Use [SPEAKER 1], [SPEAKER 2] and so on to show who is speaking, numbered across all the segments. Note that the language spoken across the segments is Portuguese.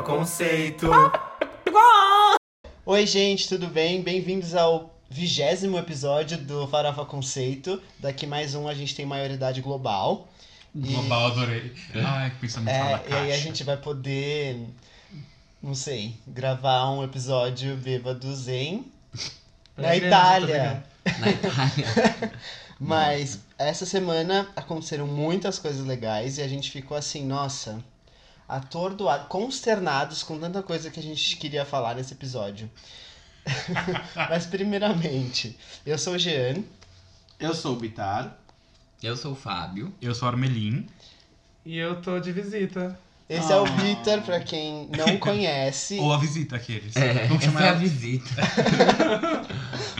[SPEAKER 1] conceito.
[SPEAKER 2] Oi, gente, tudo bem? Bem-vindos ao vigésimo episódio do Farofa Conceito. Daqui mais um a gente tem maioridade global. E,
[SPEAKER 1] Global, adorei. Ai, que pensamento fora
[SPEAKER 2] é,
[SPEAKER 1] da
[SPEAKER 2] e aí a
[SPEAKER 1] caixa.
[SPEAKER 2] gente vai poder, não sei, gravar um episódio bêbados em... Na
[SPEAKER 1] Beleza,
[SPEAKER 2] Itália.
[SPEAKER 3] né? Na Itália.
[SPEAKER 2] Mas essa semana aconteceram muitas coisas legais e a gente ficou assim, nossa, atordoado, consternados com tanta coisa que a gente queria falar nesse episódio. Mas primeiramente, eu sou o Jean
[SPEAKER 4] Eu sou o Bitar.
[SPEAKER 3] Eu sou o Fábio.
[SPEAKER 1] Eu sou Armelin.
[SPEAKER 5] E eu tô de visita.
[SPEAKER 2] Esse é o
[SPEAKER 4] Ah.
[SPEAKER 2] Bitter, pra quem não conhece.
[SPEAKER 1] Ou a visita aqueles.
[SPEAKER 3] É,
[SPEAKER 1] Vamos
[SPEAKER 3] essa
[SPEAKER 1] chamar
[SPEAKER 3] é a
[SPEAKER 1] ela-
[SPEAKER 3] visita.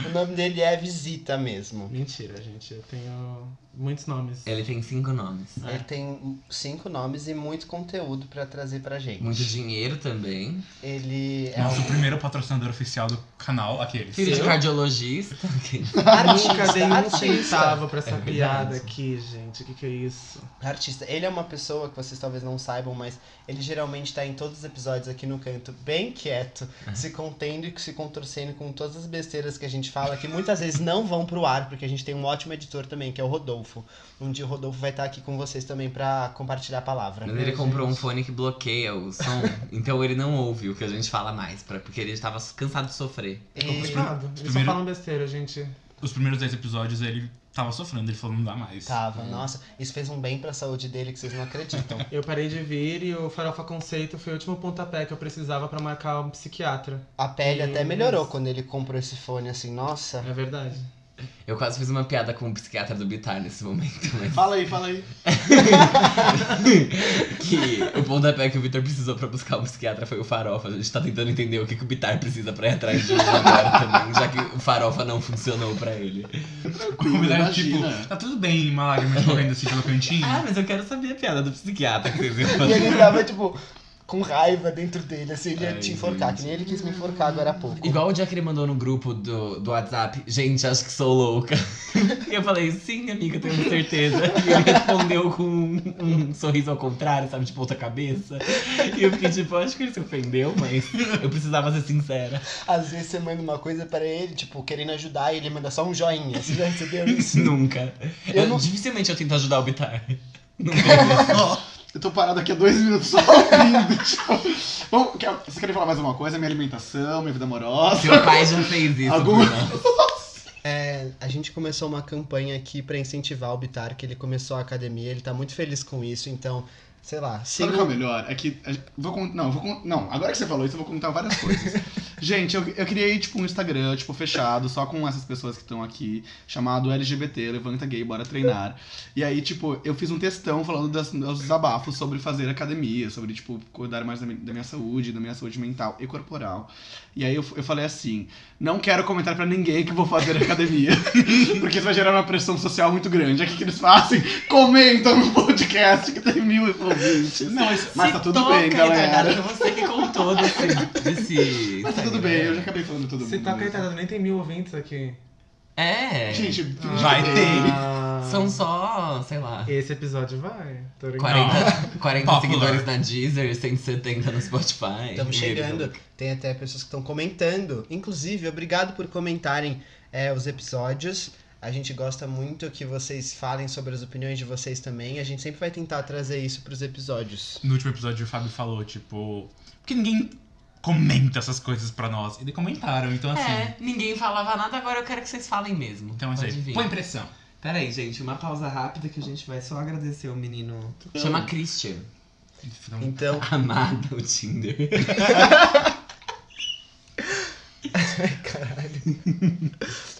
[SPEAKER 2] O nome dele é Visita mesmo.
[SPEAKER 5] Mentira, gente. Eu tenho muitos nomes.
[SPEAKER 3] Ele tem cinco nomes.
[SPEAKER 5] É.
[SPEAKER 2] Ele tem cinco nomes e muito conteúdo pra trazer pra gente.
[SPEAKER 3] Muito dinheiro também.
[SPEAKER 2] Ele é
[SPEAKER 1] Nosso
[SPEAKER 2] um
[SPEAKER 1] primeiro patrocinador oficial do canal, aqueles.
[SPEAKER 3] Filho de
[SPEAKER 5] Seu?
[SPEAKER 3] cardiologista.
[SPEAKER 5] Nunca dei
[SPEAKER 2] artista,
[SPEAKER 5] um
[SPEAKER 2] artista,
[SPEAKER 5] centavo pra essa
[SPEAKER 3] É verdade.
[SPEAKER 5] piada aqui, gente. O que, que é isso?
[SPEAKER 2] artista. Ele é uma pessoa que vocês talvez não saibam, mas ele geralmente tá em todos os episódios aqui no canto, bem quieto,
[SPEAKER 5] É.
[SPEAKER 2] se contendo e se contorcendo com todas as besteiras que a gente fala, que muitas vezes não vão pro ar, porque a gente tem um ótimo editor também, que é o Rodolfo. Um dia o Rodolfo vai estar aqui com vocês também pra compartilhar a palavra.
[SPEAKER 3] Mas ele comprou um fone que bloqueia o som. então ele não ouve o que a gente fala mais. pra- Porque ele tava cansado de sofrer.
[SPEAKER 2] E-
[SPEAKER 5] Complicado. Eles
[SPEAKER 1] primeiro-
[SPEAKER 5] só falam besteira, gente.
[SPEAKER 1] Os primeiros 10 episódios ele tava sofrendo, ele falou não dá mais.
[SPEAKER 2] Tava, nossa, isso fez um bem pra saúde dele que vocês não acreditam.
[SPEAKER 5] Eu parei de vir e o Farofa Conceito foi o último pontapé que eu precisava pra marcar um psiquiatra.
[SPEAKER 2] A pele até
[SPEAKER 5] Isso.
[SPEAKER 2] melhorou quando ele comprou esse fone, assim, nossa.
[SPEAKER 5] É verdade.
[SPEAKER 3] Eu quase fiz uma piada com o psiquiatra do Bitar nesse momento. Mas
[SPEAKER 4] Fala aí, fala aí.
[SPEAKER 3] que o pontapé que o Vitor precisou pra buscar o psiquiatra foi o Farofa. A gente tá tentando entender o que, que o Bitar precisa pra ir atrás de um agora também. Já que o Farofa não funcionou pra ele.
[SPEAKER 1] O Milagre, tipo,
[SPEAKER 4] imagina.
[SPEAKER 1] tá tudo bem, uma lágrima correndo assim pelo cantinho.
[SPEAKER 3] Ah, mas eu quero saber a piada do psiquiatra que vocês iam
[SPEAKER 2] E
[SPEAKER 3] fazer.
[SPEAKER 2] ele tava, tipo, com raiva dentro dele, assim, ele ia
[SPEAKER 3] Ai,
[SPEAKER 2] te enforcar,
[SPEAKER 3] gente.
[SPEAKER 2] que nem ele quis me enforcar agora há pouco.
[SPEAKER 3] Igual o dia que ele mandou no grupo do, do WhatsApp, gente, acho que sou louca. E eu falei, sim, amiga, tenho certeza. E ele respondeu com um, um sorriso ao contrário, sabe, de ponta cabeça. E eu fiquei tipo, acho que ele se ofendeu, mas eu precisava ser sincera.
[SPEAKER 2] Às vezes você manda uma coisa pra ele, tipo, querendo ajudar, e ele manda só um joinha. Você já recebeu isso?
[SPEAKER 3] Nunca.
[SPEAKER 2] Eu
[SPEAKER 3] Eu
[SPEAKER 2] não-
[SPEAKER 3] Dificilmente eu tento ajudar o Bitar. assim.
[SPEAKER 4] Eu tô parado aqui há dois minutos só ouvindo. tipo. Bom, quer, vocês querem falar mais alguma coisa? Minha alimentação, minha vida amorosa?
[SPEAKER 3] Seu pai já fez isso.
[SPEAKER 4] Algum-
[SPEAKER 3] Bruna.
[SPEAKER 2] A gente começou uma campanha aqui pra incentivar o Bitar, que ele começou a academia, ele tá muito feliz com isso, então, sei lá,
[SPEAKER 4] Sabe o que é o
[SPEAKER 2] sigam.
[SPEAKER 4] melhor? É que. a- Vou con- não, vou con- não, agora que você falou isso, eu vou contar várias coisas. Gente, eu, eu criei, tipo, um Instagram, tipo, fechado, só com essas pessoas que estão aqui, chamado LGBT, Levanta Gay, Bora Treinar. E aí, tipo, eu fiz um textão falando das, dos desabafos sobre fazer academia, sobre, tipo, cuidar mais da, mi- da minha saúde, da minha saúde mental e corporal. E aí eu, f- eu falei assim, não quero comentar pra ninguém que vou fazer academia, porque isso vai gerar uma pressão social muito grande. Aí o que, que eles fazem? Comentam no podcast que tem mil ouvintes.
[SPEAKER 3] Não, isso
[SPEAKER 4] Mas
[SPEAKER 3] se
[SPEAKER 4] tá tudo
[SPEAKER 3] toca,
[SPEAKER 4] bem, galera.
[SPEAKER 3] retardado, que Você que contou desse. desse
[SPEAKER 4] Mas tá tudo bem, eu já acabei falando tudo
[SPEAKER 5] Se
[SPEAKER 4] bem.
[SPEAKER 5] tá caetado, nem tem mil ouvintes aqui.
[SPEAKER 3] É.
[SPEAKER 4] Gente,
[SPEAKER 1] Vai ter.
[SPEAKER 5] Ah,
[SPEAKER 3] São só, sei lá.
[SPEAKER 5] Esse episódio vai. Tô brincando.
[SPEAKER 3] 40, 40
[SPEAKER 1] Popular.
[SPEAKER 3] seguidores na Deezer, 170 no Spotify.
[SPEAKER 2] Estamos
[SPEAKER 3] E eles-
[SPEAKER 2] chegando. Tem até pessoas que estão comentando. Inclusive, obrigado por comentarem é, os episódios. A gente gosta muito que vocês falem sobre as opiniões de vocês também. A gente sempre vai tentar trazer isso pros episódios.
[SPEAKER 1] No último episódio o Fábio falou, tipo, porque ninguém comenta essas coisas pra nós. E daí comentaram, então assim.
[SPEAKER 3] É, ninguém falava nada, agora eu quero que vocês falem mesmo.
[SPEAKER 1] Então é isso
[SPEAKER 3] Pode
[SPEAKER 1] aí.
[SPEAKER 3] vir.
[SPEAKER 1] Põe pressão.
[SPEAKER 3] Peraí, gente, uma pausa rápida que a gente vai só agradecer o menino. Chama Christian.
[SPEAKER 1] Fica um-
[SPEAKER 2] Então,
[SPEAKER 3] Amado o Tinder.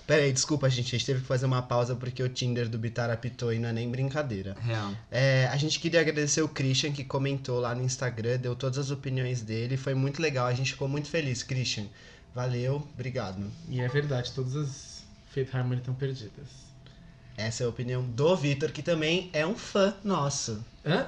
[SPEAKER 2] peraí, desculpa, gente. A gente teve que fazer uma pausa porque o Tinder do Bitar apitou e não é nem brincadeira.
[SPEAKER 3] Real.
[SPEAKER 2] É, a gente queria agradecer o Christian que comentou lá no Instagram, deu todas as opiniões dele. Foi muito legal, a gente ficou muito feliz, Christian. Valeu, obrigado.
[SPEAKER 5] E é verdade, todas as Fifth Harmony estão perdidas.
[SPEAKER 2] Essa é a opinião do Vitor, que também é um fã nosso.
[SPEAKER 5] Hã?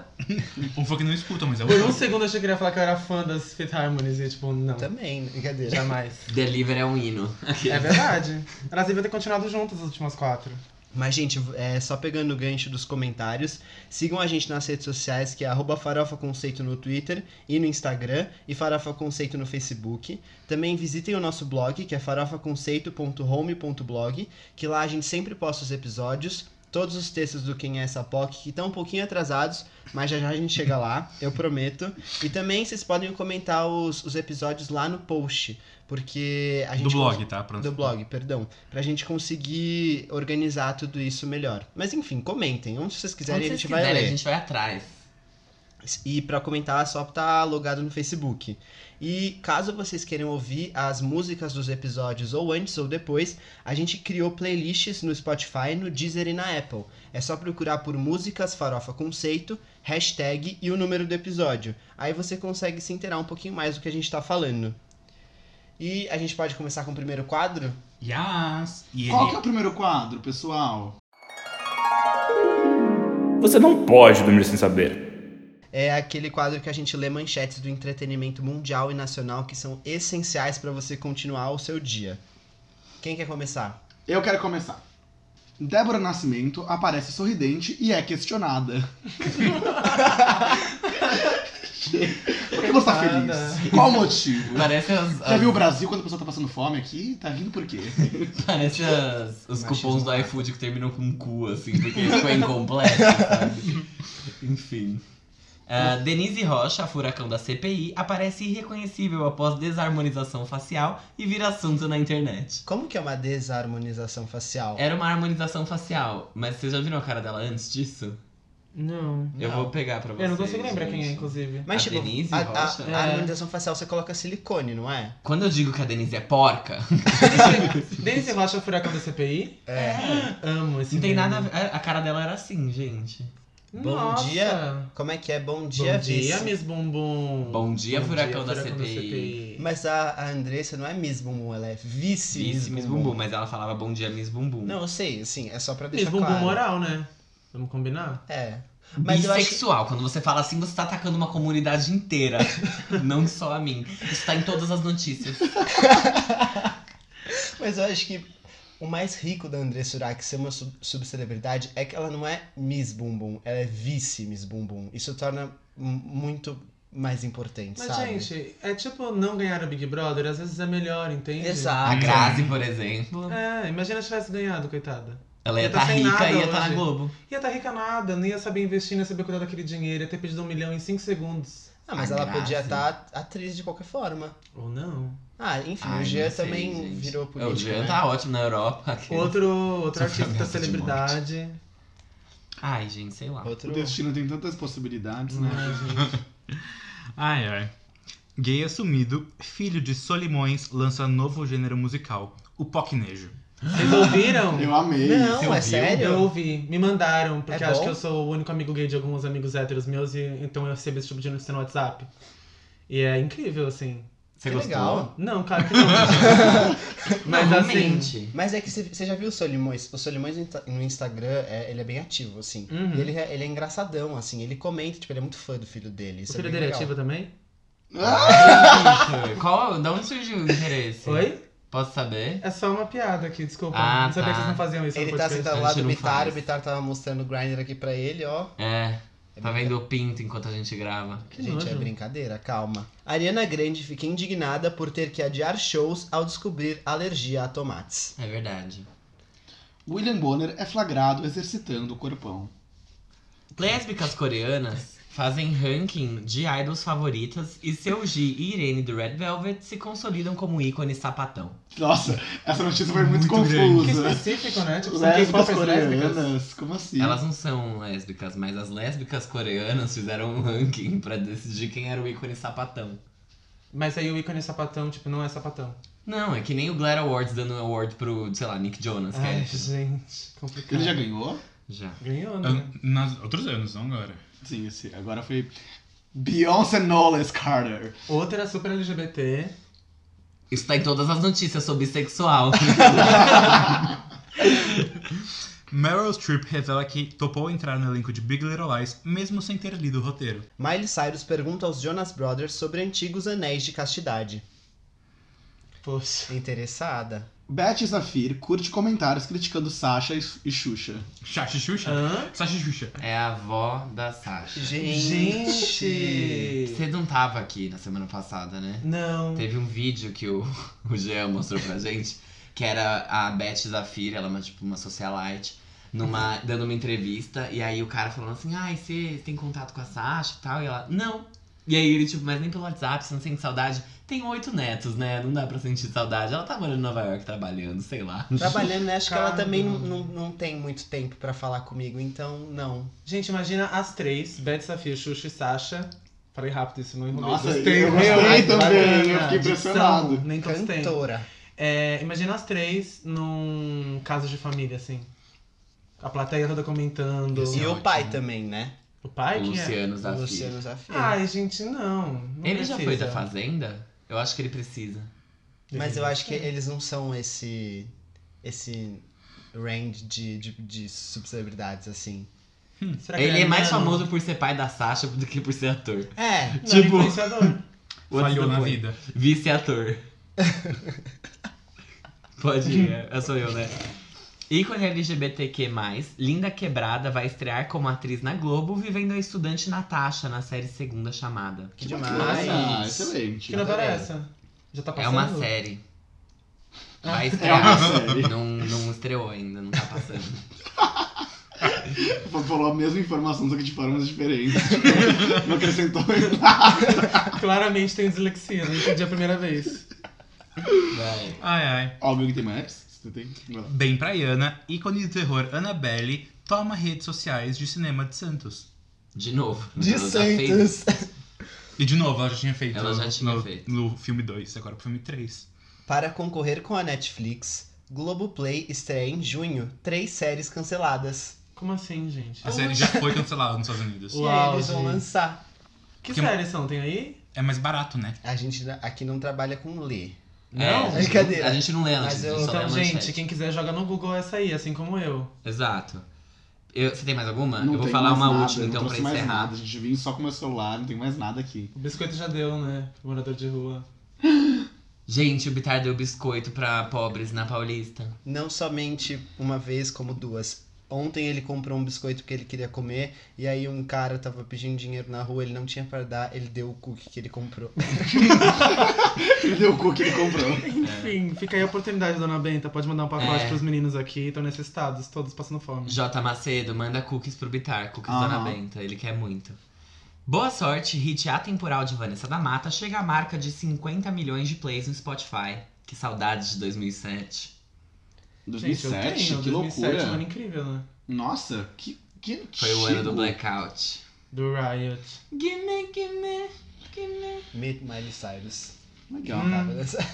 [SPEAKER 1] Um foi que não escuta, mas é o
[SPEAKER 5] Por um segundo eu achei que ele ia falar que eu era fã das Fifth Harmonies e tipo, não.
[SPEAKER 2] Também, brincadeira.
[SPEAKER 5] Jamais.
[SPEAKER 3] Deliver é um hino.
[SPEAKER 5] É verdade. Elas deviam ter continuado juntas as últimas quatro.
[SPEAKER 2] Mas, gente, é, só pegando o gancho dos comentários, sigam a gente nas redes sociais, que é arroba Farofa Conceito no Twitter e no Instagram, e Farofa Conceito no Facebook. Também visitem o nosso blog, que é farofaconceito.home.blog, que lá a gente sempre posta os episódios, todos os textos do Quem é essa POC, que estão um pouquinho atrasados, mas já já a gente chega lá, eu prometo. E também vocês podem comentar os, os episódios lá no post, porque a gente...
[SPEAKER 1] Do blog, tá? Pra-
[SPEAKER 2] Do blog, perdão. Pra gente conseguir organizar tudo isso melhor. Mas enfim, comentem. Onde vocês quiserem,
[SPEAKER 3] Quando
[SPEAKER 2] a
[SPEAKER 3] vocês
[SPEAKER 2] gente vai
[SPEAKER 3] quiserem,
[SPEAKER 2] ler.
[SPEAKER 3] a gente vai atrás.
[SPEAKER 2] E pra comentar, é só tá logado no Facebook. E caso vocês queiram ouvir as músicas dos episódios ou antes ou depois, a gente criou playlists no Spotify, no Deezer e na Apple. É só procurar por músicas farofa conceito, hashtag e o número do episódio. Aí você consegue se inteirar um pouquinho mais do que a gente tá falando. E a gente pode começar com o primeiro quadro?
[SPEAKER 1] Yas! E
[SPEAKER 4] Qual
[SPEAKER 1] ele-
[SPEAKER 4] que é o primeiro quadro, pessoal?
[SPEAKER 6] Você não pode dormir sem saber.
[SPEAKER 2] É aquele quadro que a gente lê manchetes do entretenimento mundial e nacional que são essenciais para você continuar o seu dia. Quem quer começar?
[SPEAKER 4] Eu quero começar. Débora Nascimento aparece sorridente e é questionada. Por que você tá feliz? Qual o motivo?
[SPEAKER 3] Parece as,
[SPEAKER 4] Já
[SPEAKER 3] as-
[SPEAKER 4] viu o Brasil quando a pessoa tá passando fome aqui? Tá vindo por quê?
[SPEAKER 3] parece as- os
[SPEAKER 2] Machismo.
[SPEAKER 3] cupons do iFood que terminam com cu, assim, porque ficou incompleto, sabe? Enfim. Ah, Denise Rocha, a furacão da CPI, aparece irreconhecível após desarmonização facial e vira assunto na internet.
[SPEAKER 2] Como que é uma desarmonização facial?
[SPEAKER 5] É
[SPEAKER 3] Era uma harmonização facial, mas vocês já viram a cara dela antes disso?
[SPEAKER 5] Não.
[SPEAKER 3] Eu
[SPEAKER 2] Não.
[SPEAKER 3] vou pegar pra vocês.
[SPEAKER 5] Eu não consigo lembrar quem é,
[SPEAKER 3] gente.
[SPEAKER 5] inclusive.
[SPEAKER 2] Mas
[SPEAKER 3] a
[SPEAKER 2] tipo,
[SPEAKER 3] Denise
[SPEAKER 2] a, a-
[SPEAKER 3] Rocha?
[SPEAKER 2] a
[SPEAKER 5] É.
[SPEAKER 2] harmonização facial você coloca silicone, não é?
[SPEAKER 3] Quando eu digo que a Denise é porca,
[SPEAKER 5] Denise Rocha, furacão da CPI. É. Amo esse
[SPEAKER 3] não tem
[SPEAKER 5] meme.
[SPEAKER 3] nada a ver. A cara dela era assim, gente.
[SPEAKER 2] Bom
[SPEAKER 5] Nossa.
[SPEAKER 2] dia. Como é que é? Bom dia,
[SPEAKER 5] Bom dia,
[SPEAKER 2] vice.
[SPEAKER 5] Miss Bumbum.
[SPEAKER 3] Bom dia, furacão da CPI.
[SPEAKER 2] Mas a, a Andressa não é Miss Bumbum, ela é vice,
[SPEAKER 3] Miss Miss Bumbum. mas ela falava bom dia Miss Bumbum.
[SPEAKER 2] Não, eu sei, assim, é só pra
[SPEAKER 5] Miss
[SPEAKER 2] deixar
[SPEAKER 5] Bumbum
[SPEAKER 2] claro.
[SPEAKER 5] moral, né? Vamos combinar?
[SPEAKER 2] É. Mas eu acho que-
[SPEAKER 3] Bissexual, quando você fala assim, você tá atacando uma comunidade inteira, não só a mim. Isso tá em todas as notícias.
[SPEAKER 2] Mas eu acho que o mais rico da Andressa Urach ser uma sub- subcelebridade é que ela não é Miss Bumbum, ela é vice Miss Bumbum. Isso torna m- muito mais importante,
[SPEAKER 5] Mas,
[SPEAKER 2] sabe?
[SPEAKER 5] gente, é tipo não ganhar o Big Brother, às vezes é melhor, entende?
[SPEAKER 3] A
[SPEAKER 2] Exato. Ah,
[SPEAKER 3] Grazi, por exemplo,
[SPEAKER 5] É, imagina se tivesse ganhado, coitada.
[SPEAKER 3] ela ia
[SPEAKER 5] Tá
[SPEAKER 3] tá
[SPEAKER 5] sem
[SPEAKER 3] rica
[SPEAKER 5] nada
[SPEAKER 3] e ia tá na
[SPEAKER 5] hoje.
[SPEAKER 3] Globo.
[SPEAKER 5] Ia estar rica nada, não ia saber investir, não ia saber cuidar daquele dinheiro, ia ter pedido um milhão em cinco segundos.
[SPEAKER 2] Ah, mas
[SPEAKER 3] A
[SPEAKER 2] ela
[SPEAKER 3] Grazi.
[SPEAKER 2] podia estar atriz de qualquer forma.
[SPEAKER 5] Ou não.
[SPEAKER 2] Ah, enfim,
[SPEAKER 3] Ai,
[SPEAKER 2] o
[SPEAKER 3] não
[SPEAKER 2] Jean
[SPEAKER 3] sei,
[SPEAKER 2] também
[SPEAKER 3] gente.
[SPEAKER 2] virou
[SPEAKER 3] O
[SPEAKER 2] político.
[SPEAKER 3] Jean
[SPEAKER 2] né?
[SPEAKER 3] tá ótimo na Europa. aqui.
[SPEAKER 5] Outro, outro
[SPEAKER 3] Sofrimento
[SPEAKER 2] tá
[SPEAKER 5] artista
[SPEAKER 3] de
[SPEAKER 5] celebridade.
[SPEAKER 3] Ai, gente, sei lá.
[SPEAKER 4] O
[SPEAKER 2] Outro.
[SPEAKER 4] destino tem tantas possibilidades, né?
[SPEAKER 5] Ai, gente.
[SPEAKER 1] Ai, ai. Gay assumido, filho de Solimões, lança novo gênero musical, o pocnejo.
[SPEAKER 5] Vocês ouviram?
[SPEAKER 4] Eu amei.
[SPEAKER 2] Não,
[SPEAKER 3] Você
[SPEAKER 2] é
[SPEAKER 3] ouviu?
[SPEAKER 2] sério?
[SPEAKER 5] Eu ouvi, me mandaram, porque
[SPEAKER 2] É
[SPEAKER 5] acho
[SPEAKER 2] bom?
[SPEAKER 5] que eu sou o único amigo gay de alguns amigos héteros meus, e então eu recebo esse tipo de notícia no WhatsApp. E é incrível, assim.
[SPEAKER 3] Você
[SPEAKER 2] que
[SPEAKER 3] gostou?
[SPEAKER 2] legal.
[SPEAKER 5] Não, claro que não. Mas
[SPEAKER 3] não
[SPEAKER 5] assim.
[SPEAKER 3] mente.
[SPEAKER 2] Mas é que você você já viu o Solimões? O Solimões no Insta- no Instagram, é, ele é bem ativo, assim.
[SPEAKER 5] Uhum.
[SPEAKER 2] E Ele, é- ele é engraçadão, assim. Ele comenta, tipo, ele é muito fã do filho dele.
[SPEAKER 5] O
[SPEAKER 2] Isso
[SPEAKER 5] filho
[SPEAKER 2] é bem
[SPEAKER 5] dele é
[SPEAKER 2] legal.
[SPEAKER 5] ativo também?
[SPEAKER 4] Ah,
[SPEAKER 3] Gente, Qual, da onde surgiu o interesse?
[SPEAKER 5] Oi?
[SPEAKER 3] Posso saber?
[SPEAKER 5] É só uma piada aqui, desculpa.
[SPEAKER 3] Ah,
[SPEAKER 5] não sabia
[SPEAKER 3] tá.
[SPEAKER 5] que vocês não faziam isso
[SPEAKER 2] Ele
[SPEAKER 5] no
[SPEAKER 2] tá
[SPEAKER 5] podcast.
[SPEAKER 2] sentado
[SPEAKER 3] a
[SPEAKER 2] lá
[SPEAKER 3] gente
[SPEAKER 2] do
[SPEAKER 3] não
[SPEAKER 2] Bitar, o
[SPEAKER 3] faz.
[SPEAKER 2] Bitar tava mostrando o grinder aqui pra ele, ó.
[SPEAKER 3] É,
[SPEAKER 2] É brinca-
[SPEAKER 3] tá vendo o pinto enquanto a gente grava.
[SPEAKER 5] Que
[SPEAKER 2] Gente, é
[SPEAKER 5] nojo.
[SPEAKER 2] brincadeira, calma. Ariana Grande fica indignada por ter que adiar shows ao descobrir alergia a tomates.
[SPEAKER 3] É verdade.
[SPEAKER 4] William Bonner é flagrado exercitando o corpão.
[SPEAKER 3] Lésbicas coreanas fazem ranking de idols favoritas e Seu Ji e Irene do Red Velvet se consolidam como ícones sapatão.
[SPEAKER 4] Nossa, essa notícia foi muito,
[SPEAKER 1] Muito
[SPEAKER 5] Que
[SPEAKER 4] confusa.
[SPEAKER 5] específico, né? Tipo, são
[SPEAKER 4] Lésbicas
[SPEAKER 5] K-popers lésbicas.
[SPEAKER 4] coreanas, como assim?
[SPEAKER 3] Elas não são lésbicas, mas as lésbicas coreanas fizeram um ranking pra decidir quem era o ícone sapatão.
[SPEAKER 5] Mas aí o ícone sapatão, tipo, não é sapatão.
[SPEAKER 3] Não, é que nem o Glad Awards dando um award pro, sei lá, Nick Jonas, que
[SPEAKER 5] Ai,
[SPEAKER 3] é
[SPEAKER 5] gente, complicado.
[SPEAKER 4] Ele já ganhou?
[SPEAKER 3] já.
[SPEAKER 5] ganhou, né?
[SPEAKER 1] An- Nas outros anos, não agora.
[SPEAKER 4] Sim, esse. Agora foi Beyoncé Knowles Carter.
[SPEAKER 5] Outra era super LGBT.
[SPEAKER 3] Isso tá em todas as notícias, sou bissexual.
[SPEAKER 1] Meryl Streep revela que topou entrar no elenco de Big Little Lies, mesmo sem ter lido o roteiro.
[SPEAKER 2] Miley Cyrus pergunta aos Jonas Brothers sobre antigos anéis de castidade.
[SPEAKER 5] Poxa.
[SPEAKER 2] Interessada.
[SPEAKER 4] Beth Zafir curte comentários criticando Sasha e, e Xuxa.
[SPEAKER 1] Xaxi Xuxa?
[SPEAKER 5] Hã?
[SPEAKER 1] Saxi Xuxa.
[SPEAKER 3] É a avó da Sasha.
[SPEAKER 2] Gente!
[SPEAKER 3] Você não tava aqui na semana passada, né?
[SPEAKER 5] Não.
[SPEAKER 3] Teve um vídeo que o, o Jean mostrou pra gente, que era a Beth Zafir, ela é uma, tipo, uma socialite, numa,
[SPEAKER 5] Uhum.
[SPEAKER 3] dando uma entrevista, e aí o cara falando assim, ai, você tem contato com a Sasha e tal, e ela, não. E aí ele, tipo, mas nem pelo WhatsApp, você não sente saudade. Tem oito netos, né? Não dá pra sentir saudade. Ela tá morando em Nova York trabalhando, sei lá.
[SPEAKER 2] Trabalhando, né? Acho que ela
[SPEAKER 5] Caramba.
[SPEAKER 2] também não, não, não tem muito tempo pra falar comigo, então não.
[SPEAKER 5] Gente, imagina as três, Beth, Safia, Xuxa e Sasha. Falei rápido, isso não enrolei.
[SPEAKER 4] Nossa,
[SPEAKER 5] Gostei,
[SPEAKER 4] eu
[SPEAKER 5] meu,
[SPEAKER 4] gostei
[SPEAKER 5] ai,
[SPEAKER 4] também,
[SPEAKER 5] bacana.
[SPEAKER 4] eu fiquei
[SPEAKER 5] Dicção,
[SPEAKER 4] impressionado.
[SPEAKER 5] Nem
[SPEAKER 3] Então
[SPEAKER 5] gostei.
[SPEAKER 2] Cantora.
[SPEAKER 5] É, imagina as três num caso de família, assim. A plateia toda comentando.
[SPEAKER 2] E
[SPEAKER 3] Isso é
[SPEAKER 2] o
[SPEAKER 3] ótimo.
[SPEAKER 2] pai também, né?
[SPEAKER 5] O pai?
[SPEAKER 3] O
[SPEAKER 5] Quem é?
[SPEAKER 3] Luciano Zafir.
[SPEAKER 2] Luciano Zafir.
[SPEAKER 3] Ah,
[SPEAKER 5] Ai, gente, não. não
[SPEAKER 3] Ele já foi
[SPEAKER 5] precisa.
[SPEAKER 3] da Fazenda? Eu acho que ele precisa.
[SPEAKER 2] Mas
[SPEAKER 5] Uhum.
[SPEAKER 2] eu acho que eles não são esse. esse range de, de, de subcelebridades, assim.
[SPEAKER 5] Será que
[SPEAKER 3] ele é mais
[SPEAKER 5] nano?
[SPEAKER 3] famoso por ser pai da Sasha do que por ser ator.
[SPEAKER 2] É.
[SPEAKER 5] Não, ele é
[SPEAKER 3] tipo-
[SPEAKER 5] influenciador.
[SPEAKER 3] What's
[SPEAKER 1] Falhou
[SPEAKER 3] the
[SPEAKER 1] na
[SPEAKER 3] point?
[SPEAKER 1] vida.
[SPEAKER 3] Vice-ator. Pode ir, é, é, sou eu, né? Ícone LGBTQ+, Linda Quebrada vai estrear como atriz na Globo, vivendo a estudante Natasha na série Segunda Chamada.
[SPEAKER 2] Que
[SPEAKER 4] Nossa,
[SPEAKER 2] demais.
[SPEAKER 3] Ah,
[SPEAKER 4] excelente.
[SPEAKER 5] Que novela é essa? Já tá
[SPEAKER 3] É
[SPEAKER 5] passando?
[SPEAKER 3] uma série. Vai
[SPEAKER 4] É uma
[SPEAKER 3] estrear.
[SPEAKER 4] série.
[SPEAKER 3] não, não estreou ainda, não tá passando.
[SPEAKER 4] Falou a mesma informação, só que de formas diferentes. Tipo, não acrescentou em nada.
[SPEAKER 5] Claramente tem dislexia, não entendi a primeira vez.
[SPEAKER 3] Vai.
[SPEAKER 1] Ai, ai.
[SPEAKER 4] Óbvio que tem mais. Você tem? Vai lá.
[SPEAKER 1] Bem praiana, ícone do terror Annabelle toma redes sociais de cinema de Santos.
[SPEAKER 3] De novo.
[SPEAKER 2] De
[SPEAKER 3] ela já fez.
[SPEAKER 2] Santos.
[SPEAKER 1] E de novo, ela já tinha feito.
[SPEAKER 3] Ela já
[SPEAKER 1] no-
[SPEAKER 3] tinha
[SPEAKER 1] no,
[SPEAKER 3] feito.
[SPEAKER 1] No filme 2, agora pro filme 3.
[SPEAKER 2] Para concorrer com a Netflix, Globoplay estreia em junho três séries canceladas.
[SPEAKER 5] Como assim, gente?
[SPEAKER 1] A série já foi cancelada nos Estados Unidos.
[SPEAKER 5] Uau.
[SPEAKER 2] e aí eles vão
[SPEAKER 5] gente.
[SPEAKER 2] lançar.
[SPEAKER 5] Que,
[SPEAKER 1] Que-
[SPEAKER 5] séries são? Tem aí?
[SPEAKER 1] É mais barato, né?
[SPEAKER 2] A gente na- aqui não trabalha com lê.
[SPEAKER 3] É, a gente
[SPEAKER 2] Brincadeira.
[SPEAKER 3] não- A gente não lê, a
[SPEAKER 2] Mas
[SPEAKER 3] gente
[SPEAKER 2] eu-
[SPEAKER 3] só lê a
[SPEAKER 5] Então, gente,
[SPEAKER 3] manchete.
[SPEAKER 5] quem quiser joga no Google essa aí, assim como eu.
[SPEAKER 3] Exato. Eu- você tem mais alguma?
[SPEAKER 4] Não
[SPEAKER 3] eu vou
[SPEAKER 4] tem
[SPEAKER 3] falar
[SPEAKER 4] mais
[SPEAKER 3] uma
[SPEAKER 4] nada,
[SPEAKER 3] última,
[SPEAKER 4] eu
[SPEAKER 3] então,
[SPEAKER 4] não
[SPEAKER 3] pra
[SPEAKER 4] trouxe mais
[SPEAKER 3] encerrar.
[SPEAKER 4] nada. A gente vinha só com o meu celular, não tem mais nada aqui.
[SPEAKER 5] O biscoito já deu, né? Morador de rua.
[SPEAKER 3] Gente, o Bitar deu biscoito pra pobres na Paulista.
[SPEAKER 2] Não somente uma vez, como duas. Ontem ele comprou um biscoito que ele queria comer, e aí um cara tava pedindo dinheiro na rua, ele não tinha pra dar, ele deu o cookie que ele comprou.
[SPEAKER 4] Ele deu o cu que ele comprou.
[SPEAKER 5] Enfim, fica aí a oportunidade, dona Benta. Pode mandar um pacote
[SPEAKER 3] É.
[SPEAKER 5] pros meninos aqui, estão necessitados, todos passando fome.
[SPEAKER 3] J. Macedo manda cookies pro Bitar, cookies
[SPEAKER 4] Aham.
[SPEAKER 3] Dona Benta, ele quer muito. Boa sorte, hit atemporal de Vanessa da Mata chega à marca de 50 milhões de plays no Spotify. Que saudades de 2007.
[SPEAKER 5] Gente, eu
[SPEAKER 4] 2007?
[SPEAKER 5] tenho, 2007,
[SPEAKER 4] que
[SPEAKER 5] um ano
[SPEAKER 4] loucura.
[SPEAKER 5] incrível, né?
[SPEAKER 4] Nossa, que, que antigo.
[SPEAKER 3] Foi o ano do blackout.
[SPEAKER 5] Do Riot.
[SPEAKER 3] Gimme, gimme, gimme.
[SPEAKER 2] Meet Miley Cyrus. é
[SPEAKER 4] Legal.
[SPEAKER 2] Não tava nessa-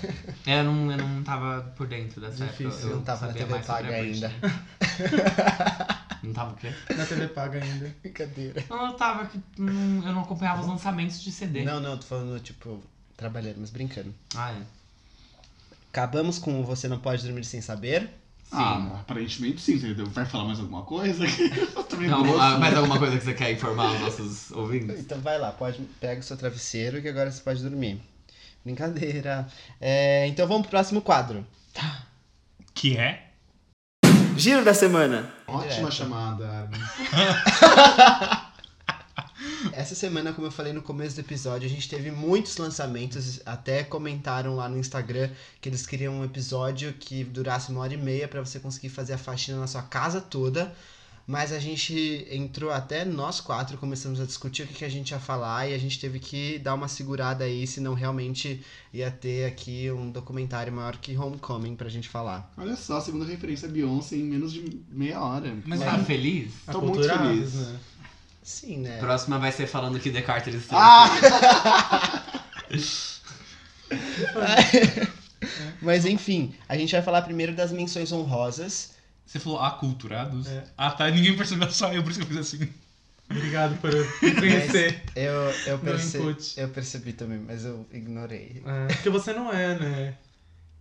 [SPEAKER 3] Eu não, eu não tava por dentro dessa época.
[SPEAKER 5] Difícil,
[SPEAKER 3] Eu
[SPEAKER 2] não tava na
[SPEAKER 3] sabia
[SPEAKER 2] TV
[SPEAKER 3] mais sobre
[SPEAKER 2] paga
[SPEAKER 3] a Britney. não tava o quê?
[SPEAKER 5] Na TV paga ainda.
[SPEAKER 2] Brincadeira.
[SPEAKER 3] Não, eu tava que. hum, eu não acompanhava os lançamentos de CD.
[SPEAKER 2] Não, não, tô falando, tipo, trabalhando, mas brincando.
[SPEAKER 3] Ah, é.
[SPEAKER 2] Acabamos com o Você Não Pode Dormir Sem Saber.
[SPEAKER 3] Sim.
[SPEAKER 4] Ah, aparentemente sim, entendeu? Vai falar mais alguma coisa? Eu também
[SPEAKER 3] Não,
[SPEAKER 4] não
[SPEAKER 3] ah,
[SPEAKER 4] sei.
[SPEAKER 3] mais alguma coisa que você quer informar os nossos ouvintes?
[SPEAKER 2] Então vai lá, pode, pega o seu travesseiro que agora você pode dormir. Brincadeira. É, então vamos pro próximo quadro.
[SPEAKER 1] Que é?
[SPEAKER 2] Giro da semana.
[SPEAKER 4] Ótima
[SPEAKER 2] Direto.
[SPEAKER 4] chamada, Armin.
[SPEAKER 2] Essa semana, como eu falei no começo do episódio, a gente teve muitos lançamentos. Até comentaram lá no Instagram que eles queriam um episódio que durasse uma hora e meia pra você conseguir fazer a faxina na sua casa toda. Mas a gente entrou até nós quatro, começamos a discutir o que, que a gente ia falar e a gente teve que dar uma segurada aí, senão realmente ia ter aqui um documentário maior que Homecoming pra gente falar.
[SPEAKER 4] Olha só, a segunda referência a Beyoncé em menos de meia hora.
[SPEAKER 1] Mas
[SPEAKER 3] Tá feliz?
[SPEAKER 4] Tô muito
[SPEAKER 5] Aculturados,
[SPEAKER 4] feliz.
[SPEAKER 5] né?
[SPEAKER 2] Sim, né?
[SPEAKER 3] Próxima vai ser falando que Descartes ele
[SPEAKER 4] Ah!
[SPEAKER 2] Mas enfim, a gente vai falar primeiro das menções honrosas.
[SPEAKER 1] Você falou aculturados?
[SPEAKER 5] É.
[SPEAKER 1] Ah, tá. Ninguém percebeu, só eu, por isso que eu fiz assim.
[SPEAKER 5] Obrigado por me conhecer.
[SPEAKER 2] Eu, eu,
[SPEAKER 5] Meu
[SPEAKER 2] perce...
[SPEAKER 5] input.
[SPEAKER 2] eu percebi também, mas eu ignorei.
[SPEAKER 5] É, porque você não é, né?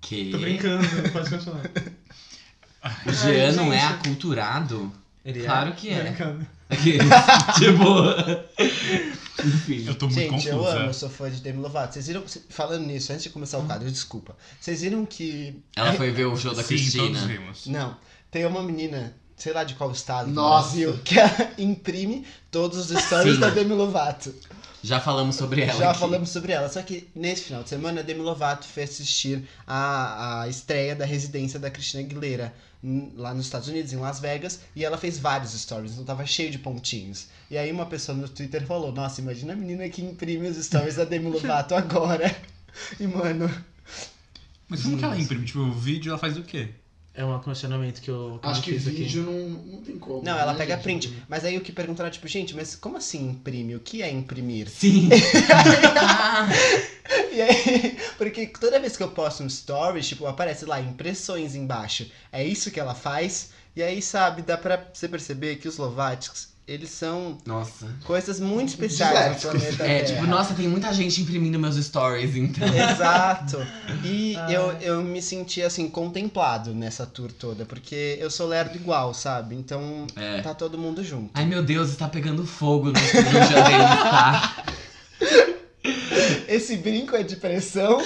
[SPEAKER 3] Que.
[SPEAKER 5] Tô brincando, pode continuar.
[SPEAKER 3] O Jean
[SPEAKER 5] Ai,
[SPEAKER 3] não é
[SPEAKER 5] gente.
[SPEAKER 3] aculturado?
[SPEAKER 5] Ele
[SPEAKER 3] Claro que é.
[SPEAKER 5] Brincando.
[SPEAKER 3] Aqueles, tipo. Enfim.
[SPEAKER 1] Eu tô muito é.
[SPEAKER 2] Gente,
[SPEAKER 1] confusa.
[SPEAKER 2] eu amo, eu sou fã de Demi Lovato. Vocês viram, falando nisso, antes de começar o quadro, desculpa. Vocês viram que.
[SPEAKER 3] Ela foi ver o show da
[SPEAKER 1] Sim, todos
[SPEAKER 3] Cristina.
[SPEAKER 1] vimos.
[SPEAKER 2] Não, tem uma menina, sei lá de qual estado, do
[SPEAKER 4] Nossa.
[SPEAKER 2] Brasil, que ela imprime todos os stories
[SPEAKER 3] Sim.
[SPEAKER 2] da Demi Lovato.
[SPEAKER 3] Já falamos sobre ela.
[SPEAKER 2] Já
[SPEAKER 3] É aqui.
[SPEAKER 2] falamos sobre ela. Só que nesse final de semana, a Demi Lovato foi assistir a, a estreia da residência da Cristina Aguilera n- lá nos Estados Unidos, em Las Vegas, e ela fez vários stories, então tava cheio de pontinhos. E aí uma pessoa no Twitter falou: Nossa, imagina a menina que imprime os stories da Demi Lovato agora. E mano,
[SPEAKER 1] Mas como que ela imprime? Tipo, o vídeo ela faz o quê?
[SPEAKER 5] É um questionamento que eu, que eu
[SPEAKER 4] Acho que
[SPEAKER 5] fiz
[SPEAKER 4] vídeo não, não tem como.
[SPEAKER 2] não, ela
[SPEAKER 4] né,
[SPEAKER 2] pega
[SPEAKER 4] gente?
[SPEAKER 2] print. Mas aí o que perguntaram, tipo, gente, mas como assim imprime? O que é imprimir?
[SPEAKER 3] Sim.
[SPEAKER 2] E aí, porque toda vez que eu posto um story, tipo, aparece lá impressões embaixo. É isso que ela faz. E aí, sabe, dá pra você perceber que os Lováticos, eles são
[SPEAKER 3] Nossa.
[SPEAKER 2] coisas muito especiais no planeta
[SPEAKER 3] É,
[SPEAKER 2] Terra.
[SPEAKER 3] tipo, nossa, tem muita gente imprimindo meus stories, então.
[SPEAKER 2] Exato. E
[SPEAKER 3] Ah.
[SPEAKER 2] eu, eu me senti, assim, contemplado nessa tour toda, porque eu sou lerdo igual, sabe? Então,
[SPEAKER 3] É.
[SPEAKER 2] tá todo mundo junto.
[SPEAKER 3] Ai meu Deus, está pegando fogo no estúdio onde a Demi está.
[SPEAKER 2] Esse brinco é de pressão.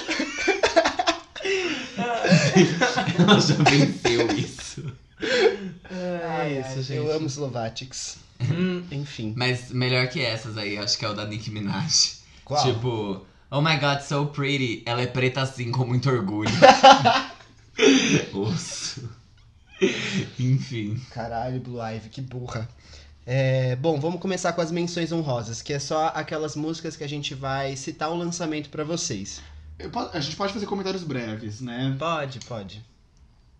[SPEAKER 3] Ela já venceu isso.
[SPEAKER 5] É, isso, gente. Hum,
[SPEAKER 2] Eu amo os Lováticos. Enfim.
[SPEAKER 3] Mas melhor que essas aí, acho que é o da Nicki Minaj.
[SPEAKER 2] Qual?
[SPEAKER 3] Tipo, oh my god, so pretty. Ela é preta assim, com muito orgulho. Osso. Enfim.
[SPEAKER 2] Caralho, Blue Ivy, que burra. É, bom, vamos começar com as menções honrosas, que é só aquelas músicas que a gente vai citar o lançamento pra vocês.
[SPEAKER 4] Eu po- a gente pode fazer comentários breves, né?
[SPEAKER 2] Pode, pode.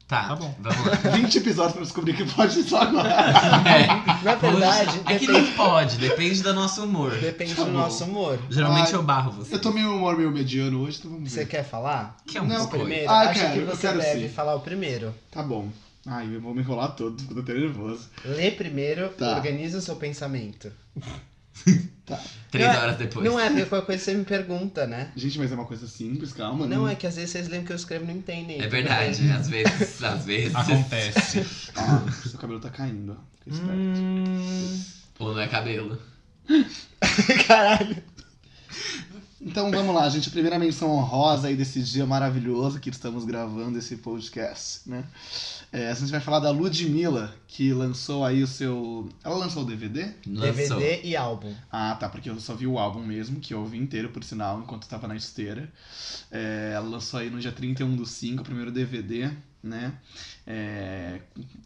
[SPEAKER 3] Tá,
[SPEAKER 1] Tá bom.
[SPEAKER 3] vamos lá.
[SPEAKER 4] 20 episódios pra descobrir que pode só agora.
[SPEAKER 3] É,
[SPEAKER 2] Na verdade,
[SPEAKER 3] vamos- é que
[SPEAKER 2] depende,
[SPEAKER 3] não pode, depende do nosso humor.
[SPEAKER 2] depende
[SPEAKER 4] Tá
[SPEAKER 2] do
[SPEAKER 4] bom.
[SPEAKER 2] nosso humor.
[SPEAKER 3] Geralmente
[SPEAKER 4] Ai,
[SPEAKER 3] eu barro você.
[SPEAKER 4] Eu tô meio humor meio mediano hoje, então vamos
[SPEAKER 2] Você
[SPEAKER 4] ver.
[SPEAKER 2] quer falar?
[SPEAKER 3] Que é um
[SPEAKER 4] Não,
[SPEAKER 2] O primeiro?
[SPEAKER 4] Ah, eu
[SPEAKER 2] Acho
[SPEAKER 4] quero,
[SPEAKER 2] que
[SPEAKER 4] eu
[SPEAKER 2] você
[SPEAKER 4] quero
[SPEAKER 2] deve
[SPEAKER 4] sim.
[SPEAKER 2] falar o primeiro.
[SPEAKER 4] Tá bom. Ai, eu vou me enrolar todo, tô até nervoso.
[SPEAKER 2] Lê primeiro,
[SPEAKER 4] Tá.
[SPEAKER 2] organiza o seu pensamento.
[SPEAKER 3] Três
[SPEAKER 2] Não é-
[SPEAKER 3] horas depois.
[SPEAKER 2] Não é, porque qualquer coisa você me pergunta, né?
[SPEAKER 4] Gente, mas é uma coisa simples, calma. né?
[SPEAKER 2] Não é que às vezes vocês leem o que eu escrevo e não entendem.
[SPEAKER 3] É verdade, às vezes, às vezes.
[SPEAKER 1] Acontece.
[SPEAKER 4] Ah, seu cabelo tá caindo, ó. Fica esperto.
[SPEAKER 2] Hum.
[SPEAKER 3] Ou não é cabelo.
[SPEAKER 2] Caralho.
[SPEAKER 4] Então vamos lá, gente. A primeira menção honrosa aí desse dia maravilhoso que estamos gravando esse podcast, né? É, a gente vai falar da Ludmilla, que lançou aí o seu. Ela lançou o DVD?
[SPEAKER 3] Lançou.
[SPEAKER 2] DVD e álbum.
[SPEAKER 4] Ah, tá, porque eu só vi o álbum mesmo, que eu ouvi inteiro, por sinal, enquanto tava na esteira. É, ela lançou aí no dia 31 do 5, o primeiro DVD, né? É,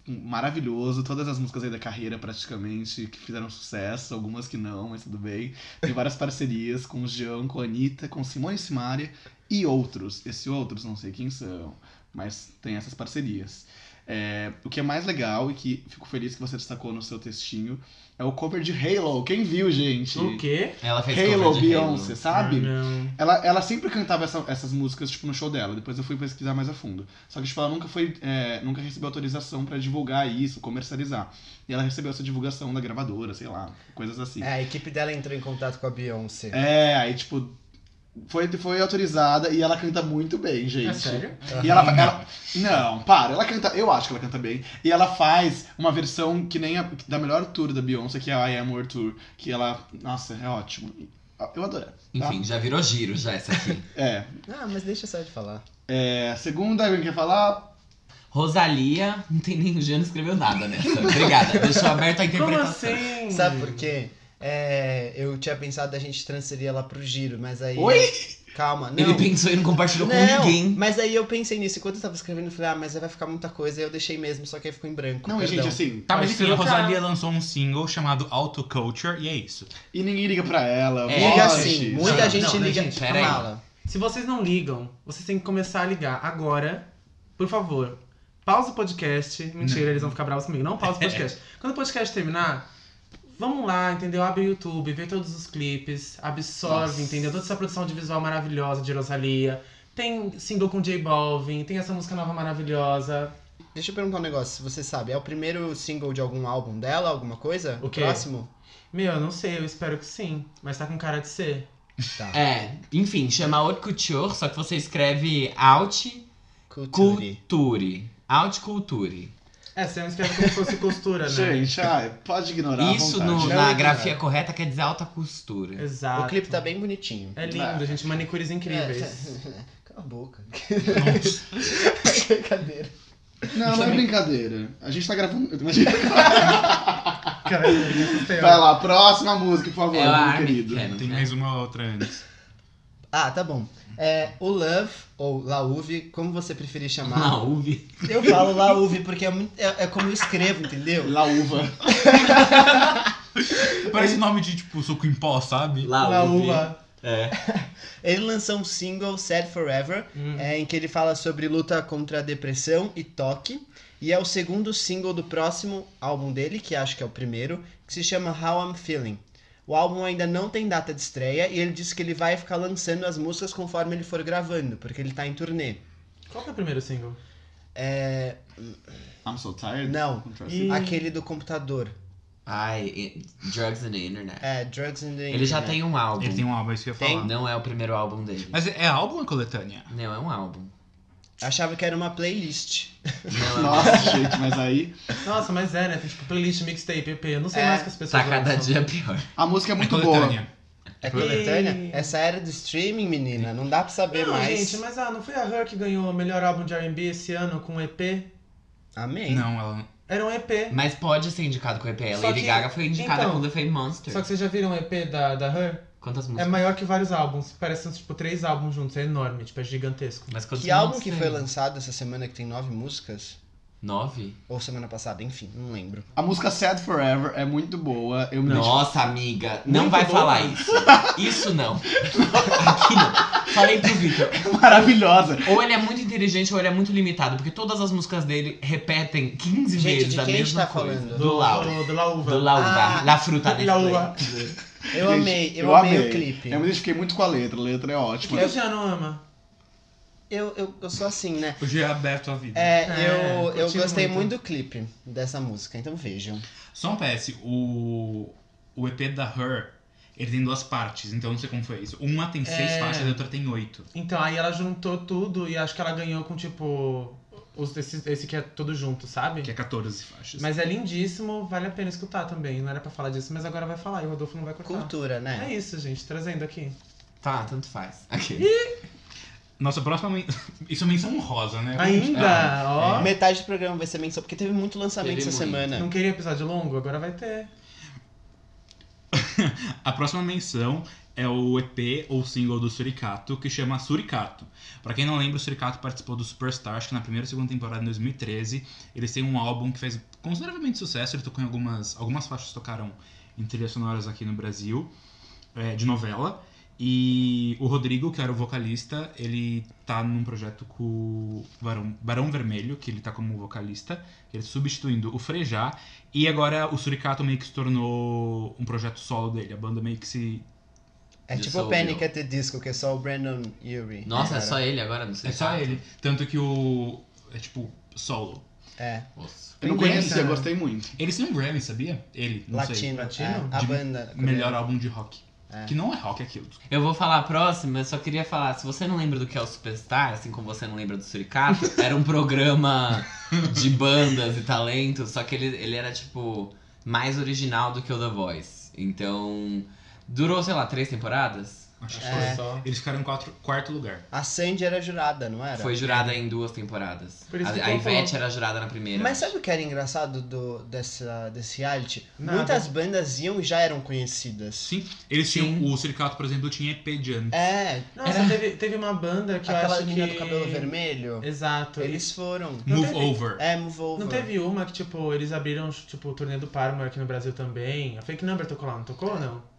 [SPEAKER 4] maravilhoso, todas as músicas aí da carreira praticamente, que fizeram sucesso, algumas que não, mas tudo bem. Tem várias parcerias com o Jean, com a Anitta, com Simone Simaria e outros. Esse outros, não sei quem são, mas tem essas parcerias. É, o que é mais legal e que fico feliz que você destacou no seu textinho é o cover de Halo. Quem viu, gente?
[SPEAKER 5] O quê?
[SPEAKER 3] Ela fez
[SPEAKER 4] Halo,
[SPEAKER 3] cover de
[SPEAKER 4] Beyoncé, sabe?
[SPEAKER 5] Ah, não.
[SPEAKER 4] Ela, ela sempre cantava essa- essas músicas, tipo, no show dela. Depois eu fui pesquisar mais a fundo. Só que, tipo, ela nunca foi... é, nunca recebeu autorização pra divulgar isso, comercializar. E ela recebeu essa divulgação da gravadora, sei lá, coisas assim.
[SPEAKER 2] É, a equipe dela entrou em contato com a Beyoncé.
[SPEAKER 4] É, aí, tipo... Foi, foi autorizada e ela canta muito bem, gente.
[SPEAKER 5] É sério?
[SPEAKER 4] E ela, ela- Não, para, ela canta. Eu acho que ela canta bem. E ela faz uma versão que nem a, da melhor tour da Beyoncé, que é a I Am World Tour. Que ela. Nossa, é ótimo. Eu adoro. ela, tá?
[SPEAKER 3] Enfim, já virou giro já essa aqui.
[SPEAKER 4] É.
[SPEAKER 2] Ah, mas deixa só de falar.
[SPEAKER 4] é. Segunda, alguém quer falar?
[SPEAKER 3] Rosalia, não tem nem o Jean não escreveu nada nessa. Obrigada, deixou aberta a
[SPEAKER 5] Como
[SPEAKER 3] interpretação.
[SPEAKER 5] assim?
[SPEAKER 2] Sabe por quê? É, eu tinha pensado a gente transferir ela pro giro, mas aí.
[SPEAKER 4] Oi?
[SPEAKER 2] Calma, não.
[SPEAKER 3] Ele pensou e não compartilhou
[SPEAKER 2] não,
[SPEAKER 3] com ninguém.
[SPEAKER 2] mas aí eu pensei nisso. Enquanto eu tava escrevendo, eu falei, ah, mas aí vai ficar muita coisa. aí Eu deixei mesmo, só que aí ficou em branco.
[SPEAKER 4] Não, e,
[SPEAKER 2] perdão.
[SPEAKER 4] gente, assim.
[SPEAKER 1] Tá, mas
[SPEAKER 5] Pode
[SPEAKER 1] enfim, a
[SPEAKER 5] trocar.
[SPEAKER 1] Rosalia lançou um single chamado Auto Culture e é isso.
[SPEAKER 4] E ninguém liga pra ela.
[SPEAKER 3] É,
[SPEAKER 4] morre.
[SPEAKER 2] E assim,
[SPEAKER 3] Não,
[SPEAKER 2] muita
[SPEAKER 3] não,
[SPEAKER 2] gente
[SPEAKER 3] não,
[SPEAKER 2] liga
[SPEAKER 3] gente,
[SPEAKER 2] pra
[SPEAKER 3] peraí.
[SPEAKER 2] mala.
[SPEAKER 5] Se vocês não ligam, vocês têm que começar a ligar agora. Por favor, pausa o podcast. Mentira,
[SPEAKER 1] Não.
[SPEAKER 5] eles vão ficar bravos comigo. Não pausa o podcast. Quando o podcast terminar, vamos lá, entendeu? Abre o YouTube, vê todos os clipes, absorve,
[SPEAKER 3] Nossa.
[SPEAKER 5] entendeu? Toda essa produção de visual maravilhosa de Rosalia. Tem single com J Balvin, tem essa música nova maravilhosa.
[SPEAKER 2] Deixa eu perguntar um negócio, se você sabe. É o primeiro single de algum álbum dela, alguma coisa?
[SPEAKER 5] O quê?
[SPEAKER 2] próximo?
[SPEAKER 5] Meu, eu não sei, eu espero que sim. Mas tá com cara de ser.
[SPEAKER 2] Tá.
[SPEAKER 3] É, enfim, chama Haute Couture, só que você escreve Haute
[SPEAKER 2] Culture.
[SPEAKER 3] Couture. Haute Couture.
[SPEAKER 5] É, você não escreve como se fosse costura, né?
[SPEAKER 4] Gente, ai, pode ignorar. à
[SPEAKER 3] Isso
[SPEAKER 4] vontade.
[SPEAKER 3] no-
[SPEAKER 4] Não,
[SPEAKER 3] na
[SPEAKER 4] não,
[SPEAKER 3] grafia correta quer dizer alta costura.
[SPEAKER 5] Exato.
[SPEAKER 2] O clipe tá bem bonitinho. É.
[SPEAKER 5] É lindo, gente. Manicures incríveis.
[SPEAKER 2] Cala a boca.
[SPEAKER 1] Nossa.
[SPEAKER 2] Brincadeira.
[SPEAKER 4] Não, não é brincadeira. A gente tá gravando.
[SPEAKER 5] Cara, eu me assustei, ó.
[SPEAKER 4] Vai lá, próxima música, por favor,
[SPEAKER 3] É a
[SPEAKER 4] meu
[SPEAKER 3] Army
[SPEAKER 4] querido.
[SPEAKER 3] Hammer.
[SPEAKER 1] Tem mais uma outra antes.
[SPEAKER 2] Ah, tá bom. É, o Love, ou Lauve, como você preferir chamar.
[SPEAKER 3] Na UV.
[SPEAKER 2] Eu falo Lauve porque é, muito- é- é como eu escrevo, entendeu?
[SPEAKER 4] Laúva.
[SPEAKER 1] Parece nome de, tipo, suco em pó, sabe?
[SPEAKER 3] La UV. É.
[SPEAKER 2] Ele lançou um single, Sad Forever,
[SPEAKER 3] Uhum.
[SPEAKER 5] Hum.
[SPEAKER 2] é, em que ele fala sobre luta contra a depressão e toque. E é o segundo single do próximo álbum dele, que acho que é o primeiro, que se chama How I'm Feeling. O álbum ainda não tem data de estreia e ele disse que ele vai ficar lançando as músicas conforme ele for gravando, porque ele tá em turnê.
[SPEAKER 5] Qual que é o primeiro single?
[SPEAKER 2] É.
[SPEAKER 4] I'm so tired.
[SPEAKER 2] Não.
[SPEAKER 5] Ih.
[SPEAKER 2] Aquele do computador.
[SPEAKER 3] Ai, e- Drugs and the Internet.
[SPEAKER 2] É, Drugs and the
[SPEAKER 3] Ele já
[SPEAKER 2] Internet.
[SPEAKER 3] tem um álbum.
[SPEAKER 1] Ele tem um álbum, é isso que eu ia
[SPEAKER 2] Tem?
[SPEAKER 1] falar.
[SPEAKER 3] Não é o primeiro álbum dele.
[SPEAKER 1] Mas é álbum ou é coletânea?
[SPEAKER 3] Não, é um álbum.
[SPEAKER 2] Achava que era uma playlist.
[SPEAKER 3] Não, é um
[SPEAKER 4] Nossa, gente, mas aí.
[SPEAKER 5] Nossa, mas é, né? Tem tipo playlist, mixtape, EP. Eu não sei
[SPEAKER 2] É,
[SPEAKER 5] mais o que as pessoas
[SPEAKER 3] Tá cada
[SPEAKER 5] lançam.
[SPEAKER 3] dia pior.
[SPEAKER 4] A música é muito
[SPEAKER 1] é
[SPEAKER 4] boa.
[SPEAKER 1] coletânea.
[SPEAKER 2] É
[SPEAKER 5] Tipo,
[SPEAKER 2] coletânea?
[SPEAKER 5] Ei.
[SPEAKER 2] Essa era do streaming, menina. Não dá pra saber
[SPEAKER 5] Não,
[SPEAKER 2] mais.
[SPEAKER 5] gente, mas ah, não foi a Her que ganhou o melhor álbum de R&B esse ano com EP?
[SPEAKER 2] Amém.
[SPEAKER 1] Não, ela.
[SPEAKER 5] Era um EP.
[SPEAKER 3] Mas pode ser indicado com EP. A
[SPEAKER 5] Só
[SPEAKER 3] Lady
[SPEAKER 5] que-
[SPEAKER 3] Gaga foi indicada
[SPEAKER 5] então,
[SPEAKER 3] com The Fame Monster.
[SPEAKER 5] Só que vocês já viram o EP da, da Her?
[SPEAKER 3] Quantas
[SPEAKER 5] É
[SPEAKER 3] músicas?
[SPEAKER 5] maior que vários álbuns. Parecem, tipo, três álbuns juntos. É enorme, tipo, é gigantesco.
[SPEAKER 3] Mas quantos
[SPEAKER 2] Que álbum
[SPEAKER 3] minutos
[SPEAKER 2] que
[SPEAKER 3] tem?
[SPEAKER 2] foi lançado essa semana que tem nove músicas?
[SPEAKER 3] Nove?
[SPEAKER 2] Ou semana passada, enfim, não lembro.
[SPEAKER 4] A música Sad Forever é muito boa. Eu me
[SPEAKER 3] Nossa, amiga, não
[SPEAKER 5] Muito
[SPEAKER 3] vai
[SPEAKER 5] bom.
[SPEAKER 3] falar isso. Isso não. Aqui não. Falei pro Victor.
[SPEAKER 4] identifico maravilhosa.
[SPEAKER 3] Ou ele é muito inteligente ou ele é muito limitado, porque todas as músicas dele repetem 15
[SPEAKER 2] Gente,
[SPEAKER 3] vezes
[SPEAKER 2] de
[SPEAKER 3] a
[SPEAKER 2] quem a gente
[SPEAKER 3] mesma
[SPEAKER 2] tá
[SPEAKER 3] coisa.
[SPEAKER 2] falando?
[SPEAKER 3] Do Lau.
[SPEAKER 5] Do, Tá do Lauva.
[SPEAKER 3] Do Lauva.
[SPEAKER 2] Ah.
[SPEAKER 3] La Fruta né?
[SPEAKER 5] La Uva.
[SPEAKER 3] Nestlé.
[SPEAKER 2] Eu
[SPEAKER 4] Gente,
[SPEAKER 2] amei, eu,
[SPEAKER 4] eu
[SPEAKER 2] amei,
[SPEAKER 4] amei.
[SPEAKER 2] o clipe.
[SPEAKER 4] Eu me identifiquei muito com a letra, a letra é
[SPEAKER 5] O que
[SPEAKER 4] ótima.
[SPEAKER 5] o Luciano ama?
[SPEAKER 2] Eu, eu, eu sou assim, né?
[SPEAKER 1] O G é aberto à vida.
[SPEAKER 2] É,
[SPEAKER 5] É,
[SPEAKER 2] eu, eu
[SPEAKER 5] curti
[SPEAKER 2] gostei
[SPEAKER 5] muito.
[SPEAKER 2] muito. do clipe dessa música, então vejam.
[SPEAKER 1] Só um PS, o, o EP da Her, ele tem duas partes, então não sei como foi isso. Uma tem seis
[SPEAKER 5] É.
[SPEAKER 1] faixas e a outra tem oito.
[SPEAKER 5] Então, aí ela juntou tudo e acho que ela ganhou com, tipo, os, esse, esse que é tudo junto, sabe?
[SPEAKER 1] Que é 14 faixas.
[SPEAKER 5] Mas é lindíssimo, vale a pena escutar também. Não era pra falar disso, mas agora vai falar e o Rodolfo não vai cortar.
[SPEAKER 2] Cultura,
[SPEAKER 5] É
[SPEAKER 2] né?
[SPEAKER 5] isso, gente, trazendo aqui.
[SPEAKER 3] Tá, tanto faz. Ok.
[SPEAKER 1] Nossa próxima. men- Isso é menção honrosa, né?
[SPEAKER 5] Ainda, ó.
[SPEAKER 2] Metade do programa vai ser menção, porque teve muito lançamento
[SPEAKER 3] Teve
[SPEAKER 2] essa
[SPEAKER 3] muito.
[SPEAKER 5] Não
[SPEAKER 2] semana.
[SPEAKER 5] queria episódio longo, agora vai ter.
[SPEAKER 1] A próxima menção é o EP ou single do Suricato, que chama Suricato. Pra quem não lembra, o Suricato participou do Superstar, acho que na primeira e segunda temporada de 2013. Eles têm um álbum que fez consideravelmente sucesso, ele tocou em algumas. Algumas faixas tocaram em trilhas sonoras aqui no Brasil, é, de novela. E o Rodrigo, que era o vocalista, ele tá num projeto com o Barão, Barão Vermelho, que ele tá como vocalista, ele tá substituindo o Frejá, e agora o Suricato meio que se tornou um projeto solo dele. A banda meio que se.
[SPEAKER 2] É tipo o
[SPEAKER 3] Dissolveu.
[SPEAKER 2] Panic at the Disco, que é só o Brandon Urie.
[SPEAKER 3] Nossa, é
[SPEAKER 2] Cara,
[SPEAKER 3] só ele agora, não sei. tá.
[SPEAKER 1] É só ele. Tanto que o. É tipo, solo.
[SPEAKER 2] É,
[SPEAKER 3] Nossa.
[SPEAKER 4] Eu não
[SPEAKER 5] Tendência,
[SPEAKER 4] conhecia,
[SPEAKER 5] né?
[SPEAKER 4] gostei muito.
[SPEAKER 1] Eles têm um Grammy, sabia? Ele, não
[SPEAKER 2] latino.
[SPEAKER 5] Latino?
[SPEAKER 2] é, a
[SPEAKER 1] De
[SPEAKER 2] banda.
[SPEAKER 1] sei. Melhor álbum de rock.
[SPEAKER 2] É.
[SPEAKER 1] Que não é rock aquilo.
[SPEAKER 3] Eu vou falar a próxima, eu só queria falar, se você não lembra do que é o Superstar, assim como você não lembra do Suricato, era um programa de bandas e talentos, só que ele, ele era, tipo, mais original do que o The Voice. Então, durou, sei lá, três temporadas?
[SPEAKER 1] Acho que
[SPEAKER 2] É.
[SPEAKER 1] foi só. Eles ficaram em quatro- quarto lugar.
[SPEAKER 2] A Sandy era jurada, não era?
[SPEAKER 3] Foi jurada em duas temporadas.
[SPEAKER 5] é. Por isso
[SPEAKER 3] a
[SPEAKER 5] que
[SPEAKER 3] a
[SPEAKER 5] eu tô
[SPEAKER 3] Ivete
[SPEAKER 5] falando.
[SPEAKER 3] era jurada na primeira.
[SPEAKER 2] Mas sabe o que era engraçado do, dessa, desse reality?
[SPEAKER 5] Nada.
[SPEAKER 2] Muitas bandas iam e já eram conhecidas.
[SPEAKER 1] Sim. Eles
[SPEAKER 3] Sim.
[SPEAKER 1] tinham. O Suricato, por exemplo, tinha EP de antes.
[SPEAKER 2] É,
[SPEAKER 5] Nossa, teve, teve uma banda que eu
[SPEAKER 2] aquela
[SPEAKER 5] acho
[SPEAKER 2] menina
[SPEAKER 5] que...
[SPEAKER 2] do cabelo vermelho.
[SPEAKER 5] Exato.
[SPEAKER 2] Eles foram.
[SPEAKER 5] Não
[SPEAKER 1] Move
[SPEAKER 5] teve-
[SPEAKER 1] Over.
[SPEAKER 2] É, move over.
[SPEAKER 5] Não teve uma que, tipo, eles abriram, tipo, o torneio do Parma aqui no Brasil também. A Fake Number tocou lá, não tocou ou não?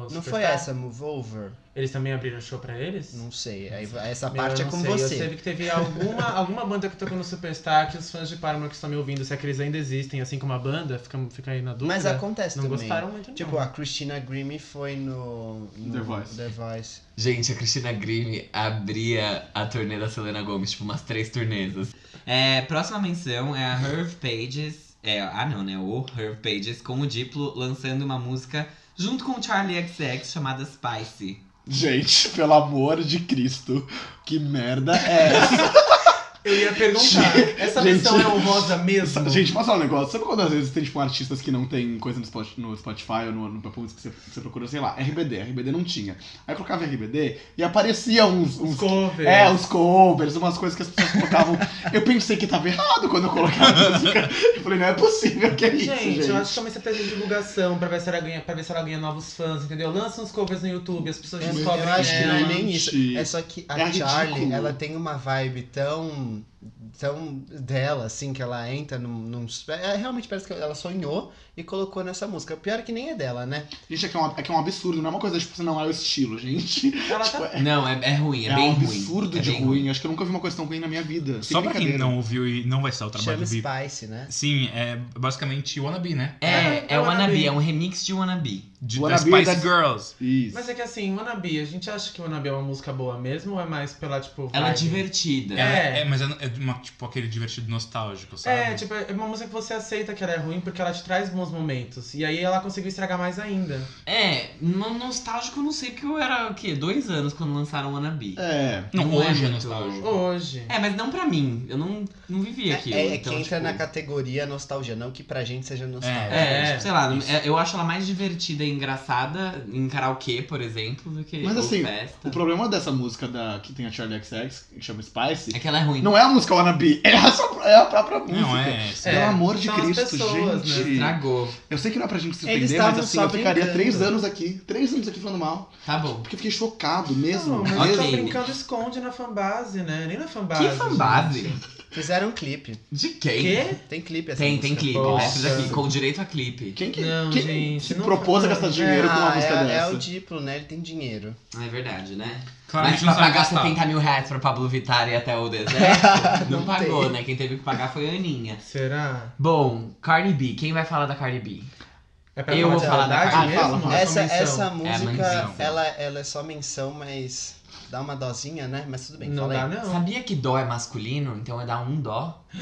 [SPEAKER 2] Não
[SPEAKER 5] Superstar?
[SPEAKER 2] foi essa, move over?
[SPEAKER 5] Eles também abriram show pra eles?
[SPEAKER 2] Não sei. Aí, essa
[SPEAKER 5] Meu,
[SPEAKER 2] parte
[SPEAKER 5] eu
[SPEAKER 2] é
[SPEAKER 5] não
[SPEAKER 2] com
[SPEAKER 5] sei. Eu
[SPEAKER 2] você.
[SPEAKER 5] sei que teve alguma, alguma banda que tocou no Superstar que os fãs de Paramore que estão me ouvindo, se é que eles ainda existem, assim como a banda, fica, fica aí na dúvida.
[SPEAKER 2] Mas acontece
[SPEAKER 5] Não
[SPEAKER 2] também.
[SPEAKER 5] gostaram muito, não.
[SPEAKER 2] Tipo, a Christina Grimmie foi no, no
[SPEAKER 4] The Voice.
[SPEAKER 2] The Voice.
[SPEAKER 3] Gente, a Cristina Grimm abria a turnê da Selena Gomez, tipo, umas três turnezas. É, próxima menção é a Herve Pages. é, ah, não, né? O Herve Pages com o Diplo lançando uma música junto com o Charlie XX chamada Spicy.
[SPEAKER 4] Gente, pelo amor de Cristo, que merda é essa?
[SPEAKER 5] Eu ia perguntar, essa missão
[SPEAKER 4] Gente.
[SPEAKER 5] é honrosa mesmo?
[SPEAKER 4] Gente, posso falar um negócio? Sabe quando às vezes tem, tipo, artistas que não tem coisa no Spot- no Spotify ou no, no Apple Music que você, você procura, sei lá, RBD, RBD não tinha. Aí eu colocava RBD e aparecia uns... uns-
[SPEAKER 5] Cover.
[SPEAKER 4] é, os covers, umas coisas que as pessoas colocavam. Eu pensei que tava errado quando eu colocava a música. Eu falei, não é possível que é isso,
[SPEAKER 5] Gente,
[SPEAKER 4] gente.
[SPEAKER 5] eu acho que é uma estratégia de divulgação pra ver, se ela ganha, pra ver se ela ganha novos fãs, entendeu? Lança uns covers no YouTube, as pessoas
[SPEAKER 2] Eu
[SPEAKER 5] descobrem.
[SPEAKER 2] acho que não é nem isso.
[SPEAKER 4] Gente.
[SPEAKER 2] É só que a
[SPEAKER 4] É
[SPEAKER 2] Charlie,
[SPEAKER 4] ridículo.
[SPEAKER 2] ela tem uma vibe tão. tão dela, assim, que ela entra num. num- é, realmente parece que ela sonhou e colocou nessa música. O pior é que nem é dela, né?
[SPEAKER 4] Gente, é que é, um, é que é um absurdo, não é uma coisa, tipo, assim, não é o estilo, gente.
[SPEAKER 5] Ela
[SPEAKER 2] Tipo,
[SPEAKER 5] tá
[SPEAKER 3] Não, é, é ruim, é,
[SPEAKER 4] É,
[SPEAKER 3] bem
[SPEAKER 4] um
[SPEAKER 3] ruim.
[SPEAKER 4] absurdo
[SPEAKER 3] É
[SPEAKER 4] de
[SPEAKER 3] bem
[SPEAKER 4] ruim. Acho que eu nunca vi uma coisa tão ruim na minha vida. Sem
[SPEAKER 1] Só pra quem
[SPEAKER 4] brincadeira.
[SPEAKER 1] não ouviu e não vai estar o trabalho
[SPEAKER 2] Chama
[SPEAKER 1] do Bi.
[SPEAKER 2] Spice, né?
[SPEAKER 1] Sim, é basicamente Wannabe, né?
[SPEAKER 3] É, é Wannabe, é um remix de Wannabe.
[SPEAKER 1] De, da
[SPEAKER 4] Wannabe
[SPEAKER 1] Spice
[SPEAKER 4] das-
[SPEAKER 1] Girls.
[SPEAKER 4] Isso.
[SPEAKER 5] Mas é que assim, Wannabe, a gente acha que Wannabe é uma música boa mesmo ou é mais pela, tipo.
[SPEAKER 3] Ela é
[SPEAKER 5] vibe?
[SPEAKER 3] divertida.
[SPEAKER 1] É, é, mas é, é de uma, tipo aquele divertido nostálgico, sabe?
[SPEAKER 5] É, tipo, é uma música que você aceita que ela é ruim porque ela te traz bons momentos. E aí ela conseguiu estragar mais ainda.
[SPEAKER 3] É, no nostálgico eu não sei, porque eu era, o quê? Dois anos quando lançaram Wannabe.
[SPEAKER 4] É.
[SPEAKER 1] Não,
[SPEAKER 3] não é
[SPEAKER 1] hoje é
[SPEAKER 3] muito-
[SPEAKER 1] nostálgico.
[SPEAKER 5] Hoje.
[SPEAKER 3] É, mas não pra mim. Eu não, não vivi aquilo.
[SPEAKER 2] é, é
[SPEAKER 3] então,
[SPEAKER 2] que entra
[SPEAKER 3] tipo,
[SPEAKER 2] na categoria nostalgia, não que pra gente seja nostalgia.
[SPEAKER 3] É,
[SPEAKER 5] É,
[SPEAKER 3] tipo, sei lá,
[SPEAKER 1] isso.
[SPEAKER 3] é- eu acho ela mais divertida e engraçada em karaokê, por exemplo, do que
[SPEAKER 4] Mas,
[SPEAKER 3] ou
[SPEAKER 4] assim,
[SPEAKER 3] festa.
[SPEAKER 4] O problema dessa música da, que tem a Charlie XX, que chama Spice,
[SPEAKER 3] É que ela é ruim.
[SPEAKER 4] não é a música Wannabe, é a, sua- é a própria música.
[SPEAKER 1] Não, é.
[SPEAKER 5] É,
[SPEAKER 4] Pelo amor de
[SPEAKER 5] são as
[SPEAKER 4] Cristo,
[SPEAKER 5] pessoas,
[SPEAKER 4] gente.
[SPEAKER 3] Estragou.
[SPEAKER 4] Eu sei que não é pra gente se
[SPEAKER 2] Eles
[SPEAKER 4] ofender, mas
[SPEAKER 2] estavam
[SPEAKER 4] assim,
[SPEAKER 2] só
[SPEAKER 4] eu ficaria
[SPEAKER 2] brincando.
[SPEAKER 4] três anos aqui. Três anos aqui falando mal.
[SPEAKER 3] Tá bom.
[SPEAKER 4] Porque eu fiquei chocado mesmo.
[SPEAKER 5] Não,
[SPEAKER 4] mesmo.
[SPEAKER 5] mas
[SPEAKER 3] Ok.
[SPEAKER 5] tá brincando esconde na fanbase, né? Nem na fanbase.
[SPEAKER 3] Que fanbase?
[SPEAKER 2] Fizeram um clipe.
[SPEAKER 3] De quem?
[SPEAKER 5] Quê?
[SPEAKER 2] Tem clipe essa
[SPEAKER 3] Tem,
[SPEAKER 2] música.
[SPEAKER 3] tem clipe.
[SPEAKER 5] Nossa.
[SPEAKER 3] Vai fazer aqui, com direito a clipe.
[SPEAKER 4] Quem que,
[SPEAKER 5] Não,
[SPEAKER 4] quem
[SPEAKER 5] gente,
[SPEAKER 4] se
[SPEAKER 5] não-
[SPEAKER 4] propôs a gastar
[SPEAKER 5] não,
[SPEAKER 4] dinheiro com uma
[SPEAKER 2] Ah,
[SPEAKER 4] música
[SPEAKER 2] é, é
[SPEAKER 4] dessa?
[SPEAKER 2] o Diplo, né? Ele tem dinheiro.
[SPEAKER 3] É verdade, né?
[SPEAKER 1] Claramente não
[SPEAKER 3] Mas pra
[SPEAKER 1] sabe
[SPEAKER 3] pagar
[SPEAKER 1] gastar.
[SPEAKER 3] 70 mil reais pra Pablo Vittar e até o deserto, não,
[SPEAKER 2] Não
[SPEAKER 3] pagou,
[SPEAKER 2] tem.
[SPEAKER 3] né? Quem teve que pagar foi a Aninha.
[SPEAKER 5] Será?
[SPEAKER 3] Bom, Cardi B. Quem vai falar da Cardi B?
[SPEAKER 5] É
[SPEAKER 3] Eu
[SPEAKER 5] falar
[SPEAKER 3] vou
[SPEAKER 5] de
[SPEAKER 3] falar da
[SPEAKER 5] verdade
[SPEAKER 4] Cardi.
[SPEAKER 5] mesmo?
[SPEAKER 4] Ah, fala, fala.
[SPEAKER 5] É
[SPEAKER 2] essa,
[SPEAKER 5] só menção.
[SPEAKER 2] essa música,
[SPEAKER 3] menção.
[SPEAKER 2] ela, ela é só menção, mas dá uma dosinha, né? Mas tudo bem,
[SPEAKER 5] Não
[SPEAKER 2] fala
[SPEAKER 5] dá,
[SPEAKER 2] aí.
[SPEAKER 5] não.
[SPEAKER 3] Sabia que dó é masculino? Então é dar um dó.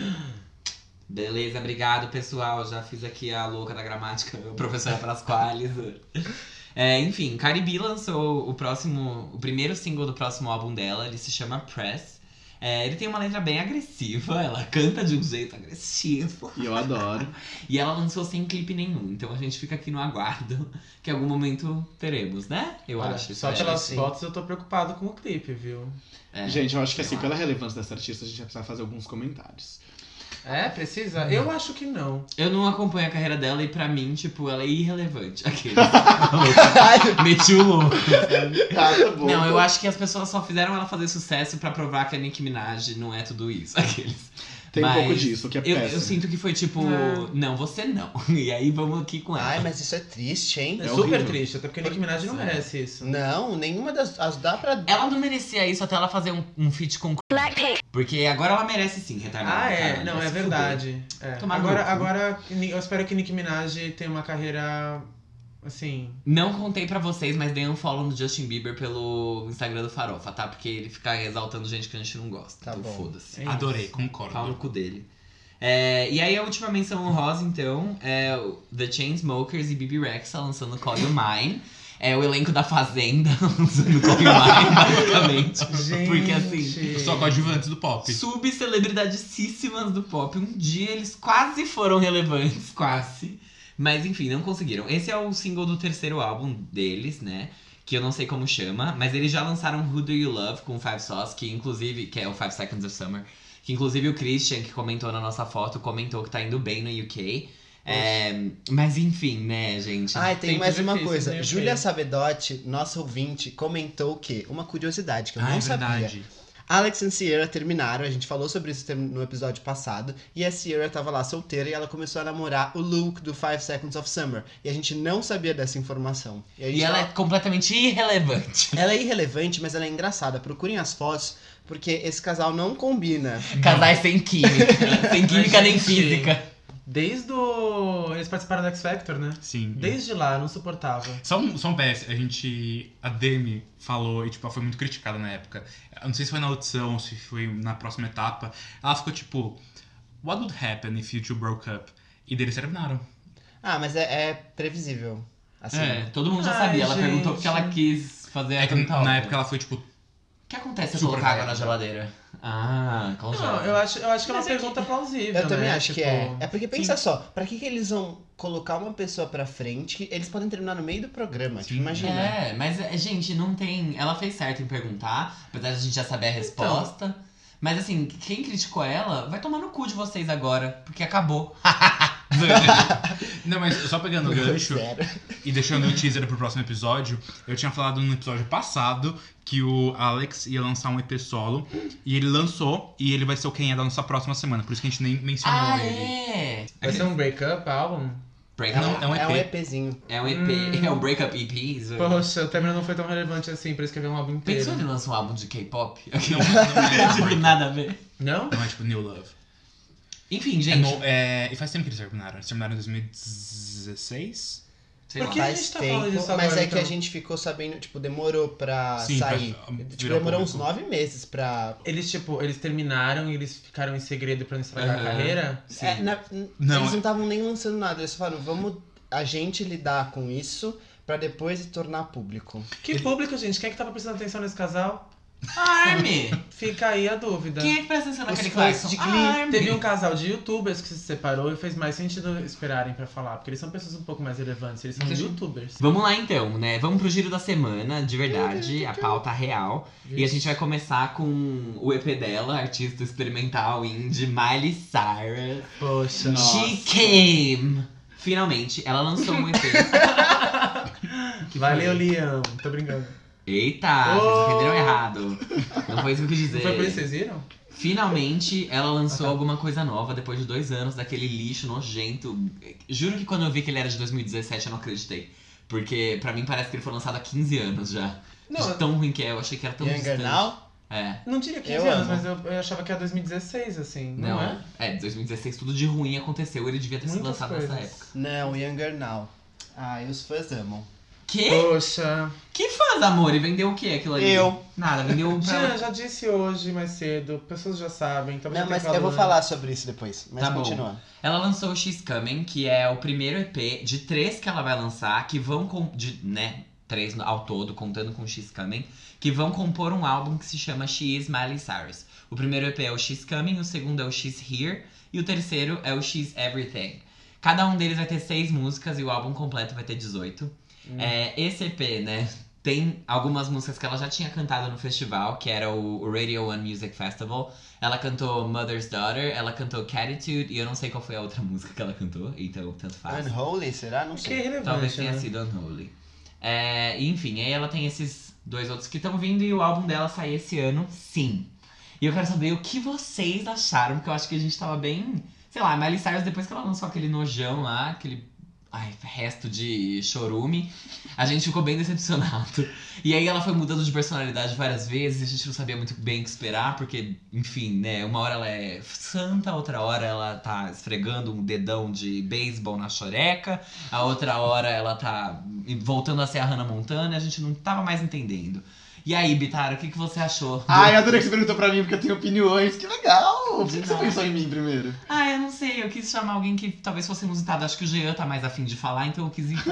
[SPEAKER 3] Beleza, obrigado pessoal. Já fiz aqui a louca da gramática, professora Pasquales. É, enfim, Cardi B lançou o próximo, o primeiro single do próximo álbum dela. Ele se chama Press. É, ele tem uma letra bem agressiva. Ela canta de um jeito agressivo.
[SPEAKER 4] E eu adoro.
[SPEAKER 3] E ela lançou sem clipe nenhum. Então a gente fica aqui no aguardo que em algum momento teremos, né? Eu
[SPEAKER 5] Olha,
[SPEAKER 3] acho.
[SPEAKER 5] Ah, Só
[SPEAKER 3] espero.
[SPEAKER 5] pelas
[SPEAKER 2] sim.
[SPEAKER 5] fotos eu tô preocupado com o clipe, viu?
[SPEAKER 3] É.
[SPEAKER 4] gente, eu acho que
[SPEAKER 3] eu
[SPEAKER 4] assim,
[SPEAKER 3] acho.
[SPEAKER 4] pela relevância dessa artista, a gente vai precisar fazer alguns comentários.
[SPEAKER 5] É, precisa? Eu acho que não.
[SPEAKER 3] Eu não acompanho a carreira dela e pra mim, tipo, ela é irrelevante. Aquele. Meti o louco. sabe?
[SPEAKER 4] Tá, tá bom.
[SPEAKER 3] Não, eu acho que as pessoas só fizeram ela fazer sucesso pra provar que a Nicki Minaj não é tudo isso. Aqueles.
[SPEAKER 4] Tem um
[SPEAKER 3] mas
[SPEAKER 4] pouco disso, que é
[SPEAKER 3] Eu,
[SPEAKER 4] péssimo.
[SPEAKER 3] eu sinto que foi tipo,
[SPEAKER 5] Não.
[SPEAKER 3] não, você não. E aí vamos aqui com ela.
[SPEAKER 2] Ai, mas isso é triste, hein?
[SPEAKER 5] É,
[SPEAKER 4] É
[SPEAKER 5] super
[SPEAKER 4] horrível.
[SPEAKER 5] triste, até porque Nicki Minaj não
[SPEAKER 3] É.
[SPEAKER 5] merece isso.
[SPEAKER 2] Não, nenhuma das. As dá pra.
[SPEAKER 3] Ela não merecia isso até ela fazer um, um feat com. Porque agora ela merece sim, retardada.
[SPEAKER 5] Ah, é,
[SPEAKER 3] caralho,
[SPEAKER 5] não,
[SPEAKER 3] vai
[SPEAKER 5] é
[SPEAKER 3] se fuder.
[SPEAKER 5] verdade. É.
[SPEAKER 3] Tomar
[SPEAKER 5] Agora,
[SPEAKER 3] no cu.
[SPEAKER 5] agora, Ni- eu espero que Nicki Minaj tenha uma carreira, assim...
[SPEAKER 3] Não contei pra vocês, mas dei um follow no Justin Bieber pelo Instagram do Farofa, tá? Porque ele fica exaltando gente que a gente não gosta.
[SPEAKER 2] Tá
[SPEAKER 3] então
[SPEAKER 2] bom.
[SPEAKER 3] foda-se.
[SPEAKER 5] É
[SPEAKER 1] Adorei,
[SPEAKER 3] Pau no
[SPEAKER 1] concordo.
[SPEAKER 3] cu dele. É, e aí a última menção honrosa, então, é o The Chainsmokers e BB Rexa tá lançando Call You Mine. É o elenco da Fazenda lançando Call You Mine, basicamente. Porque assim,
[SPEAKER 5] Gente.
[SPEAKER 1] Só coadjuvantes do pop.
[SPEAKER 3] subcelebridadíssimas do pop. Um dia eles quase foram relevantes, quase. Mas enfim, não conseguiram. Esse é o single do terceiro álbum deles, né? Que eu não sei como chama, mas eles já lançaram Who Do You Love com Five Sauce, que inclusive, que é o Five Seconds of Summer, que inclusive o Christian, que comentou na nossa foto, comentou que tá indo bem no UK. É, mas enfim, né, gente?
[SPEAKER 2] Ai, tem
[SPEAKER 5] Tempo
[SPEAKER 2] mais uma
[SPEAKER 5] difícil, né,
[SPEAKER 2] coisa.
[SPEAKER 5] ok.
[SPEAKER 2] Júlia Sabedotti, nossa ouvinte, comentou que uma curiosidade que eu não sabia. Alex e Sierra terminaram, a gente falou sobre isso term- no episódio passado, e a Sierra tava lá solteira e ela começou a namorar o Luke do Five Seconds of Summer. E a gente não sabia dessa informação. E, a gente
[SPEAKER 3] E ela é
[SPEAKER 2] tava-
[SPEAKER 3] completamente irrelevante.
[SPEAKER 2] ela é irrelevante, mas ela é engraçada. Procurem as fotos, porque esse casal não combina.
[SPEAKER 3] Casais sem química. sem química nem
[SPEAKER 5] gente.
[SPEAKER 3] física.
[SPEAKER 5] Desde o... Eles participaram do X Factor, né?
[SPEAKER 1] Sim.
[SPEAKER 5] Desde lá, eu não suportava.
[SPEAKER 1] Só um, só um PS, a gente. A Demi falou e, tipo, ela foi muito criticada na época. Eu não sei se foi na audição ou se foi na próxima etapa. Ela ficou tipo: What would happen if you two broke up? E daí eles terminaram.
[SPEAKER 2] Ah, mas é, é previsível. Assim.
[SPEAKER 3] É, todo mundo já
[SPEAKER 5] Ai,
[SPEAKER 3] sabia. Ela
[SPEAKER 5] gente.
[SPEAKER 3] perguntou porque ela quis fazer
[SPEAKER 1] É
[SPEAKER 3] a
[SPEAKER 1] que
[SPEAKER 3] cantada.
[SPEAKER 1] na época ela foi tipo:
[SPEAKER 3] O que acontece se eu
[SPEAKER 1] Super
[SPEAKER 3] colocar água na
[SPEAKER 1] velha.
[SPEAKER 3] geladeira? Ah, qual
[SPEAKER 5] Não,
[SPEAKER 3] já?
[SPEAKER 5] eu acho, eu acho que é uma
[SPEAKER 2] Mas é
[SPEAKER 5] pergunta plausível.
[SPEAKER 2] Eu também
[SPEAKER 5] né?
[SPEAKER 2] acho que
[SPEAKER 5] Tipo,
[SPEAKER 2] é. É porque pensa só, pra que, que eles vão colocar uma pessoa pra frente que eles podem terminar no meio do programa?
[SPEAKER 1] Sim.
[SPEAKER 2] Tipo, imagina.
[SPEAKER 3] É, mas, é, gente, não tem. Ela fez certo em perguntar, apesar de a gente já saber a resposta. Mas assim, quem criticou ela vai tomar no cu de vocês agora, porque acabou.
[SPEAKER 1] Não, mas só pegando o gancho
[SPEAKER 2] Sério.
[SPEAKER 1] e deixando o teaser pro próximo episódio, eu tinha falado no episódio passado que o Alex ia lançar um EP solo e ele lançou e ele vai ser o quem é da nossa próxima semana, por isso que a gente nem mencionou
[SPEAKER 3] ah,
[SPEAKER 1] ele.
[SPEAKER 3] é!
[SPEAKER 5] Vai ser um breakup álbum?
[SPEAKER 3] Break-
[SPEAKER 2] É,
[SPEAKER 1] Não,
[SPEAKER 2] um,
[SPEAKER 1] é um
[SPEAKER 2] é um
[SPEAKER 1] EP.
[SPEAKER 2] EPzinho.
[SPEAKER 3] É um EP,
[SPEAKER 5] Hum.
[SPEAKER 3] é um breakup EP. isso.
[SPEAKER 5] Poxa, o término não foi tão relevante assim pra escrever um álbum inteiro.
[SPEAKER 3] Pensou ele lança um álbum de K-pop?
[SPEAKER 1] Não, não, é,
[SPEAKER 3] Tipo, nada a ver.
[SPEAKER 5] Não?
[SPEAKER 1] não é tipo New Love.
[SPEAKER 3] Enfim,
[SPEAKER 1] É,
[SPEAKER 3] gente.
[SPEAKER 1] no- é, e faz tempo que eles terminaram. Eles terminaram em 2016?
[SPEAKER 3] sei lá.
[SPEAKER 5] Por que a gente tá falando disso agora,
[SPEAKER 2] mas é que
[SPEAKER 5] então?
[SPEAKER 2] a gente ficou sabendo, tipo, demorou pra
[SPEAKER 1] Sim, pra,
[SPEAKER 2] sair.
[SPEAKER 1] um,
[SPEAKER 2] tipo,
[SPEAKER 1] virar
[SPEAKER 2] demorou uns
[SPEAKER 1] público.
[SPEAKER 2] nove meses pra.
[SPEAKER 5] Eles, tipo, eles terminaram e eles ficaram em segredo pra não estragar
[SPEAKER 3] Aham.
[SPEAKER 5] a carreira?
[SPEAKER 3] Sim.
[SPEAKER 2] É, na-
[SPEAKER 1] Não,
[SPEAKER 2] eles
[SPEAKER 1] é-
[SPEAKER 2] não estavam nem lançando nada, eles falaram, vamos a gente lidar com isso pra depois se tornar público.
[SPEAKER 5] Que público, gente? Quem é que tava prestando atenção nesse casal?
[SPEAKER 3] Arme!
[SPEAKER 5] Fica aí a dúvida.
[SPEAKER 3] Quem é que presta atenção
[SPEAKER 2] Os
[SPEAKER 3] naquele
[SPEAKER 2] fãs
[SPEAKER 3] Clarkson?
[SPEAKER 2] de Glee.
[SPEAKER 3] Arme!
[SPEAKER 5] Teve um casal de youtubers que se separou e fez mais sentido esperarem pra falar, porque eles são pessoas um pouco mais relevantes, eles são
[SPEAKER 3] Sim.
[SPEAKER 5] youtubers.
[SPEAKER 3] Vamos lá então, né? Vamos pro giro da semana, de verdade, a pauta real. E a gente vai começar com o EP dela, artista experimental indie, Miley Cyrus.
[SPEAKER 5] Poxa.
[SPEAKER 3] She Came! Finalmente, ela lançou um EP.
[SPEAKER 5] Valeu, Liam. Tô brincando.
[SPEAKER 3] Eita,
[SPEAKER 5] Oh!
[SPEAKER 3] vocês entenderam errado. Não foi isso que eu quis
[SPEAKER 5] Não foi por isso,
[SPEAKER 3] dizer.
[SPEAKER 5] vocês viram?
[SPEAKER 3] Finalmente, ela lançou alguma coisa nova depois de dois anos daquele lixo nojento. Juro que quando eu vi que ele era de 2017, eu não acreditei. Porque pra mim parece que ele foi lançado há 15 anos já.
[SPEAKER 5] Não,
[SPEAKER 3] de tão ruim que é, eu achei que era tão
[SPEAKER 2] Younger
[SPEAKER 3] distante.
[SPEAKER 2] Now?
[SPEAKER 3] É.
[SPEAKER 5] não diria 15
[SPEAKER 2] Eu
[SPEAKER 5] anos,
[SPEAKER 2] amo.
[SPEAKER 5] mas eu, eu achava que era 2016, assim. Não,
[SPEAKER 3] Não,
[SPEAKER 5] é?
[SPEAKER 3] é, 2016 tudo de ruim aconteceu, ele devia ter sido
[SPEAKER 5] Muitas
[SPEAKER 3] lançado nessa
[SPEAKER 5] coisas.
[SPEAKER 3] época.
[SPEAKER 2] Não, Younger Now. Ah, e os fãs amam.
[SPEAKER 3] Que?
[SPEAKER 5] Poxa.
[SPEAKER 3] Que faz, amor? E vendeu o que aquilo ali?
[SPEAKER 2] Eu.
[SPEAKER 3] Nada, vendeu um pra
[SPEAKER 5] Já,
[SPEAKER 3] ela.
[SPEAKER 5] já disse hoje mais cedo, pessoas já sabem. Talvez
[SPEAKER 2] Não,
[SPEAKER 5] tenha
[SPEAKER 2] mas eu vou
[SPEAKER 5] falado né?
[SPEAKER 2] falar sobre isso depois. Mas
[SPEAKER 3] Tá bom.
[SPEAKER 2] continua.
[SPEAKER 3] Ela lançou o X Coming, que é o primeiro EP de três que ela vai lançar, que vão com. de- né? Três no- ao todo, contando com o X Coming, que vão compor um álbum que se chama She Is Miley Cyrus. O primeiro EP é o X Coming, o segundo é o X Here e o terceiro é o X Everything. Cada um deles vai ter seis músicas e o álbum completo vai ter 18.
[SPEAKER 5] Hum.
[SPEAKER 3] É, esse EP, né? Tem algumas músicas que ela já tinha cantado no festival, que era o o Radio One Music Festival. Ela cantou Mother's Daughter, ela cantou Catitude, e eu não sei qual foi a outra música que ela cantou, então tanto faz.
[SPEAKER 2] Unholy, será? Não
[SPEAKER 5] Que
[SPEAKER 2] sei.
[SPEAKER 5] relevante,
[SPEAKER 3] Talvez tenha
[SPEAKER 5] né?
[SPEAKER 3] sido Unholy. É, e enfim, aí ela tem esses dois outros que estão vindo e o álbum dela sai esse ano, sim. E eu quero saber o que vocês acharam, porque eu acho que a gente tava bem. Sei lá, a Miley Cyrus, depois que ela lançou aquele nojão lá, aquele. Ai, resto de chorume, a gente ficou bem decepcionado. E aí ela foi mudando de personalidade várias vezes, a gente não sabia muito bem o que esperar, porque, enfim, né, uma hora ela é santa, outra hora ela tá esfregando um dedão de beisebol na choreca. A outra hora ela tá voltando a ser a Hannah Montana e a gente não tava mais entendendo. E aí, Bitara, o que, que você achou?
[SPEAKER 4] Ai, adorei que você perguntou pra mim, porque eu tenho opiniões. Que legal! Por que
[SPEAKER 3] De
[SPEAKER 4] você
[SPEAKER 3] nada.
[SPEAKER 4] pensou em mim primeiro?
[SPEAKER 3] Ah, eu não sei, eu quis chamar alguém que talvez fosse inusitado. Acho que o Jean tá mais afim de falar, então eu quis ir.
[SPEAKER 5] E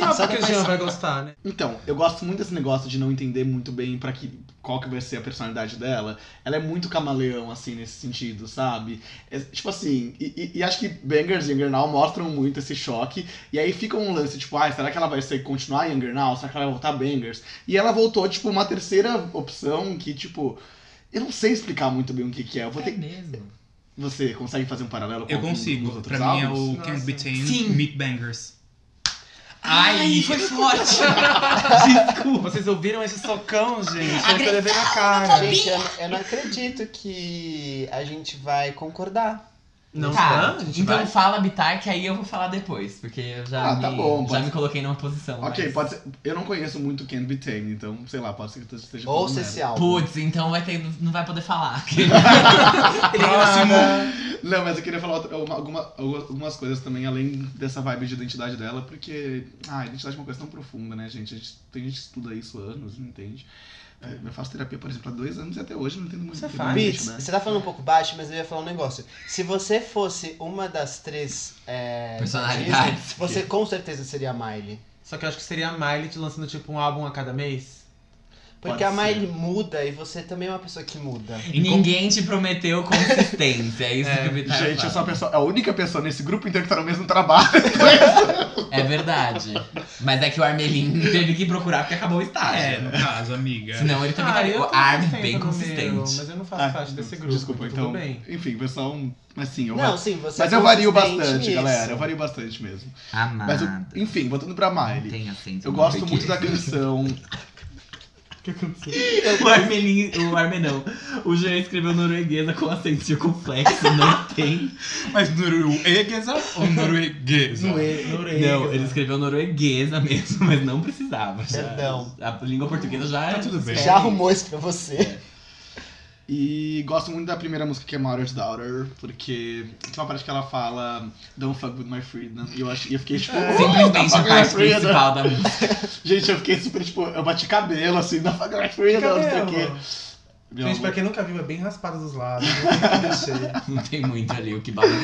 [SPEAKER 5] óbvio
[SPEAKER 2] Só
[SPEAKER 5] que Ah, o
[SPEAKER 2] depois-
[SPEAKER 5] Jean vai gostar, né?
[SPEAKER 4] Então, eu gosto muito desse negócio de não entender muito bem para que qual que vai ser a personalidade dela. Ela é muito camaleão, assim, nesse sentido, sabe? É, tipo assim, e, e- e acho que Bangers e Younger Now mostram muito esse choque. E aí fica um lance, tipo, ai, será que ela vai ser continuar Younger Now? Será que ela vai voltar Bangers? E ela voltou, tipo, uma terceira opção que, tipo. Eu não sei explicar muito bem o que, que é. Eu vou ter...
[SPEAKER 3] mesmo.
[SPEAKER 4] Você consegue fazer um paralelo com
[SPEAKER 1] Eu
[SPEAKER 4] algum dos
[SPEAKER 1] consigo.
[SPEAKER 4] outros
[SPEAKER 1] Pra mim é
[SPEAKER 4] álbuns?
[SPEAKER 1] o
[SPEAKER 5] Nossa.
[SPEAKER 1] Can't Be Tamed
[SPEAKER 3] Sim.
[SPEAKER 1] Meat Bangers.
[SPEAKER 3] Ai, foi forte!
[SPEAKER 5] Vocês ouviram esse socão, gente? Eu
[SPEAKER 3] Agressão
[SPEAKER 5] tô levei na cara.
[SPEAKER 2] Gente, eu, eu não acredito que a gente vai concordar.
[SPEAKER 5] Não
[SPEAKER 3] tá,
[SPEAKER 5] tá? A gente
[SPEAKER 3] então
[SPEAKER 5] vai?
[SPEAKER 3] fala, Bitar, que aí eu vou falar depois, porque eu já,
[SPEAKER 4] Ah,
[SPEAKER 3] me,
[SPEAKER 4] tá bom,
[SPEAKER 3] já
[SPEAKER 4] pode-
[SPEAKER 3] me coloquei numa posição.
[SPEAKER 4] Ok,
[SPEAKER 3] mas-
[SPEAKER 4] pode ser. Eu não conheço muito Can't Be Tamed, então, sei lá, pode ser que eu esteja falando
[SPEAKER 2] Ouça
[SPEAKER 4] merda.
[SPEAKER 2] esse álbum.
[SPEAKER 3] Putz, então vai ter, não vai poder falar.
[SPEAKER 5] É,
[SPEAKER 2] assim,
[SPEAKER 1] Próximo!
[SPEAKER 4] Não, mas eu queria falar outra- uma- alguma- algumas coisas também, além dessa vibe de identidade dela, porque ah, a identidade é uma coisa tão profunda, né, gente? A gente tem gente que estuda isso há anos, não entende? É, Eu faço terapia, por exemplo, há dois anos e até hoje não entendo muito.
[SPEAKER 5] Você
[SPEAKER 4] entendo
[SPEAKER 5] faz?
[SPEAKER 4] muito,
[SPEAKER 2] Beats,
[SPEAKER 4] né?
[SPEAKER 2] você tá falando um pouco baixo, mas eu ia falar um negócio. Se você fosse uma das três é,
[SPEAKER 3] Personalidades.
[SPEAKER 2] você com certeza seria a Miley.
[SPEAKER 5] Só que eu acho que seria a Miley lançando tipo um álbum a cada mês.
[SPEAKER 2] Porque
[SPEAKER 4] Pode
[SPEAKER 2] a
[SPEAKER 4] ser.
[SPEAKER 2] Miley muda e você também é uma pessoa que muda.
[SPEAKER 3] Ninguém te prometeu consistência, é isso que o Vittar
[SPEAKER 4] Gente, eu
[SPEAKER 3] fala.
[SPEAKER 4] sou a, pessoa, a única pessoa nesse grupo inteiro que tá no mesmo trabalho.
[SPEAKER 3] É verdade. Mas é que o Armelin teve que procurar porque acabou o
[SPEAKER 1] É,
[SPEAKER 3] estágio.
[SPEAKER 1] no caso, amiga.
[SPEAKER 3] Senão ele também estaria
[SPEAKER 5] é. Ah, eu
[SPEAKER 3] o
[SPEAKER 5] tô
[SPEAKER 3] Arm
[SPEAKER 5] consistente
[SPEAKER 3] bem
[SPEAKER 5] no
[SPEAKER 3] consistente.
[SPEAKER 5] meu, mas eu não faço
[SPEAKER 4] Ah,
[SPEAKER 5] parte desse grupo.
[SPEAKER 4] Desculpa,
[SPEAKER 5] tudo
[SPEAKER 4] então.
[SPEAKER 5] bem.
[SPEAKER 4] Enfim, pessoal. Mas sim, eu
[SPEAKER 2] Não, sim, você
[SPEAKER 4] Mas
[SPEAKER 2] é
[SPEAKER 4] eu vario
[SPEAKER 2] consistente
[SPEAKER 4] bastante,
[SPEAKER 2] nisso.
[SPEAKER 4] galera. Eu vario bastante mesmo.
[SPEAKER 3] Amada.
[SPEAKER 4] Mas, eu- enfim, voltando pra
[SPEAKER 3] Não
[SPEAKER 4] Miley.
[SPEAKER 3] tem acento
[SPEAKER 4] Eu
[SPEAKER 3] no
[SPEAKER 4] gosto muito
[SPEAKER 3] português.
[SPEAKER 4] da canção.
[SPEAKER 3] O Armelin, o Armenão. O Jean escreveu norueguesa com acento circunflexo, não tem.
[SPEAKER 1] Mas norueguesa ou norueguesa?
[SPEAKER 3] Não, ele escreveu norueguesa mesmo, mas não precisava. já.
[SPEAKER 2] Perdão.
[SPEAKER 3] A língua portuguesa já. é
[SPEAKER 1] Tá tudo bem.
[SPEAKER 2] Então. É. Já arrumou isso pra você.
[SPEAKER 4] E gosto muito da primeira música que é Mother's Daughter, porque tem uma parte que ela fala Don't fuck with my freedom. E eu, acho, e eu fiquei tipo.
[SPEAKER 2] É. Tá
[SPEAKER 3] Simplesmente
[SPEAKER 4] "Don't
[SPEAKER 3] a
[SPEAKER 4] fuck with my
[SPEAKER 3] parte
[SPEAKER 4] freedom."
[SPEAKER 3] principal
[SPEAKER 2] né?
[SPEAKER 3] da música.
[SPEAKER 4] Gente, eu fiquei super tipo. Eu bati cabelo assim, Don't fuck with my freedom, não sei o quê.
[SPEAKER 5] Cabelo.
[SPEAKER 4] Meu
[SPEAKER 5] Gente, pra
[SPEAKER 4] amor.
[SPEAKER 5] quem nunca viu, é bem raspado dos lados. Eu deixei.
[SPEAKER 3] Não tem muito ali o que balançar.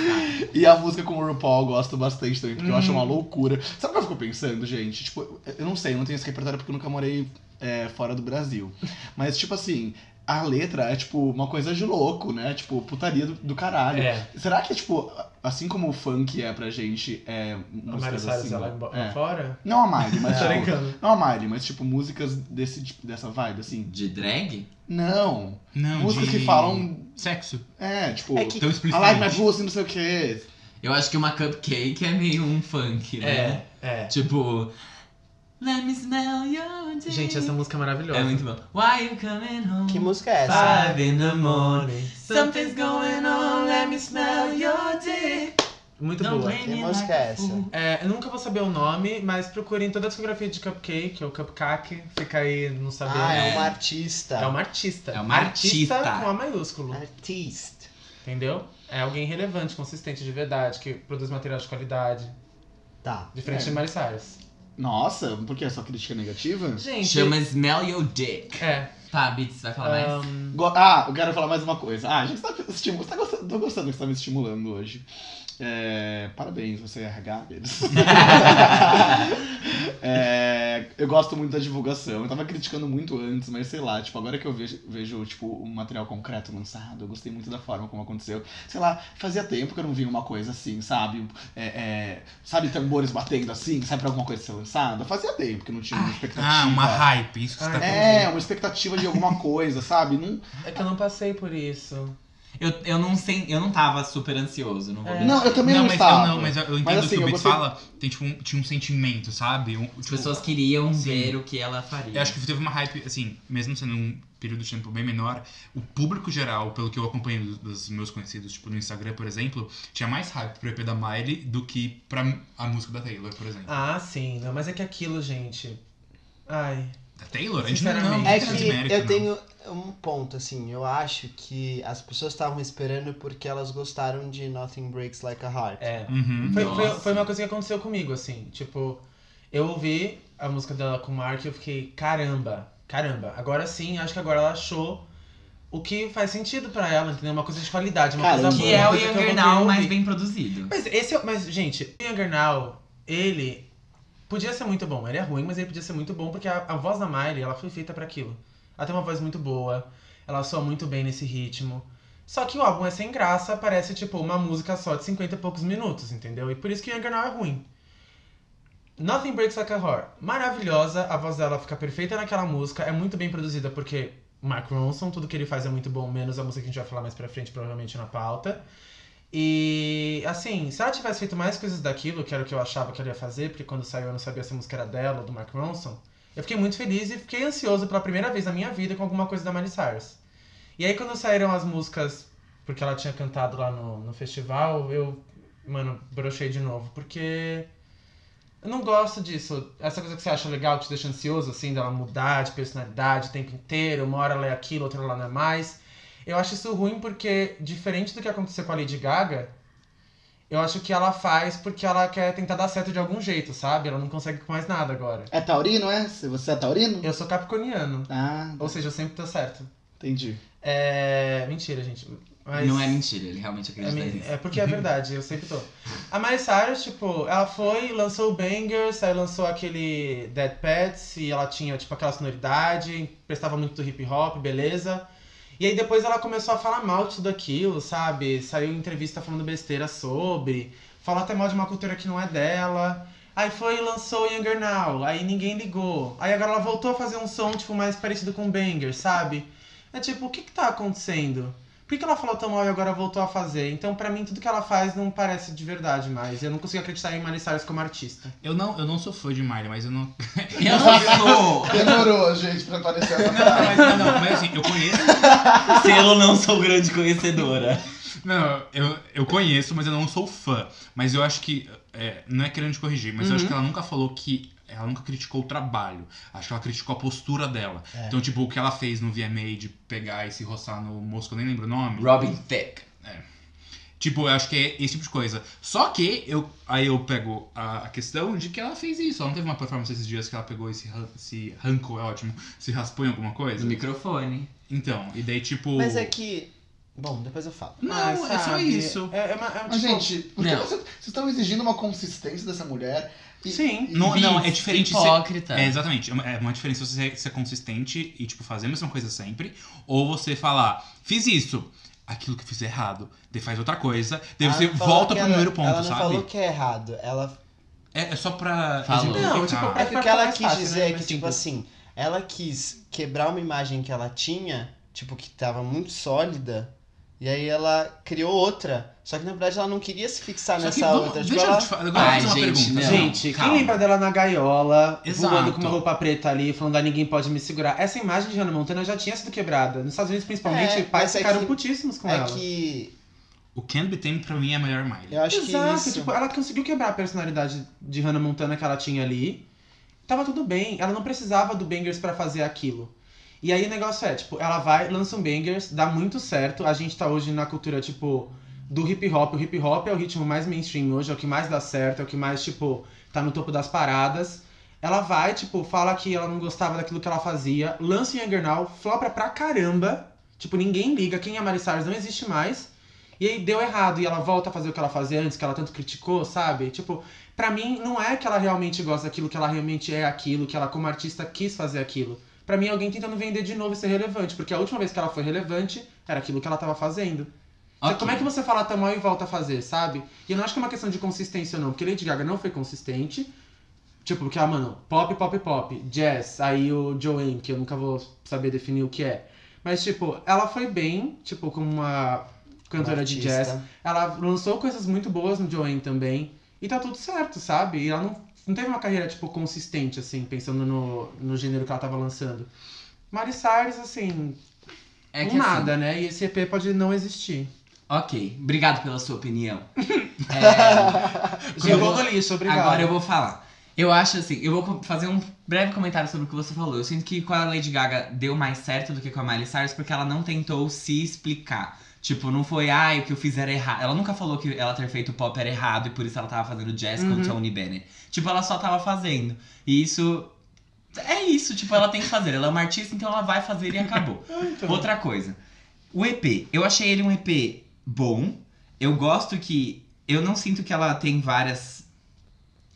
[SPEAKER 4] E a música com o RuPaul eu gosto bastante também, porque eu acho uma loucura. Sabe o que eu fico pensando, gente? Tipo, eu não sei, eu não tenho esse repertório porque eu nunca morei é, fora do Brasil. Mas, tipo assim, a letra é, tipo, uma coisa de louco, né? Tipo, putaria do, do caralho.
[SPEAKER 5] É.
[SPEAKER 4] Será que, tipo, assim como o funk é pra gente, é...
[SPEAKER 5] A
[SPEAKER 4] músicas
[SPEAKER 5] Mari Salles,
[SPEAKER 3] né?
[SPEAKER 4] assim,
[SPEAKER 5] ela vai embora-
[SPEAKER 4] é.
[SPEAKER 5] fora?
[SPEAKER 4] Não a Miley,
[SPEAKER 3] É.
[SPEAKER 4] mas,
[SPEAKER 5] Tô
[SPEAKER 4] tipo,
[SPEAKER 5] brincando.
[SPEAKER 4] não a Miley, mas, tipo, músicas desse, tipo, dessa vibe, assim.
[SPEAKER 3] De drag?
[SPEAKER 4] Não.
[SPEAKER 1] Não,
[SPEAKER 4] músicas
[SPEAKER 1] de
[SPEAKER 4] que falam...
[SPEAKER 1] Sexo.
[SPEAKER 4] É, tipo...
[SPEAKER 2] É que-
[SPEAKER 1] Tão
[SPEAKER 4] I like my
[SPEAKER 1] explicitamente.
[SPEAKER 4] pussy, não sei o quê.
[SPEAKER 3] Então, Eu acho que uma cupcake é meio um funk, né?
[SPEAKER 5] É, é.
[SPEAKER 3] Tipo. Let me smell your dick.
[SPEAKER 5] Gente, essa música é maravilhosa.
[SPEAKER 3] É muito bom. Why you coming home?
[SPEAKER 2] Que música é
[SPEAKER 4] Ah,
[SPEAKER 2] essa?
[SPEAKER 3] Five in the morning. Something's going on. Let me smell your dick.
[SPEAKER 5] Muito
[SPEAKER 3] Don't
[SPEAKER 5] boa.
[SPEAKER 3] blame
[SPEAKER 2] Que
[SPEAKER 3] me
[SPEAKER 2] música
[SPEAKER 3] a
[SPEAKER 2] é essa?
[SPEAKER 3] fool.
[SPEAKER 5] É, eu nunca vou saber o nome, mas procurem toda a discografia de Cupcake, ou Cupcake, fica aí não sabendo.
[SPEAKER 2] Ah, é
[SPEAKER 3] É.
[SPEAKER 4] né?
[SPEAKER 2] uma artista.
[SPEAKER 5] É uma artista.
[SPEAKER 3] É uma artista.
[SPEAKER 5] com A maiúsculo.
[SPEAKER 2] Artista.
[SPEAKER 5] Entendeu? É alguém relevante, consistente, de verdade, que produz material de qualidade.
[SPEAKER 2] Tá.
[SPEAKER 5] Diferente
[SPEAKER 4] É.
[SPEAKER 5] de Mari Salles.
[SPEAKER 4] Nossa, por que? Só crítica é negativa?
[SPEAKER 5] Gente.
[SPEAKER 3] Chama Smell Your Dick.
[SPEAKER 5] É.
[SPEAKER 3] Tá, Beats, vai falar mais?
[SPEAKER 5] ahn,
[SPEAKER 4] Go- ah, eu quero falar mais uma coisa. Ah, a gente tá, estimu- você tá gostando, tô gostando que você tá me estimulando hoje. É, parabéns, você é RH deles. É, eu gosto muito da divulgação. Eu tava criticando muito antes, mas sei lá, tipo, agora que eu vejo, vejo, tipo, um material concreto lançado, eu gostei muito da forma como aconteceu. Sei lá, fazia tempo que eu não vi uma coisa assim, sabe? É, é, sabe, tambores batendo assim, sabe, pra alguma coisa ser lançada? Fazia tempo que eu não tinha uma expectativa.
[SPEAKER 1] Ah, uma hype. Isso que você
[SPEAKER 5] Ah,
[SPEAKER 1] tá
[SPEAKER 4] É, uma expectativa de alguma coisa, sabe? Não,
[SPEAKER 5] é que eu não passei por isso.
[SPEAKER 3] Eu, eu, não sei, eu não tava super ansioso, não vou
[SPEAKER 5] É.
[SPEAKER 3] mentir.
[SPEAKER 4] Não, eu também não,
[SPEAKER 1] mas
[SPEAKER 4] estava.
[SPEAKER 1] eu não, mas eu, eu entendo
[SPEAKER 4] Mas, assim,
[SPEAKER 1] o que
[SPEAKER 4] eu
[SPEAKER 1] o Beto
[SPEAKER 4] gostei-
[SPEAKER 1] fala. Tem, tipo, um- tinha um sentimento, sabe? Um-
[SPEAKER 3] As
[SPEAKER 1] tipo,
[SPEAKER 3] pessoas queriam
[SPEAKER 1] Sim.
[SPEAKER 3] ver o que ela faria.
[SPEAKER 1] Eu acho que teve uma hype, assim, mesmo sendo um período de tempo bem menor, o público geral, pelo que eu acompanho dos, dos meus conhecidos, tipo, no Instagram, por exemplo, tinha mais hype pro EP da Miley do que pra a música da Taylor, por exemplo.
[SPEAKER 5] Ah, sim. Não, mas é que aquilo, gente. Ai.
[SPEAKER 1] Da Taylor? A gente não, não,
[SPEAKER 5] Sinceramente.
[SPEAKER 1] não
[SPEAKER 2] É
[SPEAKER 1] tem
[SPEAKER 2] que
[SPEAKER 1] desmérito,
[SPEAKER 2] eu
[SPEAKER 1] não.
[SPEAKER 2] tenho um ponto, assim, eu acho que as pessoas estavam esperando porque elas gostaram de Nothing Breaks Like a Heart.
[SPEAKER 5] É.
[SPEAKER 1] Uhum.
[SPEAKER 5] Foi, foi,
[SPEAKER 3] Nossa.
[SPEAKER 5] foi uma coisa que aconteceu comigo, assim. Tipo, eu ouvi a música dela com o Mark e eu fiquei, caramba, caramba. Agora sim, acho que agora ela achou o que faz sentido pra ela, entendeu? Uma coisa de qualidade, uma
[SPEAKER 4] Cara,
[SPEAKER 5] coisa
[SPEAKER 4] que
[SPEAKER 5] boa.
[SPEAKER 3] Que é
[SPEAKER 5] uma
[SPEAKER 3] o
[SPEAKER 5] coisa que eu
[SPEAKER 3] Younger
[SPEAKER 5] vou
[SPEAKER 3] Now
[SPEAKER 5] ouvir.
[SPEAKER 3] mais bem produzido.
[SPEAKER 5] Mas esse é. Mas, gente, o Younger Now, ele podia ser muito bom. Ele é ruim, mas ele podia ser muito bom, porque a, a voz da Miley, ela foi feita pra aquilo. Ela tem uma voz muito boa, ela soa muito bem nesse ritmo. Só que o álbum é sem graça, parece tipo uma música só de 50 e poucos minutos, entendeu? E por isso que Younger Now é ruim. Nothing Breaks Like a Heart. Maravilhosa, a voz dela fica perfeita naquela música, é muito bem produzida, porque Mark Ronson, tudo que ele faz é muito bom, menos a música que a gente vai falar mais pra frente, provavelmente na pauta. E, assim, se ela tivesse feito mais coisas daquilo, que era o que eu achava que ela ia fazer, porque quando saiu eu não sabia se a música era dela ou do Mark Ronson, eu fiquei muito feliz e fiquei ansioso pela primeira vez na minha vida com alguma coisa da Miley Cyrus. E aí, quando saíram as músicas, porque ela tinha cantado lá no, no festival, eu, mano, brochei de novo, porque eu não gosto disso. Essa coisa que você acha legal, que te deixa ansioso, assim, dela mudar de personalidade o tempo inteiro, uma hora ela é aquilo, outra ela não é mais. Eu acho isso ruim porque, diferente do que aconteceu com a Lady Gaga, eu acho que ela faz porque ela quer tentar dar certo de algum jeito, sabe? Ela não consegue com mais nada agora.
[SPEAKER 4] É taurino, é? Se Você é taurino?
[SPEAKER 5] Eu sou capricorniano,
[SPEAKER 4] Ah,
[SPEAKER 5] ou seja, eu sempre tô certo.
[SPEAKER 4] entendi.
[SPEAKER 5] É. Mentira, gente. Mas...
[SPEAKER 3] Não é mentira, ele realmente
[SPEAKER 5] É,
[SPEAKER 3] acredita
[SPEAKER 5] men-
[SPEAKER 3] nisso.
[SPEAKER 5] é porque é verdade, eu sempre tô. A Miley Cyrus, tipo, ela foi, lançou o Bangers, aí lançou aquele Dead Pets, e ela tinha, tipo, aquela sonoridade, prestava muito do hip hop, beleza. E aí depois ela começou a falar mal de tudo aquilo, sabe? Saiu em entrevista falando besteira sobre, falou até mal de uma cultura que não é dela. Aí foi e lançou o Younger Now, aí ninguém ligou. Aí agora ela voltou a fazer um som, tipo, mais parecido com o Banger, sabe? É tipo, o que que tá acontecendo? Por que ela falou tão mal e agora voltou a fazer? Então, pra mim, tudo que ela faz não parece de verdade mais. Eu não consigo acreditar em Miley Cyrus como artista.
[SPEAKER 1] Eu não, eu não sou fã de Miley, mas eu não. Não,
[SPEAKER 3] Eu não
[SPEAKER 4] Demorou, gente, pra aparecer essa frase.
[SPEAKER 1] mas, não, não, mas assim, eu conheço.
[SPEAKER 3] sou. Selo não sou grande conhecedora.
[SPEAKER 1] Não, eu, eu conheço, mas eu não sou fã. Mas eu acho que. é, não é querendo te corrigir, mas
[SPEAKER 3] Uhum.
[SPEAKER 1] eu acho que ela nunca falou que. Ela nunca criticou o trabalho. Acho que ela criticou a postura dela.
[SPEAKER 2] É.
[SPEAKER 1] Então, tipo, o que ela fez no VMA de pegar e se roçar no mosco, eu nem lembro o nome.
[SPEAKER 3] Robin Thicke.
[SPEAKER 1] Tipo, eu acho que é esse tipo de coisa. Só que eu aí eu pego a, a questão de que ela fez isso. Ela não teve uma performance esses dias que ela pegou e se, ran- se rancou, é ótimo, se raspou em alguma
[SPEAKER 3] Do
[SPEAKER 1] coisa.
[SPEAKER 3] microfone.
[SPEAKER 1] Então, e daí tipo.
[SPEAKER 2] Mas é que. Bom, depois eu falo.
[SPEAKER 1] Não,
[SPEAKER 5] Ah,
[SPEAKER 1] é só
[SPEAKER 5] sabe?
[SPEAKER 1] isso.
[SPEAKER 5] É, é uma- é um
[SPEAKER 4] Mas,
[SPEAKER 5] tipo-
[SPEAKER 4] gente, por que
[SPEAKER 3] Não.
[SPEAKER 4] vocês vocês estão exigindo uma consistência dessa mulher? E-
[SPEAKER 5] Sim.
[SPEAKER 4] e-
[SPEAKER 1] Não, não, é
[SPEAKER 3] Beats,
[SPEAKER 1] diferente ser-
[SPEAKER 3] Hipócrita.
[SPEAKER 1] É, exatamente. É uma- É uma diferença você ser- ser consistente e, tipo, fazer a mesma coisa sempre, ou você falar, fiz isso, aquilo que fiz é errado, daí faz outra coisa, daí
[SPEAKER 2] Ah, Ela
[SPEAKER 1] você
[SPEAKER 2] não falou
[SPEAKER 1] volta
[SPEAKER 2] que
[SPEAKER 1] pro
[SPEAKER 2] ela-
[SPEAKER 1] primeiro ponto,
[SPEAKER 2] Ela não
[SPEAKER 1] sabe?
[SPEAKER 2] falou que é errado. Ela...
[SPEAKER 1] É, é só pra.
[SPEAKER 3] Falou.
[SPEAKER 1] exemplificar.
[SPEAKER 5] Não, tipo,
[SPEAKER 2] É
[SPEAKER 5] Mas
[SPEAKER 2] que
[SPEAKER 5] pra
[SPEAKER 2] o que ela
[SPEAKER 5] ficar mais
[SPEAKER 2] quis
[SPEAKER 5] fácil,
[SPEAKER 2] dizer
[SPEAKER 5] né?
[SPEAKER 2] é que,
[SPEAKER 5] Mais
[SPEAKER 2] tipo
[SPEAKER 5] simples.
[SPEAKER 2] assim, ela quis quebrar uma imagem que ela tinha, tipo, que tava muito sólida, e aí ela criou outra. Só que na verdade ela não queria se fixar
[SPEAKER 1] Só que
[SPEAKER 2] nessa
[SPEAKER 1] vamos-
[SPEAKER 2] outra. Tipo,
[SPEAKER 1] deixa
[SPEAKER 2] ela...
[SPEAKER 1] eu te falar, agora eu
[SPEAKER 3] Ai,
[SPEAKER 1] vou fazer uma
[SPEAKER 3] gente,
[SPEAKER 1] pergunta. assim,
[SPEAKER 3] não.
[SPEAKER 5] Gente,
[SPEAKER 3] calma.
[SPEAKER 5] quem lembra dela na gaiola,
[SPEAKER 1] Exato.
[SPEAKER 5] voando com uma roupa preta ali, falando, ah, ninguém pode me segurar. Essa imagem de Hannah Montana já tinha sido quebrada. Nos Estados Unidos, principalmente,
[SPEAKER 2] É,
[SPEAKER 5] pais
[SPEAKER 2] mas é
[SPEAKER 5] ficaram
[SPEAKER 2] que-
[SPEAKER 5] putíssimos com
[SPEAKER 2] é
[SPEAKER 5] ela.
[SPEAKER 2] que.
[SPEAKER 1] O Can't Be Tamed pra mim é a melhor Miley.
[SPEAKER 2] Eu acho
[SPEAKER 5] Exato,
[SPEAKER 2] que isso. é
[SPEAKER 5] tipo, ela conseguiu quebrar a personalidade de Hannah Montana que ela tinha ali. Tava tudo bem, ela não precisava do Bangers pra fazer aquilo. E aí o negócio é, tipo, ela vai, lança um Bangers, dá muito certo. A gente tá hoje na cultura, tipo, do hip hop. O hip hop é o ritmo mais mainstream hoje, é o que mais dá certo, é o que mais, tipo, tá no topo das paradas. Ela vai, tipo, fala que ela não gostava daquilo que ela fazia, lança o Younger Now, flopa pra caramba. Tipo, ninguém liga, quem é Mari Cyrus não existe mais. E aí deu errado, e ela volta a fazer o que ela fazia antes, que ela tanto criticou, sabe? Tipo, pra mim não é que ela realmente gosta daquilo, que ela realmente é aquilo, que ela como artista quis fazer aquilo. Pra mim é alguém tentando vender de novo e ser relevante, porque a última vez que ela foi relevante era aquilo que ela tava fazendo. Então,
[SPEAKER 3] Ok.
[SPEAKER 5] Como é que você fala tão mal e volta a fazer, sabe? E eu não acho que é uma questão de consistência ou não, porque Lady Gaga não foi consistente. Tipo, porque ela, mano, pop, pop, pop, jazz, aí o Joanne, que eu nunca vou saber definir o que é. Mas, tipo, ela foi bem, tipo, como uma cantora de
[SPEAKER 2] artista.
[SPEAKER 5] jazz. Ela lançou coisas muito boas no Joanne também. E tá tudo certo, sabe? E ela não, não teve uma carreira, tipo, consistente, assim, pensando no, no gênero que ela tava lançando. Mari Cyrus, assim,
[SPEAKER 3] É
[SPEAKER 5] um
[SPEAKER 3] que assim,
[SPEAKER 5] nada, né? E esse EP pode não existir.
[SPEAKER 3] Ok, obrigado pela sua opinião. É, eu
[SPEAKER 5] Jogou
[SPEAKER 3] vou-
[SPEAKER 5] no lixo, obrigado.
[SPEAKER 3] Agora eu vou falar. Eu acho assim, eu vou co- fazer um breve comentário sobre o que você falou. Eu sinto que com a Lady Gaga deu mais certo do que com a Miley Cyrus porque ela não tentou se explicar. Tipo, não foi, ai, o que eu fiz era errado. Ela nunca falou que ela ter feito pop era errado e por isso ela tava fazendo jazz com
[SPEAKER 5] Uhum.
[SPEAKER 3] Tony Bennett. Tipo, ela só tava fazendo. E isso. É isso, tipo, ela tem que fazer. Ela é uma artista, então ela vai fazer e acabou.
[SPEAKER 5] Ah, então.
[SPEAKER 3] Outra coisa. O EP. Eu achei ele um EP bom. Eu gosto que. Eu não sinto que ela tem várias.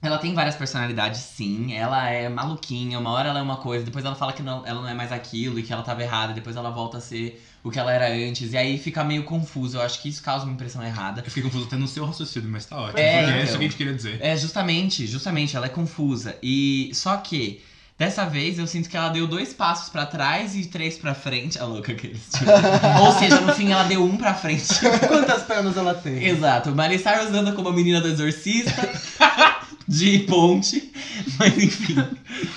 [SPEAKER 3] Ela tem várias personalidades, sim. Ela é maluquinha, uma hora ela é uma coisa, depois ela fala que não, ela não é mais aquilo e que ela tava errada, depois ela volta a ser o que ela era antes. E aí fica meio confuso. Eu acho que isso causa uma impressão errada.
[SPEAKER 1] Eu fiquei confuso até no seu raciocínio, mas tá ótimo.
[SPEAKER 3] É,
[SPEAKER 1] porque é
[SPEAKER 3] então.
[SPEAKER 1] isso que a gente queria dizer.
[SPEAKER 3] É, justamente, justamente, ela é confusa. E só que dessa vez eu sinto que ela deu dois passos pra trás e três pra frente. A louca que eles tipo. Ou seja, no fim ela deu um pra frente.
[SPEAKER 5] Quantas pernas ela tem?
[SPEAKER 3] Exato, Miley Cyrus anda como a menina do exorcista de ponte, mas enfim.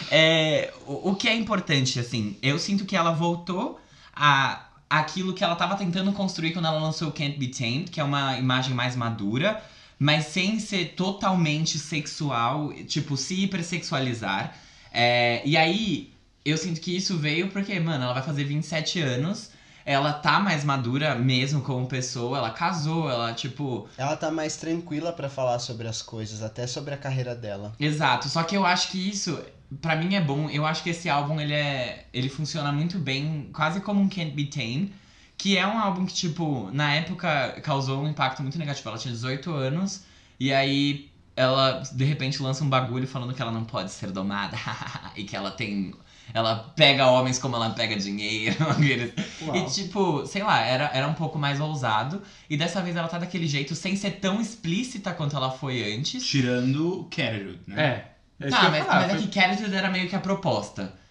[SPEAKER 3] É, o, o que é importante, assim, eu sinto que ela voltou a aquilo que ela tava tentando construir quando ela lançou o Can't Be Tamed, que é uma imagem mais madura, mas sem ser totalmente sexual, tipo, se hipersexualizar. É, e aí, eu sinto que isso veio porque, mano, ela vai fazer 27 anos. Ela tá mais madura mesmo como pessoa, ela casou, ela, tipo.
[SPEAKER 2] Ela tá mais tranquila pra falar sobre as coisas, até sobre a carreira dela.
[SPEAKER 3] Exato. Só que eu acho que isso, pra mim, é bom. Eu acho que esse álbum, ele é. Ele funciona muito bem, quase como um Can't Be Tamed. Que é um álbum que, tipo, na época causou um impacto muito negativo. Ela tinha 18 anos e aí ela, de repente, lança um bagulho falando que ela não pode ser domada e que ela tem. Ela pega homens como ela pega dinheiro. aqueles- E, tipo, sei lá, era, era um pouco mais ousado. E dessa vez ela tá daquele jeito, sem ser tão explícita quanto ela foi antes.
[SPEAKER 1] Tirando o Carrot, né?
[SPEAKER 5] É. É isso que eu
[SPEAKER 3] Tá,
[SPEAKER 5] ia
[SPEAKER 3] mas,
[SPEAKER 5] falar,
[SPEAKER 3] mas
[SPEAKER 5] foi-
[SPEAKER 3] é que Carrot era meio que a proposta.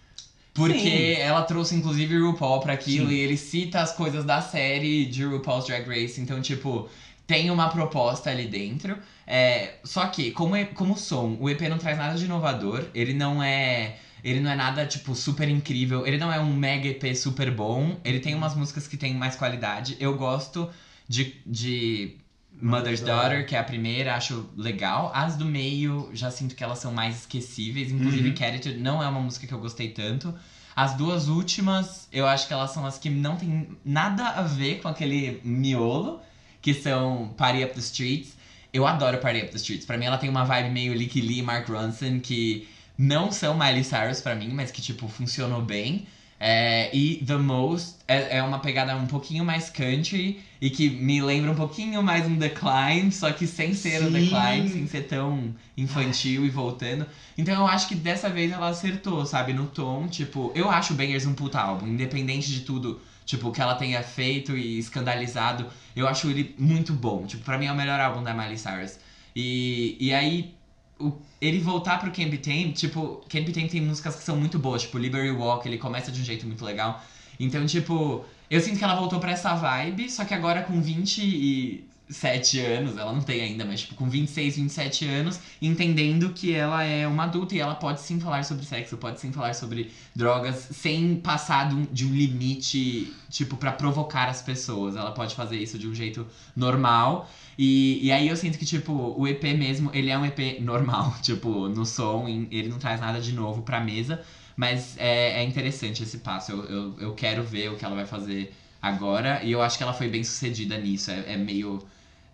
[SPEAKER 3] Porque ela trouxe, inclusive, o RuPaul pra aquilo e ele cita as coisas da série de RuPaul's Drag Race. Então, tipo, tem uma proposta ali dentro. É, só que, como, é- como som, o EP não traz nada de inovador. Ele não é. Ele não é nada, tipo, super incrível. Ele não é um mega EP super bom. Ele tem umas músicas que tem mais qualidade. Eu gosto de, de Mother's Daughter, que é a primeira, acho legal. As do meio, já sinto que elas são mais esquecíveis. Inclusive,
[SPEAKER 1] Uhum.
[SPEAKER 3] Carrot não é uma música que eu gostei tanto. As duas últimas, eu acho que elas são as que não tem nada a ver com aquele miolo, que são Party Up the Streets. Eu adoro Party Up the Streets. Pra mim, ela tem uma vibe meio Lick Lee e Mark Ronson, que não são Miley Cyrus pra mim, mas que, tipo, funcionou bem. É, e The Most é, é uma pegada um pouquinho mais country e que me lembra um pouquinho mais um Decline, só que sem ser um
[SPEAKER 4] Sim.
[SPEAKER 3] Decline, sem ser tão infantil e voltando. Então eu acho que dessa vez ela acertou, sabe? No tom, tipo, eu acho o Bangers um puta álbum, independente de tudo, tipo, o que ela tenha feito e escandalizado, eu acho ele muito bom. Tipo, pra mim é o melhor álbum da Miley Cyrus. E, e aí, o- ele voltar pro Can Be Tame, tipo, Can Be Tame tem músicas que são muito boas, tipo, Liberty Walk, ele começa de um jeito muito legal. Então, tipo, eu sinto que ela voltou pra essa vibe, só que agora com 27 anos, ela não tem ainda, mas tipo, com 26, 27 anos, entendendo que ela é uma adulta e ela pode sim falar sobre sexo, pode sim falar sobre drogas, sem passar de um- de um limite, tipo, pra provocar as pessoas. Ela pode fazer isso de um jeito normal. E, e aí eu sinto que, tipo, o EP mesmo, ele é um EP normal, tipo, no som, em- ele não traz nada de novo pra mesa, mas é, é interessante esse passo. Eu, eu, eu quero ver o que ela vai fazer agora, e eu acho que ela foi bem sucedida nisso. É, é meio.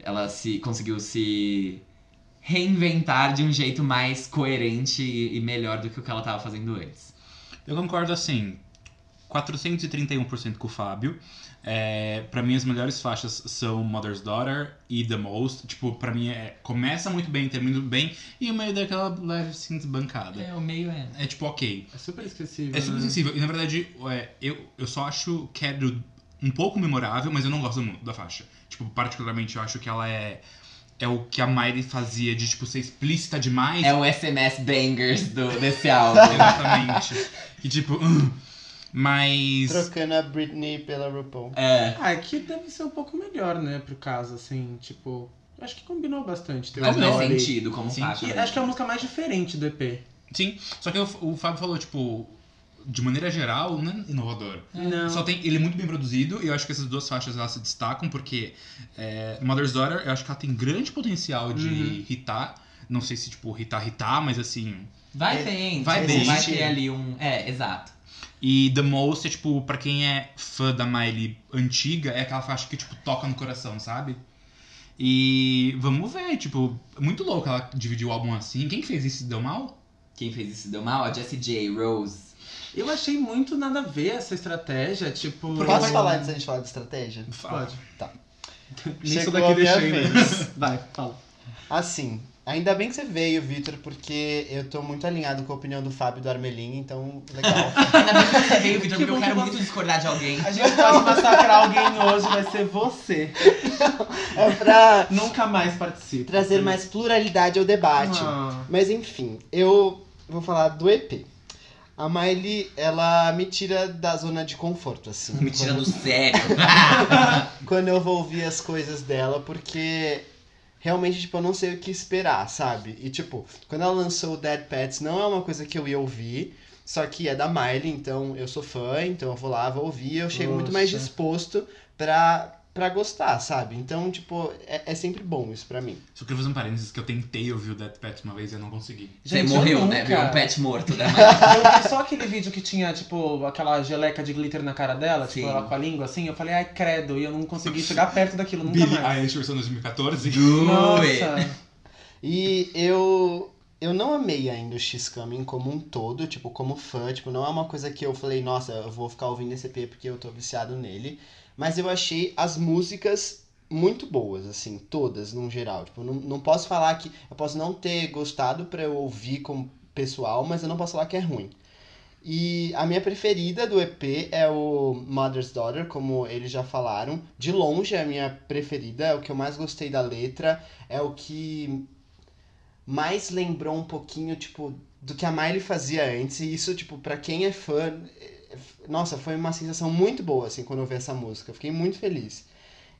[SPEAKER 3] Ela se conseguiu se reinventar de um jeito mais coerente e, e melhor do que o que ela tava fazendo antes.
[SPEAKER 1] Eu concordo assim, 431% com o Fábio. É, para mim as melhores faixas são Mother's Daughter e The Most. Tipo, pra mim é, começa muito bem, termina bem e o meio daquela leve assim desbancada.
[SPEAKER 3] É, o meio é.
[SPEAKER 1] É tipo, ok,
[SPEAKER 5] É super esquecível.
[SPEAKER 1] É
[SPEAKER 3] Uhum.
[SPEAKER 1] super
[SPEAKER 5] né?
[SPEAKER 1] sensível. E na verdade, é, eu, eu só acho Quero um pouco memorável, mas eu não gosto muito da faixa. Tipo, particularmente eu acho que ela é. É o que a Miley fazia de, tipo, ser explícita demais.
[SPEAKER 3] É o SMS Bangers do, desse álbum.
[SPEAKER 1] Exatamente. e tipo. hum. Mas.
[SPEAKER 2] Trocando a Britney pela RuPaul.
[SPEAKER 3] É.
[SPEAKER 5] Ah, aqui deve ser um pouco melhor, né, pro caso, assim, tipo... eu Acho que combinou bastante. ter o
[SPEAKER 3] Mas faz
[SPEAKER 5] Dolly.
[SPEAKER 3] sentido como
[SPEAKER 1] Sim.
[SPEAKER 3] faixa.
[SPEAKER 5] E
[SPEAKER 3] né?
[SPEAKER 5] acho que é a música mais diferente do EP.
[SPEAKER 1] Sim. Só que o, o Fábio falou, tipo. De maneira geral, não é inovador.
[SPEAKER 5] Não.
[SPEAKER 1] Só tem, ele é muito bem produzido e eu acho que essas duas faixas elas se destacam porque é, Mother's Daughter eu acho que ela tem grande potencial de
[SPEAKER 5] Uhum.
[SPEAKER 1] hitar. Não sei se tipo hitar, hitar, mas assim.
[SPEAKER 3] Vai
[SPEAKER 2] É,
[SPEAKER 3] bem,
[SPEAKER 1] vai
[SPEAKER 3] vai
[SPEAKER 1] bem.
[SPEAKER 3] bem. Vai ter ali um. É, exato.
[SPEAKER 1] E The Most é tipo, pra quem é fã da Miley antiga, é aquela faixa que tipo toca no coração, sabe? E vamos ver, tipo, é muito louco ela dividir o álbum assim. Quem que fez isso deu mal?
[SPEAKER 3] Quem fez isso deu mal? A Jessie J, Rose.
[SPEAKER 5] Eu achei muito nada a ver essa estratégia, tipo...
[SPEAKER 3] Hum.
[SPEAKER 2] Posso falar antes Tá. da gente falar de estratégia?
[SPEAKER 1] Fala.
[SPEAKER 5] Pode.
[SPEAKER 4] Nem isso
[SPEAKER 2] Chegou
[SPEAKER 4] daqui
[SPEAKER 2] a minha
[SPEAKER 4] deixei, né?
[SPEAKER 2] vez.
[SPEAKER 4] Vai, fala.
[SPEAKER 2] Assim, ainda bem que você veio, Vitor, porque eu tô muito alinhado com a opinião do Fábio e do Armelin, então legal.
[SPEAKER 3] Ainda bem que você veio, Vitor,
[SPEAKER 5] Que
[SPEAKER 3] porque eu
[SPEAKER 5] bom que
[SPEAKER 3] quero
[SPEAKER 5] eu
[SPEAKER 3] muito discordar de alguém.
[SPEAKER 5] A gente pode massacrar alguém hoje, vai ser você.
[SPEAKER 2] é pra
[SPEAKER 5] Nunca mais participa.
[SPEAKER 3] Uhum.
[SPEAKER 2] trazer mais pluralidade ao debate.
[SPEAKER 5] Ah.
[SPEAKER 2] Mas enfim, eu vou falar do EP. A Miley, ela me tira da zona de conforto, assim.
[SPEAKER 3] Me tira do sério.
[SPEAKER 2] quando eu vou ouvir as coisas dela, porque realmente, tipo, eu não sei o que esperar, sabe? E, tipo, quando ela lançou o Dead Pets, não é uma coisa que eu ia ouvir, só que é da Miley, então eu sou fã, então eu vou lá, vou ouvir, eu chego muito mais
[SPEAKER 5] Nossa.
[SPEAKER 2] disposto pra, pra gostar, sabe? Então, tipo, é, é sempre bom isso pra mim.
[SPEAKER 1] Só queria fazer um parênteses que eu tentei ouvir o Death Pet uma vez e eu não consegui.
[SPEAKER 3] Você
[SPEAKER 5] Gente, eu
[SPEAKER 3] morreu,
[SPEAKER 5] nunca-
[SPEAKER 3] né? Viu um pet morto, né?
[SPEAKER 5] Eu vi só aquele vídeo que tinha, tipo, aquela geleca de glitter na cara dela,
[SPEAKER 3] Sim.
[SPEAKER 5] tipo, ela com a língua assim, eu falei, ai, credo, e eu não consegui chegar perto daquilo nunca
[SPEAKER 1] Billy
[SPEAKER 5] mais.
[SPEAKER 1] Eilish versão 2014.
[SPEAKER 3] Doe.
[SPEAKER 5] Nossa.
[SPEAKER 2] E eu. Eu não amei ainda o X-Coming como um todo, tipo, como fã, tipo, não é uma coisa que eu falei, nossa, eu vou ficar ouvindo esse EP porque eu tô viciado nele. Mas eu achei as músicas muito boas, assim, todas, num geral. Tipo, não, não posso falar que. Eu posso não ter gostado pra eu ouvir como pessoal, mas eu não posso falar que é ruim. E a minha preferida do EP é o Mother's Daughter, como eles já falaram. De longe é a minha preferida, é o que eu mais gostei da letra, é o que mais lembrou um pouquinho, tipo, do que a Miley fazia antes. E isso, tipo, pra quem é fã, é- nossa, foi uma sensação muito boa, assim, quando eu vi essa música. Eu fiquei muito feliz.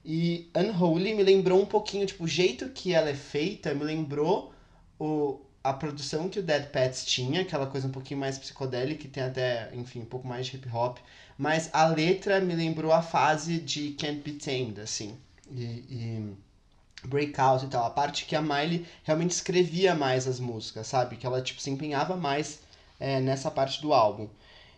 [SPEAKER 2] E Unholy me lembrou um pouquinho, tipo, o jeito que ela é feita me lembrou o, a produção que o Dead Pets tinha, aquela coisa um pouquinho mais psicodélica, que tem até, enfim, um pouco mais de hip hop. Mas a letra me lembrou a fase de Can't Be Tamed, assim. E, e Breakout e tal. A parte que a Miley realmente escrevia mais as músicas, sabe? Que ela, tipo, se empenhava mais é, nessa parte do álbum.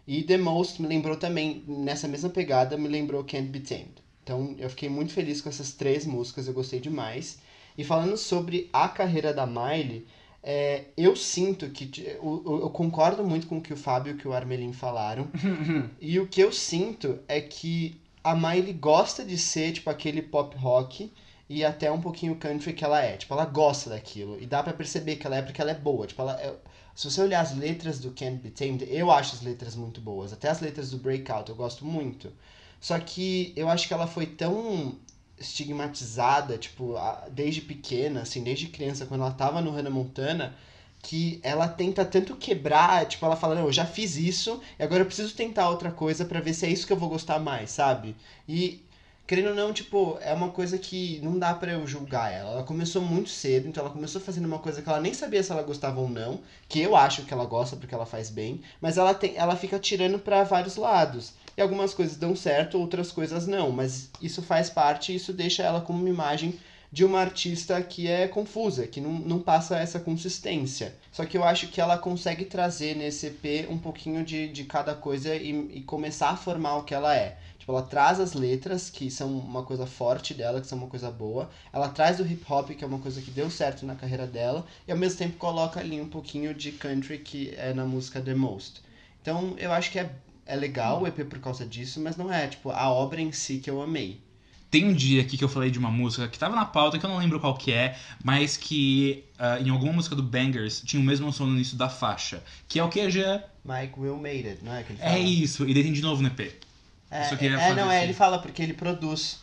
[SPEAKER 2] E The Most me lembrou também, nessa mesma pegada, me lembrou Can't Be Tamed. Então eu fiquei muito feliz com essas três músicas, eu gostei demais. E falando sobre a carreira da Miley, é, eu sinto que. de- Eu, eu- eu concordo muito com o que o Fábio e o que o Armelin falaram. e o que eu sinto é que a Miley gosta de ser, tipo, aquele pop rock e até um pouquinho country que ela é. Tipo, ela gosta daquilo. E dá pra perceber que ela é porque ela é boa. Tipo, ela é- Se você olhar as letras do Can't Be Tamed, eu acho as letras muito boas. Até as letras do Breakout eu gosto muito. Só que eu acho que ela foi tão estigmatizada, tipo, a- desde pequena, assim, desde criança, quando ela tava no Hannah Montana, que ela tenta tanto quebrar, tipo, ela fala, não, eu já fiz isso, e agora eu preciso tentar outra coisa pra ver se é isso que eu vou gostar mais, sabe? E, querendo ou não, tipo, é uma coisa que não dá pra eu julgar ela. Ela começou muito cedo, então ela começou fazendo uma coisa que ela nem sabia se ela gostava ou não, que eu acho que ela gosta porque ela faz bem, mas ela, tem, ela fica tirando pra vários lados. E algumas coisas dão certo, outras coisas não, mas isso faz parte, isso deixa ela como uma imagem de uma artista que é confusa, que não, não passa essa consistência. Só que eu acho que ela consegue trazer nesse EP um pouquinho de, de cada coisa e, e começar a formar o que ela é. Tipo, ela traz as letras, que são uma coisa forte dela, que são uma coisa boa. Ela traz o hip hop, que é uma coisa que deu certo na carreira dela. E ao mesmo tempo coloca ali um pouquinho de country, que é na música The Most. Então eu acho que é, é legal o EP por causa disso, mas não é, tipo, a obra em si que eu amei.
[SPEAKER 1] Tem um dia aqui que eu falei de uma música que tava na pauta, que eu não lembro qual que é, mas que ah, em alguma música do Bangers tinha o mesmo som no início da faixa. Que é o que, Jean?
[SPEAKER 2] Mike Will made it, não é que ele fala?
[SPEAKER 1] É isso. E daí tem de novo no EP.
[SPEAKER 2] É,
[SPEAKER 1] Só que ele
[SPEAKER 2] é,
[SPEAKER 1] ia
[SPEAKER 2] é,
[SPEAKER 1] fazer
[SPEAKER 2] não, é,
[SPEAKER 1] assim.
[SPEAKER 2] ele fala porque ele produz.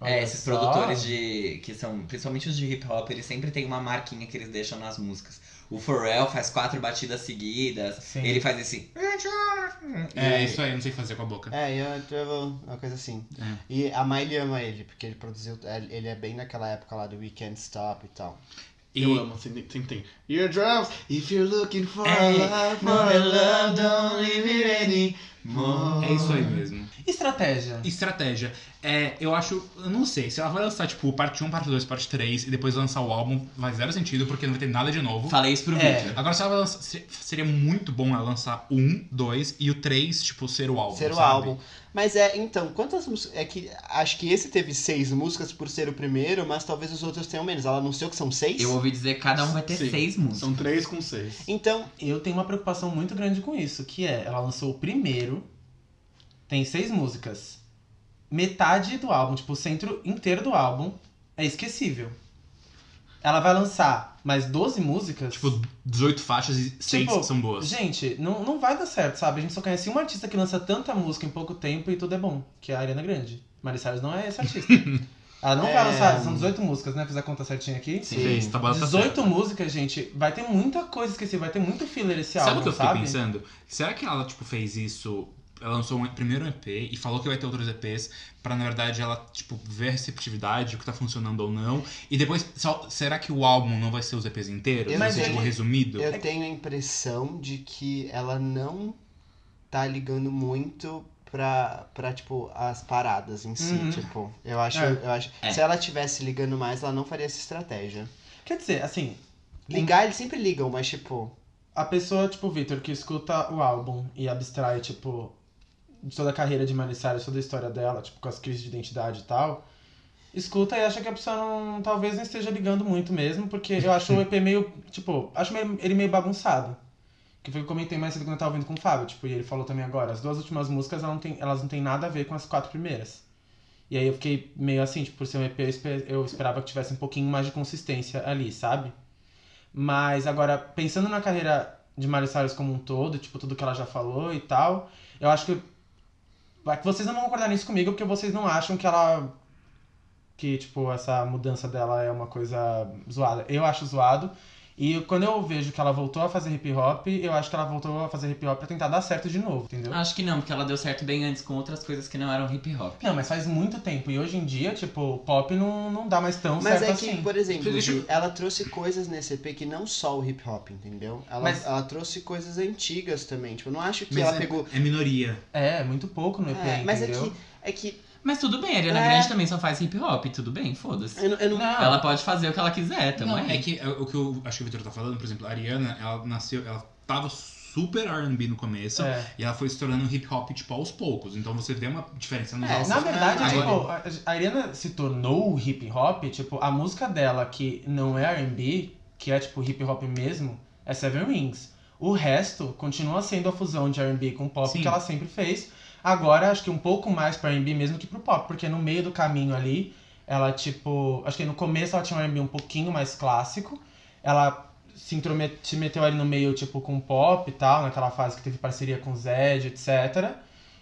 [SPEAKER 5] Olha
[SPEAKER 3] É, esses
[SPEAKER 5] só.
[SPEAKER 3] produtores de. que são. Principalmente os de hip hop, eles sempre têm uma marquinha que eles deixam nas músicas. O Pharrell faz quatro batidas seguidas.
[SPEAKER 5] Sim.
[SPEAKER 3] Ele faz esse.
[SPEAKER 1] É, isso aí, não sei fazer com a boca.
[SPEAKER 2] É, Young Travel, uma coisa assim.
[SPEAKER 1] É.
[SPEAKER 2] E a Miley ama ele, porque ele produziu. Ele é bem naquela época lá do We Can't Stop e tal.
[SPEAKER 1] E-
[SPEAKER 4] Eu amo, sempre tem. tem. Your drums, if you're looking for a
[SPEAKER 1] É.
[SPEAKER 4] love, for a love, don't leave it
[SPEAKER 2] Ah.
[SPEAKER 4] anymore.
[SPEAKER 1] É isso aí mesmo.
[SPEAKER 5] Estratégia.
[SPEAKER 1] Estratégia. É, eu acho, eu não sei, se ela vai lançar, tipo, parte 1, parte 2, parte 3 e depois lançar o álbum, faz zero sentido, porque não vai ter nada de novo.
[SPEAKER 3] Falei isso pro
[SPEAKER 5] É.
[SPEAKER 3] vídeo.
[SPEAKER 1] Agora, se ela vai lançar, se- seria muito bom ela lançar um, dois e o três, tipo, ser o álbum.
[SPEAKER 2] ser o
[SPEAKER 1] sabe?
[SPEAKER 2] álbum. Mas é, então, quantas músicas. É que acho que esse teve seis músicas por ser o primeiro, mas talvez os outros tenham menos. Ela anunciou que são seis?
[SPEAKER 3] Eu ouvi dizer que cada um vai ter
[SPEAKER 4] Sim.
[SPEAKER 3] seis músicas.
[SPEAKER 4] São três com seis.
[SPEAKER 2] Então,
[SPEAKER 5] Eu tenho uma preocupação muito grande com isso, que é, ela lançou o primeiro, tem seis músicas. Metade do álbum, tipo, o centro inteiro do álbum é esquecível. Ela vai lançar mais 12 músicas.
[SPEAKER 1] Tipo, 18 faixas e seis
[SPEAKER 5] Tipo,
[SPEAKER 1] que são boas.
[SPEAKER 5] Gente, não, não vai dar certo, sabe? A gente só conhece uma artista que lança tanta música em pouco tempo e tudo é bom, que é a Ariana Grande. Miley Cyrus não é essa artista. Ela não
[SPEAKER 2] É.
[SPEAKER 5] vai lançar, são 18 músicas, né? Fiz a conta certinha aqui.
[SPEAKER 1] Sim, fez, tá bom, tá certo.
[SPEAKER 5] 18 músicas, gente, vai ter muita coisa esquecida, vai ter muito filler esse
[SPEAKER 1] Sabe o
[SPEAKER 5] álbum,
[SPEAKER 1] que eu fiquei
[SPEAKER 5] sabe?
[SPEAKER 1] pensando? Será que ela, tipo, fez isso... Ela lançou um primeiro EP e falou que vai ter outros EPs pra, na verdade, ela, tipo, ver a receptividade, o que tá funcionando ou não. E depois, só- será que o álbum não vai ser os EPs inteiros?
[SPEAKER 2] Eu
[SPEAKER 1] Vai
[SPEAKER 2] não
[SPEAKER 1] ser,
[SPEAKER 2] sei.
[SPEAKER 1] tipo, resumido?
[SPEAKER 2] eu tenho a impressão de que ela não tá ligando muito pra, pra tipo, as paradas em si.
[SPEAKER 5] Uhum.
[SPEAKER 2] Tipo, eu acho.
[SPEAKER 5] É.
[SPEAKER 2] Eu acho
[SPEAKER 3] É.
[SPEAKER 2] Se ela tivesse ligando mais, ela não faria essa estratégia.
[SPEAKER 5] Quer dizer, assim,
[SPEAKER 2] Ligar, eles sempre ligam, mas tipo.
[SPEAKER 5] a pessoa, tipo, o Victor, que escuta o álbum e abstrai, tipo, de toda a carreira de Miley Cyrus, toda a história dela, tipo, com as crises de identidade e tal, escuta e acha que a pessoa não, talvez não esteja ligando muito mesmo, porque eu acho o EP meio, tipo, acho meio- ele meio bagunçado. Que foi o que eu comentei mais cedo quando eu tava ouvindo com o Fábio, tipo, e ele falou também agora, as duas últimas músicas elas não têm, elas não têm nada a ver com as quatro primeiras. E aí eu fiquei meio assim, tipo, por ser um EP, eu espe- eu esperava que tivesse um pouquinho mais de consistência ali, sabe? Mas agora, pensando na carreira de Miley Cyrus como um todo, tipo, tudo que ela já falou e tal, eu acho que. vai que Vocês não vão concordar nisso comigo, porque vocês não acham que ela. Que, tipo, essa mudança dela é uma coisa zoada. Eu acho zoado. E quando eu vejo que ela voltou a fazer hip hop, eu acho que ela voltou a fazer hip hop pra tentar dar certo de novo, entendeu?
[SPEAKER 3] Acho que não, porque ela deu certo bem antes com outras coisas que não eram hip hop.
[SPEAKER 5] Não, mas faz muito tempo. E hoje em dia, tipo, o pop não, não dá mais tão
[SPEAKER 2] Mas
[SPEAKER 5] certo
[SPEAKER 2] é que,
[SPEAKER 5] assim.
[SPEAKER 2] por exemplo,
[SPEAKER 1] Deixa eu-
[SPEAKER 2] ela trouxe coisas nesse EP que não só o hip hop, entendeu? Ela,
[SPEAKER 5] Mas-
[SPEAKER 2] ela trouxe coisas antigas também. Tipo, eu não acho que
[SPEAKER 1] Mas
[SPEAKER 2] ela
[SPEAKER 1] é-
[SPEAKER 2] pegou.
[SPEAKER 1] É minoria.
[SPEAKER 5] É, muito pouco no EP,
[SPEAKER 2] É, mas é
[SPEAKER 5] entendeu?
[SPEAKER 2] que, é que
[SPEAKER 3] Mas tudo bem, a Ariana
[SPEAKER 2] É.
[SPEAKER 3] Grande também só faz hip hop, tudo bem, foda-se.
[SPEAKER 2] eu, não- eu não.
[SPEAKER 5] Não,
[SPEAKER 3] Ela pode fazer o que ela quiser também.
[SPEAKER 1] Não, é que é o que eu acho que o Victor tá falando, por exemplo, a Ariana, ela nasceu, ela tava super R&B no começo
[SPEAKER 5] é.
[SPEAKER 1] e ela foi se tornando hip hop tipo aos poucos. Então você vê uma diferença nos
[SPEAKER 2] É,
[SPEAKER 1] álbuns.
[SPEAKER 5] Na verdade,
[SPEAKER 1] Agora-
[SPEAKER 5] tipo, a a Ariana se tornou hip hop, tipo, a música dela que não é R&B, que é tipo hip hop mesmo, é Seven Rings. O resto continua sendo a fusão de R&B com pop
[SPEAKER 1] Sim.
[SPEAKER 5] que ela sempre fez. Agora, acho que um pouco mais pra R&B mesmo que pro pop, porque no meio do caminho ali, ela tipo, acho que no começo ela tinha um R&B um pouquinho mais clássico. Ela se intromete- se meteu ali no meio, tipo, com pop e tal, naquela fase que teve parceria com Zed, etc.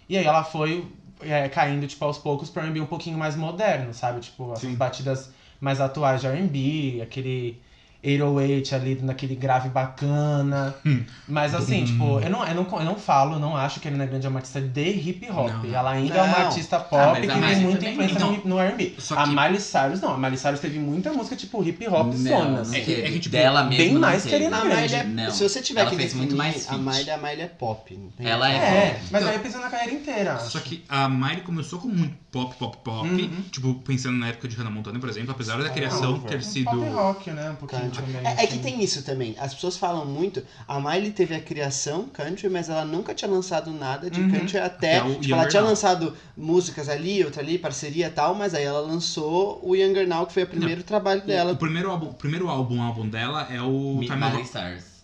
[SPEAKER 5] E aí ela foi é, caindo, tipo, aos poucos pra um R&B um pouquinho mais moderno, sabe? Tipo, as
[SPEAKER 4] Sim.
[SPEAKER 5] batidas mais atuais de R&B, aquele 808 ali, naquele grave bacana.
[SPEAKER 1] Hum.
[SPEAKER 5] Mas assim,
[SPEAKER 1] Hum.
[SPEAKER 5] tipo, eu não, eu, não, eu não falo, eu não acho que a Ariana Grande é uma artista de hip hop.
[SPEAKER 1] Não.
[SPEAKER 5] Ela ainda é
[SPEAKER 2] Não.
[SPEAKER 5] uma artista pop
[SPEAKER 3] Ah, mas
[SPEAKER 5] que
[SPEAKER 3] a
[SPEAKER 5] tem
[SPEAKER 3] Miley
[SPEAKER 5] muita
[SPEAKER 3] também.
[SPEAKER 5] influência
[SPEAKER 1] Então,
[SPEAKER 5] no, no R&B.
[SPEAKER 1] só
[SPEAKER 5] A
[SPEAKER 1] que-
[SPEAKER 5] Miley Cyrus não, a Miley Cyrus teve muita música, tipo, hip hop zonas.
[SPEAKER 1] É que- é que, tipo,
[SPEAKER 3] dela mesma
[SPEAKER 5] bem
[SPEAKER 3] não
[SPEAKER 5] mais
[SPEAKER 3] teve.
[SPEAKER 5] que a Ariana
[SPEAKER 2] A
[SPEAKER 5] Grande.
[SPEAKER 2] Miley é-
[SPEAKER 3] Não.
[SPEAKER 2] Se você tiver
[SPEAKER 3] Ela
[SPEAKER 2] que
[SPEAKER 3] fez
[SPEAKER 2] definir,
[SPEAKER 3] muito mais
[SPEAKER 2] a
[SPEAKER 3] feat.
[SPEAKER 2] Miley, a Miley é pop. não tem-
[SPEAKER 3] Ela é
[SPEAKER 5] É, mas
[SPEAKER 1] Então-
[SPEAKER 5] aí pensa na carreira inteira. acho.
[SPEAKER 1] Só que a Miley começou com muito pop, pop, pop.
[SPEAKER 5] Uhum.
[SPEAKER 1] Tipo, pensando na época de Hannah Montana, por exemplo, apesar da
[SPEAKER 2] Ah,
[SPEAKER 1] criação ter
[SPEAKER 5] Um
[SPEAKER 1] sido.
[SPEAKER 5] pop rock, né? Um pouquinho
[SPEAKER 2] Country.
[SPEAKER 5] também.
[SPEAKER 2] É, é que
[SPEAKER 5] assim.
[SPEAKER 2] tem isso também. As pessoas falam muito. A Miley teve a criação country, mas ela nunca tinha lançado nada de
[SPEAKER 5] Uhum.
[SPEAKER 2] country até.
[SPEAKER 1] Até o
[SPEAKER 2] tipo, ela
[SPEAKER 1] Younger
[SPEAKER 2] tinha
[SPEAKER 1] Now.
[SPEAKER 2] lançado músicas ali, outra ali, parceria e tal, mas aí ela lançou o Younger Now, que foi o primeiro trabalho
[SPEAKER 1] O, o
[SPEAKER 2] dela.
[SPEAKER 1] primeiro álbum, o primeiro álbum, álbum dela é o
[SPEAKER 3] Me-
[SPEAKER 1] Time
[SPEAKER 3] Miley
[SPEAKER 1] of...
[SPEAKER 3] Stars.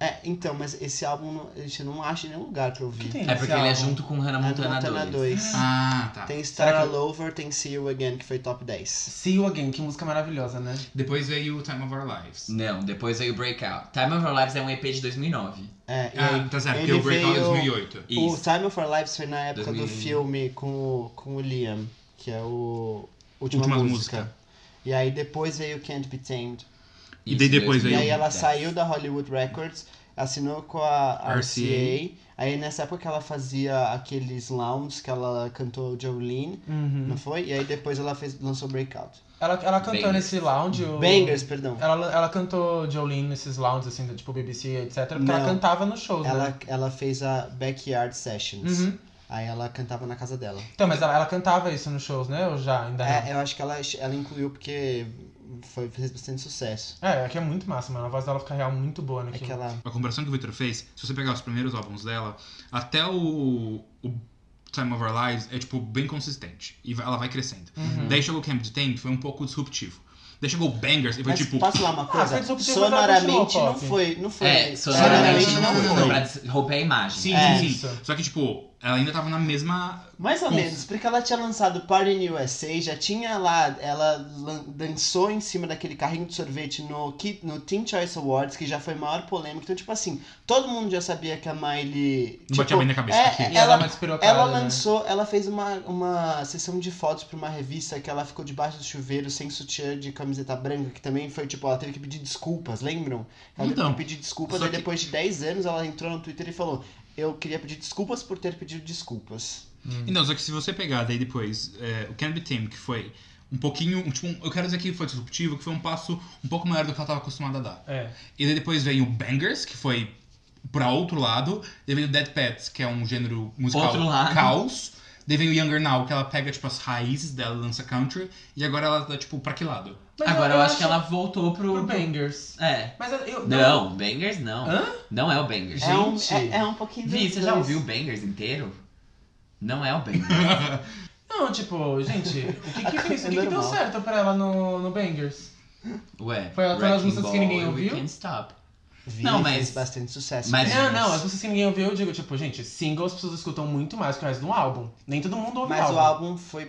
[SPEAKER 2] É, então, mas esse álbum não- a gente não acha em nenhum lugar pra
[SPEAKER 5] O que
[SPEAKER 2] ouvir.
[SPEAKER 5] tem
[SPEAKER 3] É
[SPEAKER 5] nesse
[SPEAKER 3] porque ele é
[SPEAKER 5] álbum?
[SPEAKER 3] junto com Hannah
[SPEAKER 2] Ah,
[SPEAKER 3] Montana,
[SPEAKER 2] Montana
[SPEAKER 3] 2.
[SPEAKER 2] 2.
[SPEAKER 1] Ah, tá.
[SPEAKER 2] Tem Star
[SPEAKER 5] Será que-
[SPEAKER 2] All Over, tem See You Again, que foi top 10.
[SPEAKER 5] See You Again, que música maravilhosa, né?
[SPEAKER 1] Depois veio o Time of Our Lives.
[SPEAKER 3] Não, depois veio Breakout. Time of Our Lives é um EP de 2009.
[SPEAKER 2] É, e aí,
[SPEAKER 1] Ah, tá certo,
[SPEAKER 2] ele
[SPEAKER 1] porque o Breakout é
[SPEAKER 2] veio-
[SPEAKER 1] 2008.
[SPEAKER 2] o
[SPEAKER 3] Isso.
[SPEAKER 2] Time of Our Lives foi na época
[SPEAKER 3] 2000.
[SPEAKER 2] do filme com, o- com o Liam, que é o Última,
[SPEAKER 1] Última
[SPEAKER 2] música.
[SPEAKER 1] Música.
[SPEAKER 2] E aí depois veio Can't Be Tamed.
[SPEAKER 1] E daí
[SPEAKER 3] Isso,
[SPEAKER 1] depois
[SPEAKER 2] E
[SPEAKER 1] veio-
[SPEAKER 2] aí ela
[SPEAKER 3] 2010.
[SPEAKER 2] saiu da Hollywood Records, assinou com a RCA.
[SPEAKER 1] RCA.
[SPEAKER 2] Aí nessa época ela fazia aqueles lounges que ela cantou Jolene,
[SPEAKER 3] Uhum.
[SPEAKER 5] Uhum.
[SPEAKER 2] não foi? E aí depois ela fez, lançou Breakout.
[SPEAKER 5] Ela, ela cantou
[SPEAKER 3] Bangers.
[SPEAKER 5] nesse lounge. O...
[SPEAKER 2] Bangers, perdão.
[SPEAKER 5] Ela, ela cantou Jolene nesses lounges, assim, do tipo BBC, etc. Porque ela
[SPEAKER 2] Não.
[SPEAKER 5] cantava nos shows, né?
[SPEAKER 2] Ela, ela fez a Backyard Sessions.
[SPEAKER 5] Uhum.
[SPEAKER 2] Aí ela cantava na casa dela.
[SPEAKER 5] Então, mas ela, ela cantava isso nos shows, né? Ou já, ainda
[SPEAKER 2] É, eu acho que ela, ela incluiu porque foi, fez bastante sucesso.
[SPEAKER 5] não. É, é que é muito massa, mano. A voz dela fica real muito boa
[SPEAKER 2] É
[SPEAKER 5] naquilo.
[SPEAKER 2] que ela.
[SPEAKER 1] A comparação que o Victor fez, se você pegar os primeiros álbuns dela, até o, o Time of Our Lives é, tipo, bem consistente. E vai- ela vai crescendo.
[SPEAKER 5] Uhum.
[SPEAKER 1] Daí chegou o Camp Detained, foi um pouco disruptivo. Daí chegou o Bangers e foi,
[SPEAKER 2] Mas
[SPEAKER 1] tipo...
[SPEAKER 2] posso falar uma coisa?
[SPEAKER 5] Ah, foi disruptivo, mas ela
[SPEAKER 2] sonoramente
[SPEAKER 5] continuou
[SPEAKER 2] não
[SPEAKER 5] pop.
[SPEAKER 2] foi. Não foi.
[SPEAKER 3] É,
[SPEAKER 1] sonoramente
[SPEAKER 3] sonoramente não
[SPEAKER 1] não
[SPEAKER 3] foi.
[SPEAKER 1] foi.
[SPEAKER 3] Pra des- roubar a imagem.
[SPEAKER 1] Sim,
[SPEAKER 2] É.
[SPEAKER 1] sim, sim.
[SPEAKER 5] Isso.
[SPEAKER 1] Só que, tipo, ela ainda tava na mesma... tipo,
[SPEAKER 2] Mais ou
[SPEAKER 1] Cons-
[SPEAKER 2] menos, porque ela tinha lançado Party in USA, já tinha lá, ela lan- dançou em cima daquele carrinho de sorvete no, Ki- no Teen Choice Awards, que já foi a maior polêmica. Então, tipo assim, todo mundo já sabia que a Miley.
[SPEAKER 1] Não
[SPEAKER 2] tipo,
[SPEAKER 1] batia bem na cabeça.
[SPEAKER 2] é,
[SPEAKER 1] aqui.
[SPEAKER 5] E
[SPEAKER 2] Ela-
[SPEAKER 5] ela, mais pirocada,
[SPEAKER 2] Ela
[SPEAKER 5] né?
[SPEAKER 2] lançou, ela fez uma, uma sessão de fotos pra uma revista que ela ficou debaixo do chuveiro, sem sutiã de camiseta branca, que também foi tipo, ela teve que pedir desculpas, lembram? Ela
[SPEAKER 1] Então,
[SPEAKER 2] teve que pedir desculpas,
[SPEAKER 1] só
[SPEAKER 2] aí
[SPEAKER 1] que-
[SPEAKER 2] depois de 10 anos ela entrou no Twitter e falou: Eu queria pedir desculpas por ter pedido desculpas.
[SPEAKER 1] Então, só que se você pegar daí depois é, o Can Be Tamed, que foi um pouquinho... um, tipo, um- eu quero dizer que foi disruptivo, que foi um passo um pouco maior do que ela tava acostumada a dar.
[SPEAKER 5] É.
[SPEAKER 1] E daí depois vem o Bangers, que foi pra outro lado. Daí vem o Dead Pets, que é um gênero musical
[SPEAKER 3] Outro lado.
[SPEAKER 1] caos. Daí vem o Younger Now, que ela pega, tipo, as raízes dela, lança country. E agora ela tá, tipo, pra que lado?
[SPEAKER 5] Mas
[SPEAKER 3] Agora eu acho que ela voltou pro...
[SPEAKER 5] Pro Bangers.
[SPEAKER 3] É.
[SPEAKER 5] Mas eu- eu...
[SPEAKER 3] Não, Bangers não.
[SPEAKER 5] Hã?
[SPEAKER 3] Não é o Bangers.
[SPEAKER 2] É um,
[SPEAKER 5] Gente.
[SPEAKER 2] é, é um pouquinho
[SPEAKER 3] Vi,
[SPEAKER 2] dos
[SPEAKER 3] você já
[SPEAKER 2] dois.
[SPEAKER 3] ouviu o Bangers inteiro? Não é o Bangers.
[SPEAKER 5] Não, tipo, gente, o que que fez? O
[SPEAKER 2] É
[SPEAKER 5] que, que deu
[SPEAKER 2] normal.
[SPEAKER 5] certo pra ela no, no Bangers?
[SPEAKER 3] Ué.
[SPEAKER 5] Foi ela todas as músicas que ninguém
[SPEAKER 3] Wrecking Ball e We
[SPEAKER 5] ouviu?
[SPEAKER 3] Can't Stop.
[SPEAKER 2] Vi,
[SPEAKER 3] Não, mas-
[SPEAKER 2] fez bastante sucesso.
[SPEAKER 3] mas-
[SPEAKER 5] Ah, Não, É, não, as músicas que ninguém ouviu, eu digo, tipo, gente, singles as pessoas escutam muito mais que o resto de um álbum. Nem todo mundo ouve
[SPEAKER 2] Mas
[SPEAKER 5] álbum.
[SPEAKER 2] o álbum foi.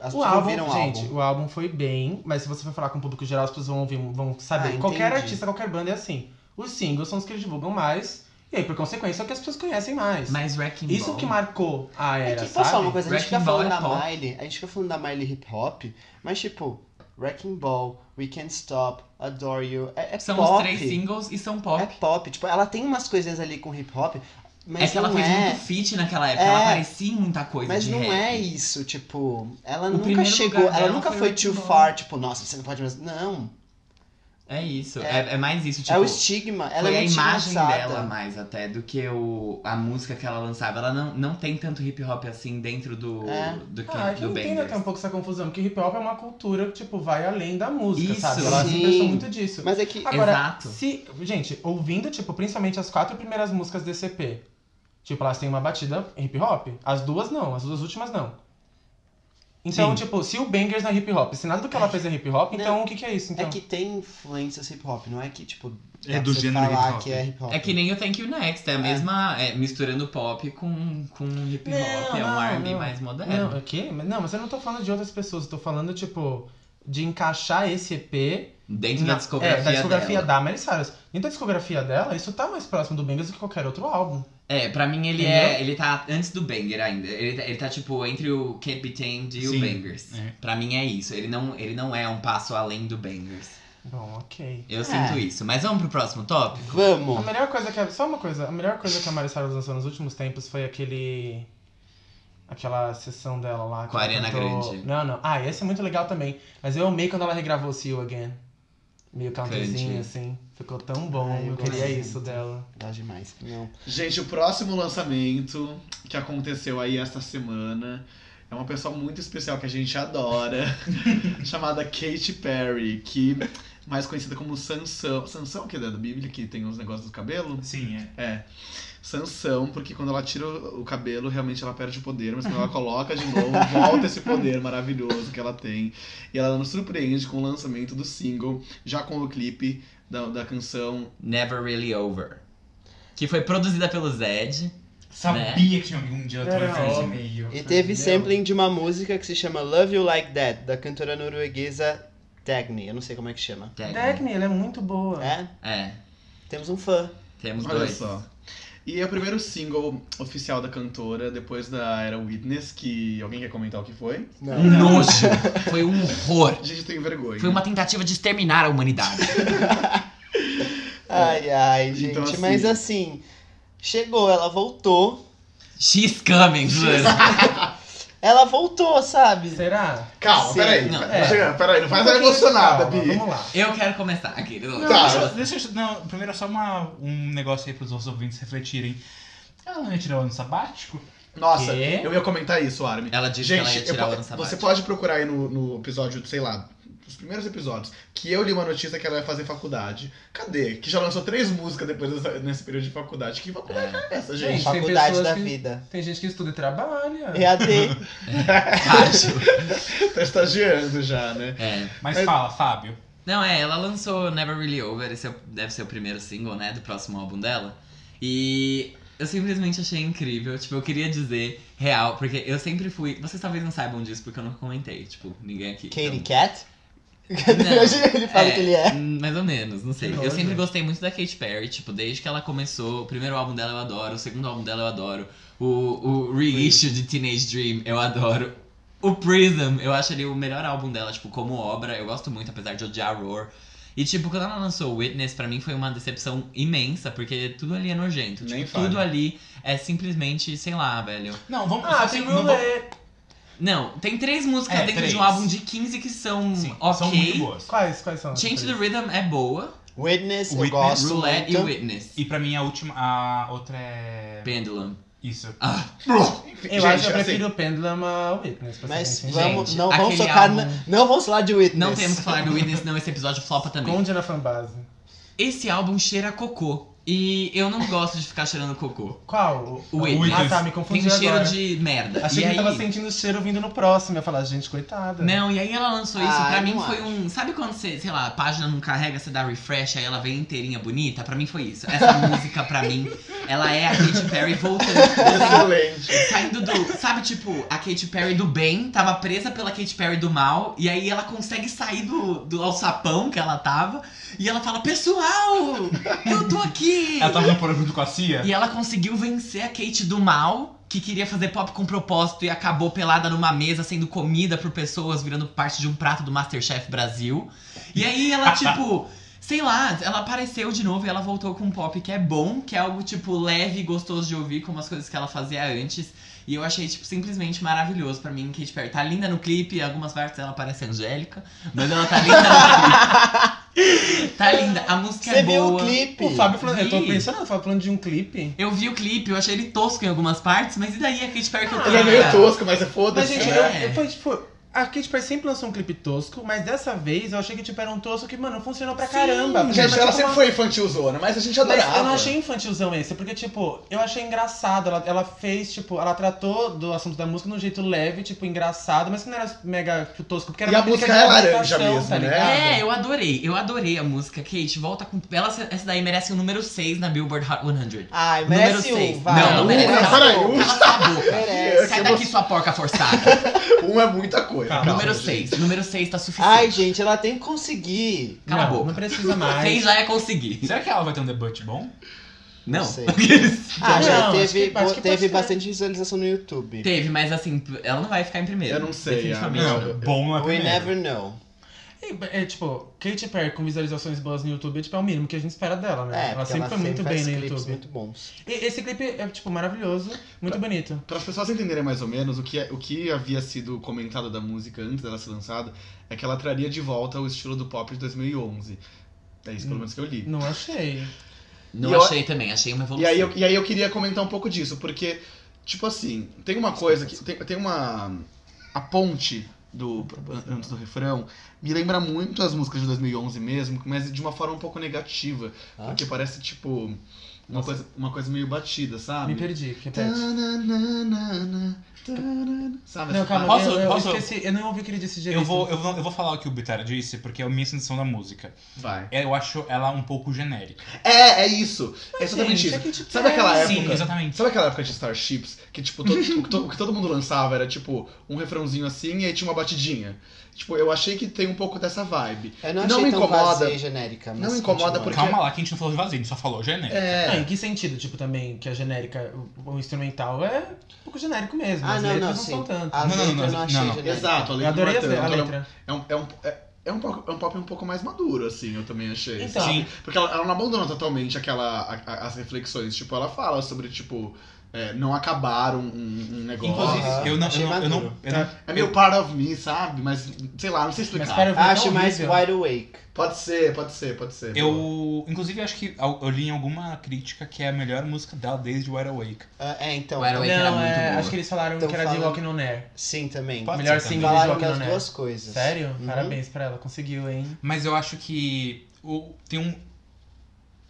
[SPEAKER 2] As
[SPEAKER 5] O
[SPEAKER 2] pessoas
[SPEAKER 5] álbum,
[SPEAKER 2] ouviram o
[SPEAKER 5] gente,
[SPEAKER 2] álbum.
[SPEAKER 5] o álbum foi bem, mas se você for falar com o público geral, as pessoas vão ouvir, vão saber.
[SPEAKER 2] Ah,
[SPEAKER 5] qualquer
[SPEAKER 2] entendi.
[SPEAKER 5] artista, qualquer banda é assim. Os singles são os que eles divulgam mais, e aí, por consequência, é o que as pessoas conhecem mais.
[SPEAKER 3] Mas Wrecking
[SPEAKER 5] Isso
[SPEAKER 3] Ball...
[SPEAKER 5] que marcou a
[SPEAKER 2] É
[SPEAKER 5] era,
[SPEAKER 2] que, posso
[SPEAKER 5] sabe?
[SPEAKER 2] falar uma coisa? A gente
[SPEAKER 3] Wrecking
[SPEAKER 2] fica
[SPEAKER 3] Ball
[SPEAKER 2] falando
[SPEAKER 3] é
[SPEAKER 2] da
[SPEAKER 3] pop.
[SPEAKER 2] Miley, a gente fica falando da Miley hip hop, mas tipo, Wrecking Ball, We Can't Stop, Adore You, é, é
[SPEAKER 3] São
[SPEAKER 2] pop.
[SPEAKER 3] os três singles e são pop.
[SPEAKER 2] É pop. Tipo, ela tem umas coisinhas ali com hip hop, mas
[SPEAKER 3] é que ela
[SPEAKER 2] não
[SPEAKER 3] fez
[SPEAKER 2] é.
[SPEAKER 3] muito feat naquela época,
[SPEAKER 2] É.
[SPEAKER 3] ela parecia em muita coisa
[SPEAKER 2] Mas
[SPEAKER 3] de
[SPEAKER 2] não
[SPEAKER 3] rap.
[SPEAKER 2] é isso, tipo, ela nunca
[SPEAKER 3] primeiro
[SPEAKER 2] chegou,
[SPEAKER 3] lugar
[SPEAKER 2] ela
[SPEAKER 3] dela
[SPEAKER 2] nunca
[SPEAKER 3] foi
[SPEAKER 2] foi
[SPEAKER 3] Wrecking
[SPEAKER 2] too
[SPEAKER 3] Ball.
[SPEAKER 2] far, tipo, nossa, você não pode mais. Não.
[SPEAKER 3] É isso,
[SPEAKER 2] É.
[SPEAKER 3] é, é mais isso, tipo...
[SPEAKER 2] é o estigma, ela
[SPEAKER 3] foi
[SPEAKER 2] é
[SPEAKER 3] a
[SPEAKER 2] muito
[SPEAKER 3] imagem
[SPEAKER 2] engraçada.
[SPEAKER 3] dela mais até do que o, a música que ela lançava. Ela não, não tem tanto hip hop assim dentro do,
[SPEAKER 2] É.
[SPEAKER 3] do, que,
[SPEAKER 5] Ah, é que eu
[SPEAKER 3] do
[SPEAKER 5] entendo até um
[SPEAKER 3] Bangers.
[SPEAKER 5] pouco essa confusão, porque hip hop é uma cultura que, tipo, vai além da música,
[SPEAKER 3] Isso.
[SPEAKER 5] sabe? Ela se pensou
[SPEAKER 2] Sim.
[SPEAKER 5] muito disso.
[SPEAKER 2] Mas é
[SPEAKER 3] Ah,
[SPEAKER 2] que.
[SPEAKER 5] Agora,
[SPEAKER 3] Exato.
[SPEAKER 5] se. Gente, ouvindo, tipo, principalmente as quatro primeiras músicas desse EP, tipo, elas têm uma batida hip hop. As duas não, as duas últimas não. Então,
[SPEAKER 1] Sim.
[SPEAKER 5] tipo, se o Bangers não é hip hop, se nada do que ela fez é hip hop, então o que, que é isso? Então,
[SPEAKER 2] É que tem influências hip hop, não é que, tipo, dá
[SPEAKER 1] É do
[SPEAKER 2] pra você
[SPEAKER 1] gênero
[SPEAKER 2] falar
[SPEAKER 1] hip hop.
[SPEAKER 2] que é hip hop.
[SPEAKER 3] É que nem o Thank You Next, é a mesma. é, misturando pop com, com hip hop.
[SPEAKER 5] Não,
[SPEAKER 3] é um
[SPEAKER 5] não,
[SPEAKER 3] R&B
[SPEAKER 5] não.
[SPEAKER 3] mais moderno.
[SPEAKER 5] Não, aqui? Não, mas eu não tô falando de outras pessoas, eu tô falando, tipo, de encaixar esse EP
[SPEAKER 3] Dentro
[SPEAKER 5] na-
[SPEAKER 3] da discografia.
[SPEAKER 5] é, da discografia
[SPEAKER 3] dela.
[SPEAKER 5] da Miley Cyrus. Dentro da discografia dela, isso tá mais próximo do Bangers do que qualquer outro álbum.
[SPEAKER 3] É, pra mim ele
[SPEAKER 5] Entendeu?
[SPEAKER 3] é. Ele tá antes do banger ainda. Ele tá, ele tá, tipo entre o Can't Be Tamed e
[SPEAKER 1] Sim,
[SPEAKER 3] o Bangers.
[SPEAKER 1] é.
[SPEAKER 3] Pra mim é isso. Ele não, ele não é um passo além do Bangers.
[SPEAKER 5] Bom, ok.
[SPEAKER 3] Eu sinto isso. Mas vamos pro próximo tópico?
[SPEAKER 5] A
[SPEAKER 2] Vamos!
[SPEAKER 5] melhor coisa que a, só uma coisa, a melhor coisa que a Miley Cyrus lançou nos últimos tempos foi aquele aquela sessão dela lá que
[SPEAKER 3] Com a
[SPEAKER 5] ela
[SPEAKER 3] Ariana
[SPEAKER 5] cantou-
[SPEAKER 3] Grande.
[SPEAKER 5] Não, não. Ah, esse é muito legal também, mas eu amei quando ela regravou See You Again. Meio countryzinho
[SPEAKER 3] Country.
[SPEAKER 5] assim. Ficou tão bom,
[SPEAKER 2] Ai, eu
[SPEAKER 5] eu, queria
[SPEAKER 2] gosto
[SPEAKER 5] isso
[SPEAKER 2] muito.
[SPEAKER 5] dela.
[SPEAKER 2] Dá demais. Não.
[SPEAKER 4] Gente, o próximo lançamento que aconteceu aí esta semana é uma pessoa muito especial que a gente adora, chamada Katy Perry, que mais conhecida como Sansão. Sansão, que é da Bíblia, que tem os negócios do cabelo?
[SPEAKER 1] Sim, é.
[SPEAKER 4] É. Sansão, porque quando ela tira o o cabelo, realmente ela perde o poder, mas quando ela coloca de novo, volta esse poder maravilhoso que ela tem. E ela nos surpreende com o lançamento do single, já com o clipe da, da canção
[SPEAKER 3] Never Really Over. Que foi produzida pelo Zed.
[SPEAKER 2] É.
[SPEAKER 1] Sabia que tinha algum dia
[SPEAKER 5] Era
[SPEAKER 1] atrás esse
[SPEAKER 5] óbvio.
[SPEAKER 1] e-mail.
[SPEAKER 2] E teve
[SPEAKER 5] Entendeu?
[SPEAKER 2] sampling de uma música que se chama Love You Like That, da cantora norueguesa Dagny. Eu não sei como é que chama.
[SPEAKER 5] Dagny, ela é muito boa.
[SPEAKER 2] É?
[SPEAKER 3] É,
[SPEAKER 2] Temos um fã.
[SPEAKER 3] temos
[SPEAKER 4] Olha
[SPEAKER 3] dois.
[SPEAKER 4] só. E é o primeiro single oficial da cantora, depois da Era Witness, que alguém quer comentar o que foi?
[SPEAKER 3] Um nojo. Foi um horror.
[SPEAKER 4] Gente, eu tenho vergonha.
[SPEAKER 3] Foi uma tentativa de exterminar a humanidade.
[SPEAKER 2] Ai, ai, gente.
[SPEAKER 4] Então, assim-
[SPEAKER 2] Mas assim, chegou, ela voltou.
[SPEAKER 3] She's coming, mano.
[SPEAKER 2] Ela voltou, sabe?
[SPEAKER 5] Será?
[SPEAKER 4] Calma,
[SPEAKER 2] Sim,
[SPEAKER 4] peraí.
[SPEAKER 3] não,
[SPEAKER 4] Não, chega, Peraí, não
[SPEAKER 2] é
[SPEAKER 4] faz a
[SPEAKER 5] é. Um pouquinho de
[SPEAKER 4] emocionada,
[SPEAKER 5] calma,
[SPEAKER 4] Bi.
[SPEAKER 5] Vamos lá.
[SPEAKER 3] Eu assim. quero começar aqui. Não,
[SPEAKER 1] Não,
[SPEAKER 4] Tá.
[SPEAKER 1] deixa, deixa eu- não, primeiro só uma, um negócio aí pros nossos ouvintes refletirem. Ela não ia tirar o ano sabático?
[SPEAKER 4] Nossa,
[SPEAKER 5] Quê?
[SPEAKER 4] eu ia comentar isso, Armin.
[SPEAKER 3] Ela disse que ela ia
[SPEAKER 4] Gente, eu
[SPEAKER 3] tirar o
[SPEAKER 4] po-
[SPEAKER 3] ano
[SPEAKER 4] você
[SPEAKER 3] sabático.
[SPEAKER 4] pode procurar aí no, no episódio, sei lá, os primeiros episódios, que eu li uma notícia que ela ia fazer faculdade. Cadê? Que já lançou três músicas depois dessa, nesse período de faculdade. Que faculdade é, essa,
[SPEAKER 5] Tem
[SPEAKER 4] gente?
[SPEAKER 5] pessoas
[SPEAKER 2] Faculdade da
[SPEAKER 5] que- É.
[SPEAKER 2] vida.
[SPEAKER 5] Tem gente que estuda e trabalha.
[SPEAKER 2] EAD.
[SPEAKER 3] Acho.
[SPEAKER 4] tá estagiando já, né?
[SPEAKER 3] É.
[SPEAKER 1] Mas
[SPEAKER 4] Mas-
[SPEAKER 1] fala, Fábio.
[SPEAKER 3] Não, é, ela lançou Never Really Over, esse é o- deve ser o primeiro single, né, do próximo álbum dela. E eu simplesmente achei incrível, tipo, eu queria dizer real, porque eu sempre fui. Vocês talvez não saibam disso, porque eu nunca comentei, tipo, ninguém aqui.
[SPEAKER 2] Katy
[SPEAKER 3] então-
[SPEAKER 2] Cat? ele fala que ele é.
[SPEAKER 3] hum, Mais ou menos, não sei.
[SPEAKER 5] Que
[SPEAKER 3] eu
[SPEAKER 5] nojo.
[SPEAKER 1] é.
[SPEAKER 3] sempre gostei muito da Katy Perry, tipo, desde que ela começou. O primeiro álbum dela eu adoro, o segundo álbum dela eu adoro. O, o reissue de Teenage Dream eu adoro. O Prism, eu acho ele o melhor álbum dela, tipo, como obra. Eu gosto muito, apesar de odiar Roar. E, tipo, quando ela lançou Witness, pra mim foi uma decepção imensa, porque tudo ali é nojento.
[SPEAKER 4] Nem
[SPEAKER 3] tipo,
[SPEAKER 4] fale.
[SPEAKER 3] tudo ali é simplesmente, sei lá, velho.
[SPEAKER 1] Não, vamos
[SPEAKER 5] Ah,
[SPEAKER 1] só
[SPEAKER 5] tem
[SPEAKER 1] sem-
[SPEAKER 5] o
[SPEAKER 1] não vamos-
[SPEAKER 5] Lê.
[SPEAKER 3] Não, tem três músicas
[SPEAKER 1] É,
[SPEAKER 3] dentro
[SPEAKER 1] três.
[SPEAKER 3] de um álbum de 15 que são
[SPEAKER 1] Sim,
[SPEAKER 3] ok.
[SPEAKER 1] são muito boas.
[SPEAKER 5] Quais, quais são? as
[SPEAKER 3] Change the
[SPEAKER 5] três?
[SPEAKER 3] Rhythm é boa.
[SPEAKER 2] Witness, eu
[SPEAKER 1] Witness,
[SPEAKER 2] gosto
[SPEAKER 3] Roulette e
[SPEAKER 2] muito.
[SPEAKER 3] Witness.
[SPEAKER 1] E pra mim a última, a outra é...
[SPEAKER 3] Pendulum.
[SPEAKER 1] Isso.
[SPEAKER 3] Ah,
[SPEAKER 4] Enfim,
[SPEAKER 5] Eu acho que
[SPEAKER 4] assim-
[SPEAKER 5] eu prefiro o Pendulum a Witness, pra
[SPEAKER 2] Mas
[SPEAKER 5] ser bem sincero.
[SPEAKER 2] vamos,
[SPEAKER 3] Gente,
[SPEAKER 2] não vamos
[SPEAKER 3] aquele
[SPEAKER 2] focar
[SPEAKER 3] álbum-
[SPEAKER 2] na- Não vamos falar de Witness.
[SPEAKER 3] não temos que falar do Witness, não. Esse episódio flopa também.
[SPEAKER 5] Esconde na fanbase.
[SPEAKER 3] Esse álbum cheira a cocô. E eu não gosto de ficar cheirando cocô.
[SPEAKER 5] Qual?
[SPEAKER 3] O Whitney.
[SPEAKER 5] Ah tá, me
[SPEAKER 3] Tem um
[SPEAKER 5] confundi
[SPEAKER 3] cheiro
[SPEAKER 5] agora.
[SPEAKER 3] de merda.
[SPEAKER 5] Achei
[SPEAKER 3] e
[SPEAKER 5] que
[SPEAKER 3] aí...
[SPEAKER 5] eu tava sentindo o cheiro vindo no próximo. Eu ia falar, gente, coitada.
[SPEAKER 3] Não, e aí ela lançou isso.
[SPEAKER 2] Ah,
[SPEAKER 3] pra
[SPEAKER 2] eu
[SPEAKER 3] mim
[SPEAKER 2] não
[SPEAKER 3] foi
[SPEAKER 2] acho.
[SPEAKER 3] um. Sabe quando você, sei lá, a página não carrega, você dá refresh, aí ela vem inteirinha bonita? Pra mim foi isso. Essa música, pra mim, ela é a Katy Perry voltando.
[SPEAKER 2] Excelente.
[SPEAKER 3] Saindo do. Sabe, tipo, a Katy Perry do bem tava presa pela Katy Perry do mal. E aí ela consegue sair do, do alçapão que ela tava. E ela fala: Pessoal, eu tô aqui!
[SPEAKER 1] Ela tá tava no programa junto com a Cia?
[SPEAKER 3] E ela conseguiu vencer a Kate do mal, que queria fazer pop com propósito e acabou pelada numa mesa, sendo comida por pessoas, virando parte de um prato do Masterchef Brasil. E aí ela, tipo. Sei lá, ela apareceu de novo e ela voltou com um pop que é bom, que é algo, tipo, leve e gostoso de ouvir, como as coisas que ela fazia antes. E eu achei, tipo, simplesmente maravilhoso pra mim, Katy Perry. Tá linda no clipe, em algumas partes ela parece Angélica, mas ela tá linda no clipe. tá linda, a música
[SPEAKER 2] Você
[SPEAKER 3] é boa.
[SPEAKER 2] viu o clipe?
[SPEAKER 5] O Fábio falando. Eu tô
[SPEAKER 3] Vi.
[SPEAKER 5] pensando, o Fábio falando de um clipe.
[SPEAKER 3] Eu vi o clipe, eu achei ele tosco em algumas partes, mas e daí a Katy Perry Ah. que eu tô
[SPEAKER 2] Ele é meio tosco, mas é
[SPEAKER 5] Ah, Mas,
[SPEAKER 2] foda-se.
[SPEAKER 5] gente,
[SPEAKER 2] né?
[SPEAKER 5] eu,
[SPEAKER 3] É.
[SPEAKER 5] eu foi, tipo. A Katy Perry sempre lançou um clipe tosco, mas dessa vez eu achei que tipo, era um tosco que, mano, funcionou pra
[SPEAKER 3] Sim,
[SPEAKER 5] caramba. Porque
[SPEAKER 2] Gente,
[SPEAKER 5] era,
[SPEAKER 2] ela
[SPEAKER 5] tipo,
[SPEAKER 2] sempre
[SPEAKER 5] uma-
[SPEAKER 2] foi infantilzona, mas a gente adorava.
[SPEAKER 5] Mas eu não achei infantilzão esse, porque, tipo, eu achei engraçado. Ela, ela fez, tipo, ela tratou do assunto da música de um jeito leve, tipo, engraçado, mas que não era mega tipo, tosco, porque era
[SPEAKER 2] E
[SPEAKER 5] uma
[SPEAKER 2] a
[SPEAKER 5] crítica
[SPEAKER 2] música
[SPEAKER 5] de
[SPEAKER 2] é
[SPEAKER 5] adaptação,
[SPEAKER 2] laranja mesmo,
[SPEAKER 5] tá
[SPEAKER 2] né?
[SPEAKER 5] ligado?
[SPEAKER 3] É, eu adorei, eu adorei a música. Kate, volta com. Ela, essa daí merece o número 6 na Billboard Hot 100.
[SPEAKER 2] Ai,
[SPEAKER 3] Número
[SPEAKER 2] merece
[SPEAKER 3] seis.
[SPEAKER 2] um, vai.
[SPEAKER 3] Não, não merece.
[SPEAKER 2] Um,
[SPEAKER 3] Cala
[SPEAKER 2] peraí,
[SPEAKER 3] a boca,
[SPEAKER 2] um-
[SPEAKER 3] Cala sua boca.
[SPEAKER 2] Merece.
[SPEAKER 3] Sai daqui, sua porca forçada.
[SPEAKER 2] Um é muita coisa.
[SPEAKER 5] Calma.
[SPEAKER 2] calma,
[SPEAKER 3] número
[SPEAKER 2] gente.
[SPEAKER 3] 6. Número 6 tá suficiente.
[SPEAKER 2] Ai, gente, ela tem que conseguir.
[SPEAKER 3] Cala a
[SPEAKER 5] não,
[SPEAKER 3] boca.
[SPEAKER 5] Não precisa mais.
[SPEAKER 3] 6 já é conseguir.
[SPEAKER 1] Será que ela vai ter um debut bom?
[SPEAKER 3] Não.
[SPEAKER 2] sei.
[SPEAKER 5] Ah,
[SPEAKER 2] Ah,
[SPEAKER 5] não,
[SPEAKER 2] já
[SPEAKER 5] acho
[SPEAKER 2] teve,
[SPEAKER 5] que- acho
[SPEAKER 2] bo-
[SPEAKER 5] que pode
[SPEAKER 2] teve
[SPEAKER 5] ser.
[SPEAKER 2] bastante visualização no YouTube.
[SPEAKER 3] Teve, mas assim, ela não vai ficar em primeiro.
[SPEAKER 4] Eu não sei, ah,
[SPEAKER 3] Definitivamente.
[SPEAKER 4] Não,
[SPEAKER 1] Não, bom não é
[SPEAKER 2] We
[SPEAKER 1] primeiro.
[SPEAKER 2] never know.
[SPEAKER 5] É, é, tipo, Katy Perry com visualizações boas no YouTube é, tipo, é o mínimo que a gente espera dela, né?
[SPEAKER 2] É,
[SPEAKER 5] ela
[SPEAKER 2] porque
[SPEAKER 5] sempre foi muito
[SPEAKER 2] faz
[SPEAKER 5] bem no
[SPEAKER 2] clipes né?
[SPEAKER 5] YouTube.
[SPEAKER 2] muito bons.
[SPEAKER 5] E esse clipe é, tipo, maravilhoso, muito bonito.
[SPEAKER 4] Para as pessoas entenderem mais ou menos o que, é- o que havia sido comentado da música antes dela ser lançada, é que ela traria de volta o estilo do pop de 2011. É isso, pelo
[SPEAKER 5] Hum.
[SPEAKER 4] menos que eu li.
[SPEAKER 5] Não achei.
[SPEAKER 3] Não
[SPEAKER 4] E eu-
[SPEAKER 3] achei também, achei uma
[SPEAKER 4] E
[SPEAKER 3] evolução.
[SPEAKER 4] aí, eu, e aí eu queria comentar um pouco disso, porque, tipo assim, tem uma coisa que. Tem, tem uma. A ponte do. Antes do refrão me lembra muito as músicas de 2011 mesmo, mas de uma forma um pouco negativa.
[SPEAKER 2] Ah?
[SPEAKER 4] Porque parece, tipo. Uma
[SPEAKER 5] Nossa.
[SPEAKER 4] coisa, uma coisa meio batida, sabe?
[SPEAKER 5] Me perdi, repete.
[SPEAKER 4] Tananana, tanana. Sabe
[SPEAKER 5] Não,
[SPEAKER 4] essa
[SPEAKER 5] calma,
[SPEAKER 1] Posso-
[SPEAKER 5] eu, eu
[SPEAKER 1] posso-
[SPEAKER 5] esqueci, eu não ouvi o que ele disse direito.
[SPEAKER 1] Eu vou, eu, vou, eu vou falar o que o Bitar disse, porque é a minha sensação da música.
[SPEAKER 4] Vai.
[SPEAKER 1] É, Eu acho ela um pouco genérica.
[SPEAKER 4] É, é isso. é exatamente
[SPEAKER 5] Gente, é
[SPEAKER 4] isso.
[SPEAKER 5] Katy
[SPEAKER 4] Sabe aquela
[SPEAKER 5] Perry.
[SPEAKER 4] época?
[SPEAKER 1] Sim, exatamente.
[SPEAKER 4] Sabe aquela época de Starships? Que, tipo, to- o, que to- o que todo mundo lançava era, tipo, um refrãozinho assim e aí tinha uma batidinha. Tipo, eu achei que tem um pouco dessa vibe.
[SPEAKER 2] Eu não
[SPEAKER 4] Não
[SPEAKER 2] achei
[SPEAKER 4] me
[SPEAKER 2] tão
[SPEAKER 4] incomoda.
[SPEAKER 2] vazia e genérica, mas
[SPEAKER 4] Não me incomoda
[SPEAKER 2] continua.
[SPEAKER 4] porque-
[SPEAKER 1] Calma lá, que a gente não falou de vazio, a gente só falou genérica.
[SPEAKER 5] Ah, em
[SPEAKER 4] É.
[SPEAKER 5] que sentido, tipo, também, que a genérica, o, o instrumental é um pouco genérico mesmo.
[SPEAKER 2] Ah,
[SPEAKER 5] as
[SPEAKER 2] não,
[SPEAKER 5] letras
[SPEAKER 2] não,
[SPEAKER 5] não são
[SPEAKER 2] sim.
[SPEAKER 5] tanto.
[SPEAKER 2] A
[SPEAKER 1] Não, não,
[SPEAKER 2] letra
[SPEAKER 1] não,
[SPEAKER 2] eu não
[SPEAKER 1] não,
[SPEAKER 2] achei
[SPEAKER 1] não.
[SPEAKER 2] genérica.
[SPEAKER 4] Exato, a
[SPEAKER 5] eu
[SPEAKER 4] letra
[SPEAKER 5] adorei a,
[SPEAKER 4] não é
[SPEAKER 5] a
[SPEAKER 4] tanto, ela
[SPEAKER 5] letra.
[SPEAKER 4] É um, é, um, é, é um, pouco- é um pop um pouco mais maduro, assim, eu também achei.
[SPEAKER 5] Então.
[SPEAKER 4] sabe?
[SPEAKER 1] Sim.
[SPEAKER 4] Porque ela, ela não abandona totalmente aquela, a- a- as reflexões. Tipo, ela fala sobre, tipo, é, não acabar um, um- um negócio.
[SPEAKER 1] Inclusive,
[SPEAKER 2] Aham,
[SPEAKER 1] eu não.
[SPEAKER 2] achei
[SPEAKER 1] Eu não, eu não,
[SPEAKER 2] maduro.
[SPEAKER 1] eu não-
[SPEAKER 4] É meio part of me, sabe? Mas, sei lá, não sei explicar.
[SPEAKER 5] Mas para eu ver,
[SPEAKER 2] Acho
[SPEAKER 5] tão
[SPEAKER 2] mais
[SPEAKER 5] é horrível.
[SPEAKER 2] wide awake.
[SPEAKER 4] Pode ser, pode ser, pode ser.
[SPEAKER 1] eu- inclusive, acho que eu eu li em alguma crítica que é a melhor música dela desde Wide Awake.
[SPEAKER 2] Ah, é, então.
[SPEAKER 3] Wide
[SPEAKER 5] Não,
[SPEAKER 3] Awake era muito
[SPEAKER 5] é,
[SPEAKER 3] boa.
[SPEAKER 5] acho que eles falaram
[SPEAKER 2] Tão
[SPEAKER 5] que era de
[SPEAKER 2] falando-
[SPEAKER 5] Walking On Air.
[SPEAKER 2] Sim, também.
[SPEAKER 1] Pode
[SPEAKER 5] Melhor
[SPEAKER 1] ser também.
[SPEAKER 5] single de
[SPEAKER 2] Falaram
[SPEAKER 5] Walking
[SPEAKER 2] das
[SPEAKER 5] On Air.
[SPEAKER 2] duas coisas.
[SPEAKER 5] Sério?
[SPEAKER 2] Uhum.
[SPEAKER 5] Parabéns pra ela, conseguiu, hein?
[SPEAKER 1] Mas eu acho que o- tem um,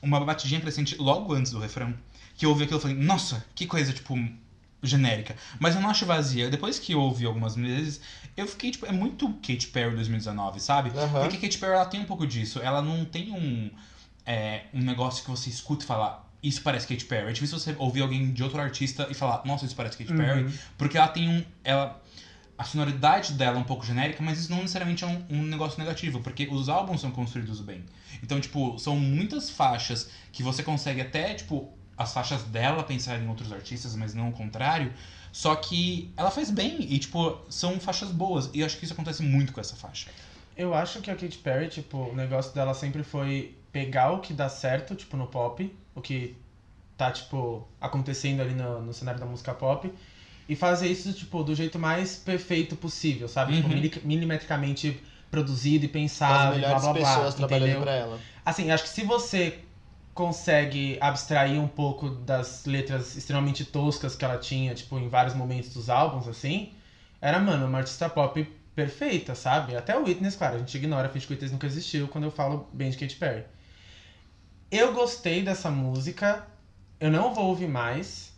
[SPEAKER 1] uma batidinha crescente logo antes do refrão. Que eu ouvi aquilo e falei, nossa, que coisa, tipo, genérica. Mas eu não acho vazia. Depois que eu ouvi algumas vezes, eu fiquei, tipo, é muito Katy Perry 2019, sabe?
[SPEAKER 2] Aham.
[SPEAKER 1] Porque Katy Perry, ela tem um pouco disso. Ela não tem um, é, um negócio que você escuta e fala, isso parece Katy Perry. É difícil você ouvir alguém de outro artista e falar, nossa, isso parece Katy Perry.
[SPEAKER 5] Uhum.
[SPEAKER 1] Porque ela tem um. Ela, a sonoridade dela é um pouco genérica, mas isso não necessariamente é um, um negócio negativo, porque os álbuns são construídos bem. Então, tipo, são muitas faixas que você consegue até, tipo, as faixas dela pensar em outros artistas, mas não o contrário. Só que ela faz bem e, tipo, são faixas boas. E eu acho que isso acontece muito com essa faixa.
[SPEAKER 5] Eu acho que a Katy Perry, tipo, o negócio dela sempre foi pegar o que dá certo, tipo, no pop, o que tá, tipo, acontecendo ali no, no cenário da música pop, e fazer isso, tipo, do jeito mais perfeito possível, sabe? Tipo,
[SPEAKER 1] Uhum.
[SPEAKER 5] mili- milimetricamente produzido e
[SPEAKER 2] As
[SPEAKER 5] pensado, e blá
[SPEAKER 2] melhores
[SPEAKER 5] blá blá.
[SPEAKER 2] pessoas trabalhando
[SPEAKER 5] entendeu?
[SPEAKER 2] pra ela.
[SPEAKER 5] Assim, acho que se você consegue abstrair um pouco das letras extremamente toscas que ela tinha, tipo, em vários momentos dos álbuns, assim, era, mano, uma artista pop perfeita, sabe? Até o Witness, claro, a gente ignora, finge que o Witness nunca existiu quando eu falo bem de Katy Perry. Eu gostei dessa música. Eu não vou ouvir mais,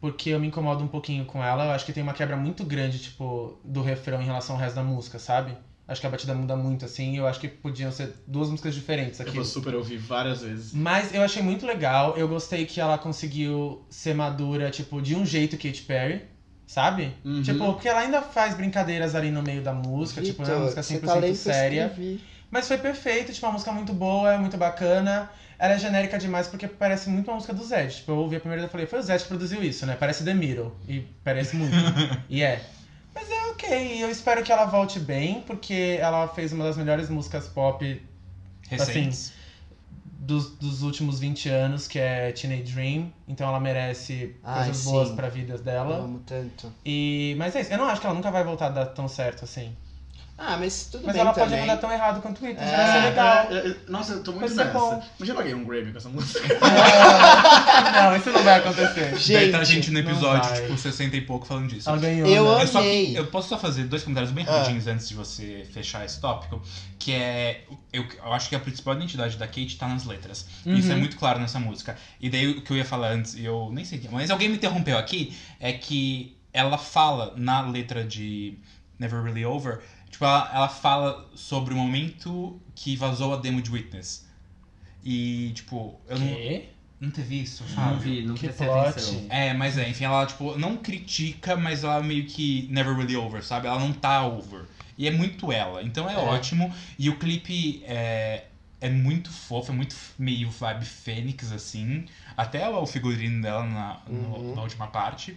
[SPEAKER 5] porque eu me incomodo um pouquinho com ela. Eu acho que tem uma quebra muito grande, tipo, do refrão em relação ao resto da música, sabe? Acho que a batida muda muito, assim. e Eu acho que podiam ser duas músicas diferentes
[SPEAKER 4] Eu
[SPEAKER 5] aqui.
[SPEAKER 4] vou super ouvir várias vezes.
[SPEAKER 5] Mas eu achei muito legal. Eu gostei que ela conseguiu ser madura, tipo, de um jeito Katy Perry, sabe?
[SPEAKER 4] Uhum.
[SPEAKER 5] Tipo, porque ela ainda faz brincadeiras ali no meio da música, tipo, não é uma música
[SPEAKER 2] tá
[SPEAKER 5] 100% séria. Mas foi perfeito, tipo, uma música muito boa, é muito bacana. Ela é genérica demais porque parece muito uma música do Zed. Tipo, eu ouvi a primeira e eu falei, foi o Zed que produziu isso, né? Parece The Middle. E parece muito. e é. Mas é ok, eu espero que ela volte bem, porque ela fez uma das melhores músicas pop Assim,
[SPEAKER 1] Recentes.
[SPEAKER 5] dos, dos últimos 20 anos, que é Teenage Dream. Então ela merece
[SPEAKER 2] Ai,
[SPEAKER 5] coisas boas
[SPEAKER 2] sim.
[SPEAKER 5] pra vida
[SPEAKER 2] Eu
[SPEAKER 5] dela.
[SPEAKER 2] amo tanto.
[SPEAKER 5] E, mas é isso, eu não acho que ela nunca vai voltar a dar tão certo assim.
[SPEAKER 2] Ah, mas tudo
[SPEAKER 5] mas
[SPEAKER 2] bem
[SPEAKER 5] ela
[SPEAKER 2] também.
[SPEAKER 5] pode mudar tão errado quanto o Twitter,
[SPEAKER 2] É,
[SPEAKER 5] já vai ser legal.
[SPEAKER 4] É, é, é, nossa, eu tô muito
[SPEAKER 5] Vai ser bom.
[SPEAKER 4] nessa. Imagina eu ganhei um Grammy com essa música.
[SPEAKER 5] não, isso não vai acontecer.
[SPEAKER 1] Daí
[SPEAKER 2] Gente,
[SPEAKER 1] tá a gente no
[SPEAKER 5] não
[SPEAKER 1] episódio,
[SPEAKER 5] vai.
[SPEAKER 1] tipo, 60 e pouco falando disso.
[SPEAKER 5] Ela ganhou.
[SPEAKER 2] eu
[SPEAKER 5] né?
[SPEAKER 1] Eu, só,
[SPEAKER 2] amei.
[SPEAKER 1] eu posso só fazer dois comentários bem
[SPEAKER 2] Ah.
[SPEAKER 1] rapidinhos antes de você fechar esse tópico, que é eu, eu acho que a principal identidade da Kate tá nas letras. E Isso é
[SPEAKER 5] Uhum.
[SPEAKER 1] muito claro nessa música. E daí o que eu ia falar antes, e eu nem sei, o que- mas alguém me interrompeu aqui, é que ela fala na letra de Never Really Over, tipo ela, ela fala sobre o momento que vazou a demo de Witness. E tipo, eu não,
[SPEAKER 5] Quê?
[SPEAKER 1] não teve isso,
[SPEAKER 3] Não
[SPEAKER 1] sabe?
[SPEAKER 3] vi, Ah, não
[SPEAKER 5] Que
[SPEAKER 3] prestei
[SPEAKER 5] plot.
[SPEAKER 3] atenção.
[SPEAKER 1] É, mas é, enfim, ela, tipo, não critica, mas ela meio que never really over, sabe? Ela não tá over. E é muito ela, então é, ótimo. E o clipe é, é muito fofo, é muito f- meio vibe fênix, assim. Até o figurino dela na, no-
[SPEAKER 2] Uhum.
[SPEAKER 1] na última parte.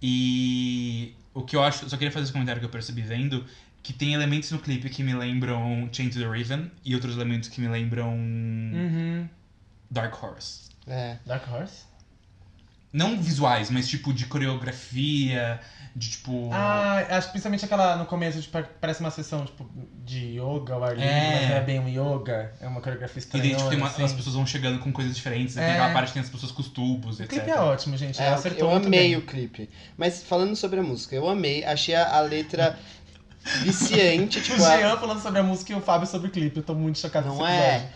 [SPEAKER 1] E o que eu acho, só queria fazer esse comentário que eu percebi vendo, que tem elementos no clipe que me lembram Chain to the Raven e outros elementos que me lembram
[SPEAKER 5] Uhum.
[SPEAKER 1] Dark Horse.
[SPEAKER 2] É.
[SPEAKER 5] Dark Horse?
[SPEAKER 1] Não visuais, mas tipo de coreografia, de tipo.
[SPEAKER 5] Ah, acho que principalmente aquela no começo, tipo, parece uma sessão tipo, de yoga ao ar livre,
[SPEAKER 1] É.
[SPEAKER 5] mas não é bem um yoga, é uma coreografia
[SPEAKER 1] e daí,
[SPEAKER 5] estranha.
[SPEAKER 1] tipo, tem uma-
[SPEAKER 5] assim.
[SPEAKER 1] as pessoas vão chegando com coisas diferentes. daí
[SPEAKER 5] É.
[SPEAKER 1] Tem aquela parte que tem as pessoas com os tubos,
[SPEAKER 5] O
[SPEAKER 1] etc.
[SPEAKER 5] clipe é ótimo, gente.
[SPEAKER 2] É,
[SPEAKER 5] ela acertou
[SPEAKER 2] eu
[SPEAKER 5] muito
[SPEAKER 2] amei
[SPEAKER 5] bem.
[SPEAKER 2] o clipe. Mas falando sobre a música, eu amei. Achei a, a letra viciante,
[SPEAKER 5] O
[SPEAKER 2] tipo. a-
[SPEAKER 5] Jean falando sobre a música e o Fábio sobre o clipe. Eu tô muito chocado
[SPEAKER 2] Não
[SPEAKER 5] com esse
[SPEAKER 2] é.
[SPEAKER 5] episódio.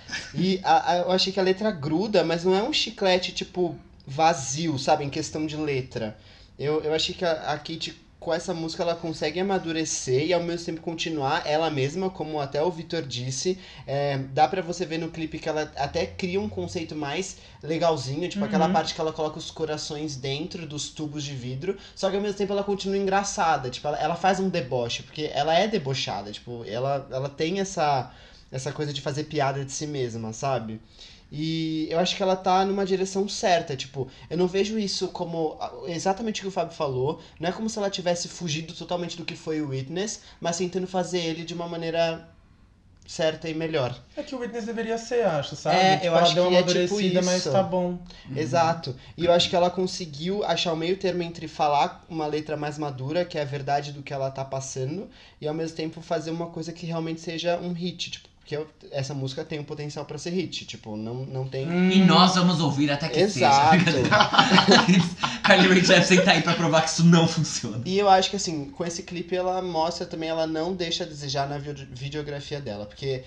[SPEAKER 2] E a- a- eu achei que a letra gruda, mas não é um chiclete, tipo, vazio, sabe? Em questão de letra. Eu, eu achei que a, a Kate, com essa música, ela consegue amadurecer e ao mesmo tempo continuar ela mesma, como até o Vitor disse. É, dá pra você ver no clipe que ela até cria um conceito mais legalzinho, tipo
[SPEAKER 5] Uhum.
[SPEAKER 2] aquela parte que ela coloca os corações dentro dos tubos de vidro, só que ao mesmo tempo ela continua engraçada, tipo, ela, ela faz um deboche, porque ela é debochada, tipo, ela, ela tem essa essa coisa de fazer piada de si mesma, sabe? E eu acho que ela tá numa direção certa, tipo, eu não vejo isso como ah, exatamente o que o Fábio falou, não é como se ela tivesse fugido totalmente do que foi o Witness, mas tentando fazer ele de uma maneira certa e melhor.
[SPEAKER 5] É que o Witness deveria ser, acho, sabe?
[SPEAKER 2] É,
[SPEAKER 5] Tipo,
[SPEAKER 2] eu
[SPEAKER 5] ela
[SPEAKER 2] acho
[SPEAKER 5] deu
[SPEAKER 2] que
[SPEAKER 5] uma
[SPEAKER 2] é tipo
[SPEAKER 5] amadurecida, mas
[SPEAKER 2] isso.
[SPEAKER 5] tá bom.
[SPEAKER 2] Exato. E eu acho que ela conseguiu achar o meio termo entre falar uma letra mais madura, que é a verdade do que ela tá passando, e ao mesmo tempo fazer uma coisa que realmente seja um hit, tipo, porque eu- essa música tem um potencial pra ser hit, tipo, não, não tem
[SPEAKER 5] Hum.
[SPEAKER 3] E nós vamos ouvir até que
[SPEAKER 2] Exato.
[SPEAKER 3] seja. Carly Rae Jepsen tá aí pra provar que isso não funciona.
[SPEAKER 2] E eu acho que assim, com esse clipe ela mostra também, ela não deixa a desejar na vide- videografia dela, porque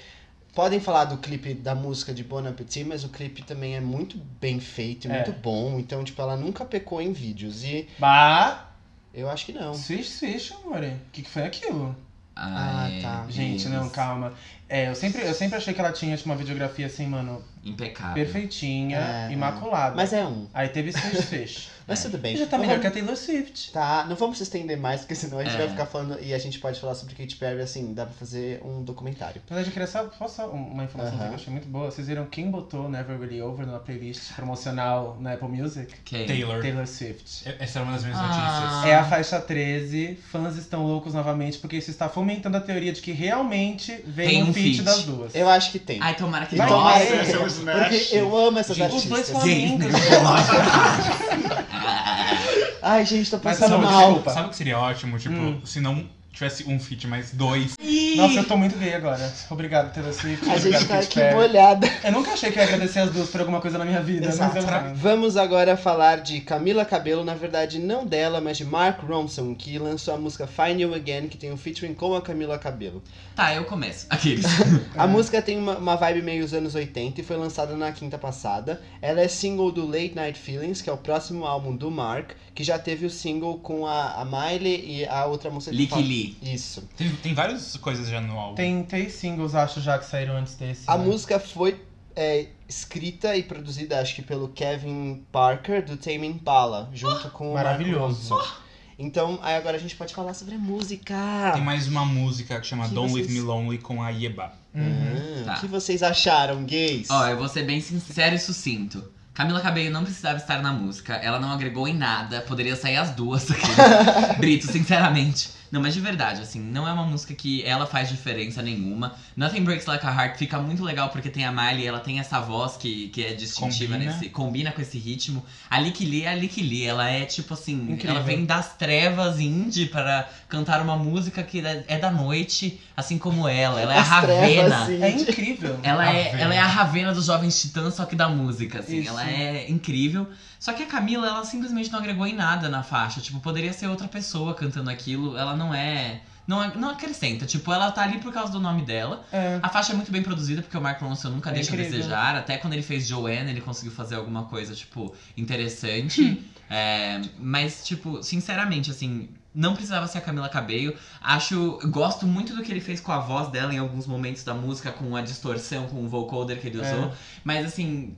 [SPEAKER 2] podem falar do clipe da música de Bon Appetit, mas o clipe também é muito bem feito, e
[SPEAKER 5] É.
[SPEAKER 2] muito bom, então tipo, ela nunca pecou em vídeos e
[SPEAKER 5] Bah!
[SPEAKER 2] eu acho que não.
[SPEAKER 5] Swish, swish, amore. O que, que foi aquilo?
[SPEAKER 2] Ah,
[SPEAKER 3] é,
[SPEAKER 2] tá.
[SPEAKER 5] Gente, não,
[SPEAKER 3] Deus.
[SPEAKER 5] calma. É, eu sempre, eu sempre achei que ela tinha tipo, uma videografia assim, mano,
[SPEAKER 3] Impecável.
[SPEAKER 5] perfeitinha,
[SPEAKER 2] Ah. É,
[SPEAKER 5] imaculada.
[SPEAKER 2] Mas é um.
[SPEAKER 5] Aí teve Swish, swish.
[SPEAKER 2] Mas tudo bem.
[SPEAKER 5] Já tá
[SPEAKER 2] Não
[SPEAKER 5] melhor que
[SPEAKER 2] vamos-
[SPEAKER 5] a Taylor Swift.
[SPEAKER 2] Tá, não vamos se estender mais, porque senão a gente
[SPEAKER 3] É.
[SPEAKER 2] vai ficar falando e a gente pode falar sobre Katy Perry, assim, dá pra fazer um documentário.
[SPEAKER 5] Na verdade, eu queria só, posso só um, uma informação
[SPEAKER 2] Aham.
[SPEAKER 5] que eu achei muito boa. Vocês viram quem botou Never Really Over na playlist promocional na Apple Music?
[SPEAKER 3] Quem?
[SPEAKER 1] Taylor.
[SPEAKER 5] Taylor Swift.
[SPEAKER 1] É- Essa era uma das minhas
[SPEAKER 3] Ah.
[SPEAKER 1] notícias.
[SPEAKER 5] É a faixa 13, fãs estão loucos novamente, porque isso está fomentando a teoria de que realmente vem
[SPEAKER 3] Tem
[SPEAKER 5] um,
[SPEAKER 3] um
[SPEAKER 5] feat
[SPEAKER 3] feat.
[SPEAKER 5] das duas.
[SPEAKER 2] Eu acho que tem.
[SPEAKER 3] Ai, tomara que
[SPEAKER 2] Vai
[SPEAKER 3] Nossa.
[SPEAKER 2] tomar
[SPEAKER 5] esse um
[SPEAKER 4] é o Smash.
[SPEAKER 2] Porque eu amo essas
[SPEAKER 3] Gente,
[SPEAKER 5] os dois
[SPEAKER 2] artistas.
[SPEAKER 5] são
[SPEAKER 3] Gente,
[SPEAKER 5] amigos.
[SPEAKER 3] nervosa.
[SPEAKER 2] Ai, gente, tô
[SPEAKER 5] Mas
[SPEAKER 2] passando
[SPEAKER 5] tá bom,
[SPEAKER 2] mal.
[SPEAKER 5] desculpa.
[SPEAKER 1] Sabe o que seria ótimo? Tipo,
[SPEAKER 5] Hum.
[SPEAKER 1] se não tivesse um feat, mas dois.
[SPEAKER 5] Nossa, eu tô muito gay agora. Obrigado, Taylor Swift.
[SPEAKER 2] A gente
[SPEAKER 5] obrigado,
[SPEAKER 2] tá
[SPEAKER 5] Katy
[SPEAKER 2] aqui
[SPEAKER 5] Perry.
[SPEAKER 2] molhada.
[SPEAKER 5] Eu nunca achei que ia agradecer as duas por alguma coisa na minha vida,
[SPEAKER 2] Exato.
[SPEAKER 5] mas eu
[SPEAKER 2] Vamos agora falar de Camila Cabello, na verdade não dela, mas de Mark Ronson, que lançou a música Find You Again, que tem um featuring com a Camila Cabello.
[SPEAKER 3] Tá, eu começo. Aqueles.
[SPEAKER 2] A música tem uma, uma vibe meio os anos 80 e foi lançada na quinta passada. Ela é single do Late Night Feelings, que é o próximo álbum do Mark, que já teve o single com a, a Miley e a outra música que
[SPEAKER 3] Lick
[SPEAKER 2] fala-
[SPEAKER 3] Lee.
[SPEAKER 2] Isso.
[SPEAKER 1] Tem, tem várias coisas já no álbum.
[SPEAKER 5] Tem três singles, acho, já que saíram antes desse.
[SPEAKER 2] A
[SPEAKER 5] né?
[SPEAKER 2] música foi é, escrita e produzida, acho que pelo Kevin Parker, do Tame Impala, junto com o Mark
[SPEAKER 5] Maravilhoso.
[SPEAKER 2] Ronson. Então, aí agora a gente pode falar sobre a música.
[SPEAKER 1] Tem mais uma música que chama
[SPEAKER 2] Que
[SPEAKER 1] Don't Leave
[SPEAKER 2] vocês-
[SPEAKER 1] Me Lonely com a Yeba.
[SPEAKER 5] Uhum.
[SPEAKER 2] Ah,
[SPEAKER 3] Tá.
[SPEAKER 2] O que vocês acharam, gays?
[SPEAKER 3] Ó, eu vou ser bem sincero e sucinto. Camila Cabello não precisava estar na música, ela não agregou em nada, poderia sair as duas aqui. né? Brito, sinceramente. Não, mas de verdade, assim, não é uma música que ela faz diferença nenhuma. Nothing Breaks Like a Heart fica muito legal porque tem a Miley, ela tem essa voz que, que é distintiva
[SPEAKER 1] Combina.
[SPEAKER 3] nesse. Combina com esse ritmo. A Lick Lee é a Lick Lee, ela é tipo assim,
[SPEAKER 5] Incrível.
[SPEAKER 3] ela vem das trevas indie para cantar uma música que é da noite, assim como ela. Ela é a
[SPEAKER 2] As trevas,
[SPEAKER 3] Ravena.
[SPEAKER 2] sim.
[SPEAKER 5] É incrível.
[SPEAKER 3] Ela é,
[SPEAKER 1] Ravena.
[SPEAKER 3] ela é a Ravena dos Jovens Titãs, só que da música, assim.
[SPEAKER 5] Isso.
[SPEAKER 3] Ela é incrível. Só que a Camila, ela simplesmente não agregou em nada na faixa. Tipo, poderia ser outra pessoa cantando aquilo. Ela não é. Não, a- não acrescenta. Tipo, ela tá ali por causa do nome dela.
[SPEAKER 5] É.
[SPEAKER 3] A faixa é muito bem produzida, porque o Mark Ronson nunca
[SPEAKER 5] É
[SPEAKER 3] deixa a
[SPEAKER 5] incrível.
[SPEAKER 3] desejar. Até quando ele fez Joanne, ele conseguiu fazer alguma coisa, tipo, interessante.
[SPEAKER 5] Hum.
[SPEAKER 3] É, mas, tipo, sinceramente, assim, não precisava ser a Camila Cabello. Acho. Gosto muito do que ele fez com a voz dela em alguns momentos da música, com a distorção, com o vocoder que ele
[SPEAKER 5] É.
[SPEAKER 3] usou. Mas assim.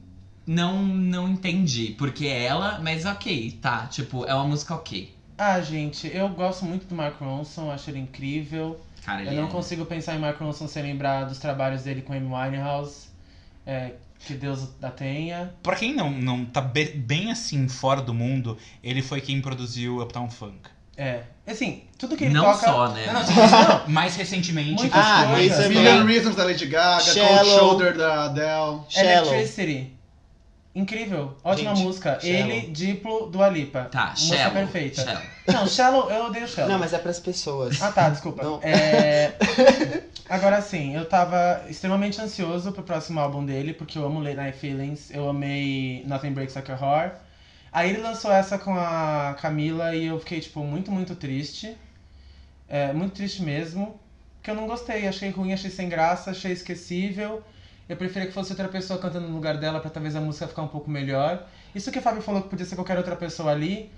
[SPEAKER 3] Não, não entendi porque é ela, mas ok, tá. Tipo, é uma música ok.
[SPEAKER 5] Ah, gente, eu gosto muito do Mark Ronson, acho ele incrível.
[SPEAKER 3] Cara, ele
[SPEAKER 5] Eu não
[SPEAKER 3] é-
[SPEAKER 5] consigo pensar em Mark Ronson sem lembrar dos trabalhos dele com Amy Winehouse. É, que Deus a tenha.
[SPEAKER 1] Pra quem não, não tá be- bem assim fora do mundo, ele foi quem produziu Uptown Funk.
[SPEAKER 5] É. Assim, tudo que ele
[SPEAKER 3] Não
[SPEAKER 5] toca.
[SPEAKER 3] só, né?
[SPEAKER 5] Não, não, não.
[SPEAKER 1] Mais recentemente,
[SPEAKER 5] Ah! Muito
[SPEAKER 1] as
[SPEAKER 2] Ah,
[SPEAKER 1] coisas-
[SPEAKER 2] isso é
[SPEAKER 4] Million
[SPEAKER 2] bom.
[SPEAKER 4] Reasons da Lady Gaga, Cold
[SPEAKER 2] Shallow.
[SPEAKER 4] Shoulder da Adele.
[SPEAKER 2] Shallow.
[SPEAKER 5] é Electricity. Incrível. Ótima
[SPEAKER 2] Gente,
[SPEAKER 5] música.
[SPEAKER 2] Shallow.
[SPEAKER 5] Ele, Diplo, Dua Lipa.
[SPEAKER 3] Tá,
[SPEAKER 5] música
[SPEAKER 3] Shallow.
[SPEAKER 5] perfeita.
[SPEAKER 3] Shallow.
[SPEAKER 5] Não, Shallow, eu odeio Shallow.
[SPEAKER 2] Não, mas é pras pessoas.
[SPEAKER 5] Ah tá, desculpa.
[SPEAKER 2] Não.
[SPEAKER 5] É, Agora sim, eu tava extremamente ansioso pro próximo álbum dele, porque eu amo Late Night Feelings, eu amei Nothing Breaks Like a Heart. Aí ele lançou essa com a Camila e eu fiquei, tipo, muito, muito triste. É, muito triste mesmo. Porque eu não gostei, achei ruim, achei sem graça, achei esquecível. Eu preferia que fosse outra pessoa cantando no lugar dela pra talvez a música ficar um pouco melhor. Isso que o Fábio falou que podia ser qualquer outra pessoa ali.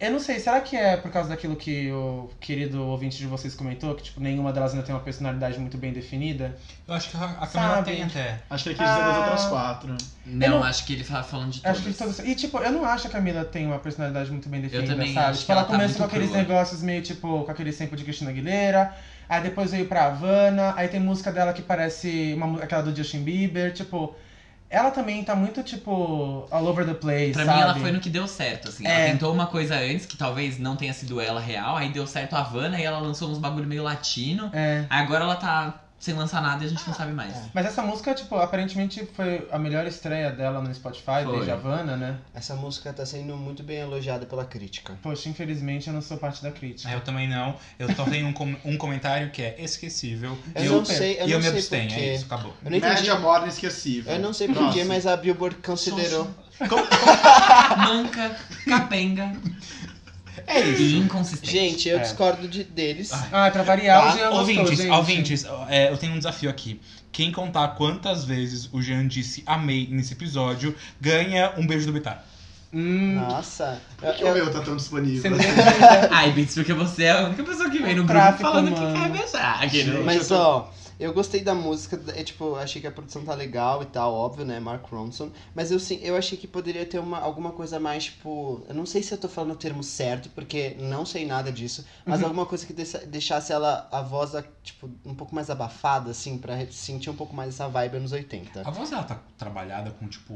[SPEAKER 5] Eu não sei, será que é por causa daquilo que o querido ouvinte de vocês comentou, que tipo, nenhuma delas ainda tem uma personalidade muito bem definida?
[SPEAKER 1] Eu acho que a a Camila
[SPEAKER 5] Ah, Sabe?
[SPEAKER 1] tem até.
[SPEAKER 4] Acho que ele quis dizer das
[SPEAKER 5] Ah.
[SPEAKER 4] outras quatro.
[SPEAKER 3] Não,
[SPEAKER 5] não-
[SPEAKER 3] acho que ele tava falando de
[SPEAKER 5] Acho que
[SPEAKER 3] todas.
[SPEAKER 5] todas- E tipo, eu não acho que a Camila tem uma personalidade muito bem definida,
[SPEAKER 3] também
[SPEAKER 5] sabe?
[SPEAKER 3] acho
[SPEAKER 5] tipo,
[SPEAKER 3] que
[SPEAKER 5] ela,
[SPEAKER 3] ela tá
[SPEAKER 5] começa
[SPEAKER 3] muito
[SPEAKER 5] com aqueles
[SPEAKER 3] crua.
[SPEAKER 5] negócios meio tipo, com aquele sample de Cristina Aguilera, aí depois veio pra Havana, aí tem música dela que parece uma, mu- aquela do Justin Bieber, tipo. Ela também tá muito, tipo, all over the place.
[SPEAKER 3] Pra
[SPEAKER 5] sabe?
[SPEAKER 3] mim, ela foi no que deu certo, assim. Ela
[SPEAKER 5] É.
[SPEAKER 3] tentou uma coisa antes, que talvez não tenha sido ela real, aí deu certo a Havana e ela lançou uns bagulho meio latino.
[SPEAKER 5] É.
[SPEAKER 3] Aí agora ela tá sem lançar nada e a gente não sabe mais.
[SPEAKER 5] Mas essa música, tipo, aparentemente foi a melhor estreia dela no Spotify,
[SPEAKER 3] Foi.
[SPEAKER 5] desde Havana, né?
[SPEAKER 2] Essa música tá sendo muito bem elogiada pela crítica.
[SPEAKER 5] Poxa, infelizmente eu não sou parte da crítica.
[SPEAKER 1] Ah, Eu também não. Eu só tenho um, com- um comentário que é esquecível.
[SPEAKER 2] Eu,
[SPEAKER 1] e
[SPEAKER 2] não
[SPEAKER 1] eu,
[SPEAKER 2] sei, eu
[SPEAKER 1] e
[SPEAKER 2] não
[SPEAKER 1] eu me
[SPEAKER 2] sei
[SPEAKER 1] abstenho.
[SPEAKER 2] porquê.
[SPEAKER 1] É isso, acabou.
[SPEAKER 2] Eu não entendi.
[SPEAKER 4] Média morna esquecível.
[SPEAKER 2] Eu não sei
[SPEAKER 4] Nossa.
[SPEAKER 2] porquê, mas a Billboard considerou.
[SPEAKER 3] Manca, capenga. É isso. E inconsistente.
[SPEAKER 2] Gente, eu
[SPEAKER 5] É.
[SPEAKER 2] discordo de, deles.
[SPEAKER 5] Ah, pra variar,
[SPEAKER 2] Tá.
[SPEAKER 5] o Jean gostou,
[SPEAKER 1] ouvintes,
[SPEAKER 5] gente.
[SPEAKER 1] ouvintes, é, eu tenho um desafio aqui. Quem contar quantas vezes o Jean disse amei nesse episódio, ganha um beijo do Bitar.
[SPEAKER 5] Hum,
[SPEAKER 2] Nossa.
[SPEAKER 4] Por que
[SPEAKER 2] Eu-
[SPEAKER 4] o meu tá tão
[SPEAKER 5] você
[SPEAKER 4] disponível?
[SPEAKER 5] me defende.
[SPEAKER 3] Ai, Bits, porque você é a única pessoa que vem no
[SPEAKER 5] O
[SPEAKER 3] grupo
[SPEAKER 5] tráfico,
[SPEAKER 3] falando que
[SPEAKER 5] mano.
[SPEAKER 3] quer beijar. né? Aquele...
[SPEAKER 4] Mas
[SPEAKER 2] Mas
[SPEAKER 4] eu tô-
[SPEAKER 2] ó, eu gostei da música, é tipo, achei que a produção tá legal e tal, óbvio, né, Mark Ronson, mas eu sim, eu achei que poderia ter uma alguma coisa mais tipo, eu não sei se eu tô falando o termo certo, porque não sei nada disso, mas alguma coisa que deixa- deixasse ela a voz tipo um pouco mais abafada assim, pra sentir um pouco mais essa vibe anos 80.
[SPEAKER 1] A voz dela tá trabalhada com, tipo,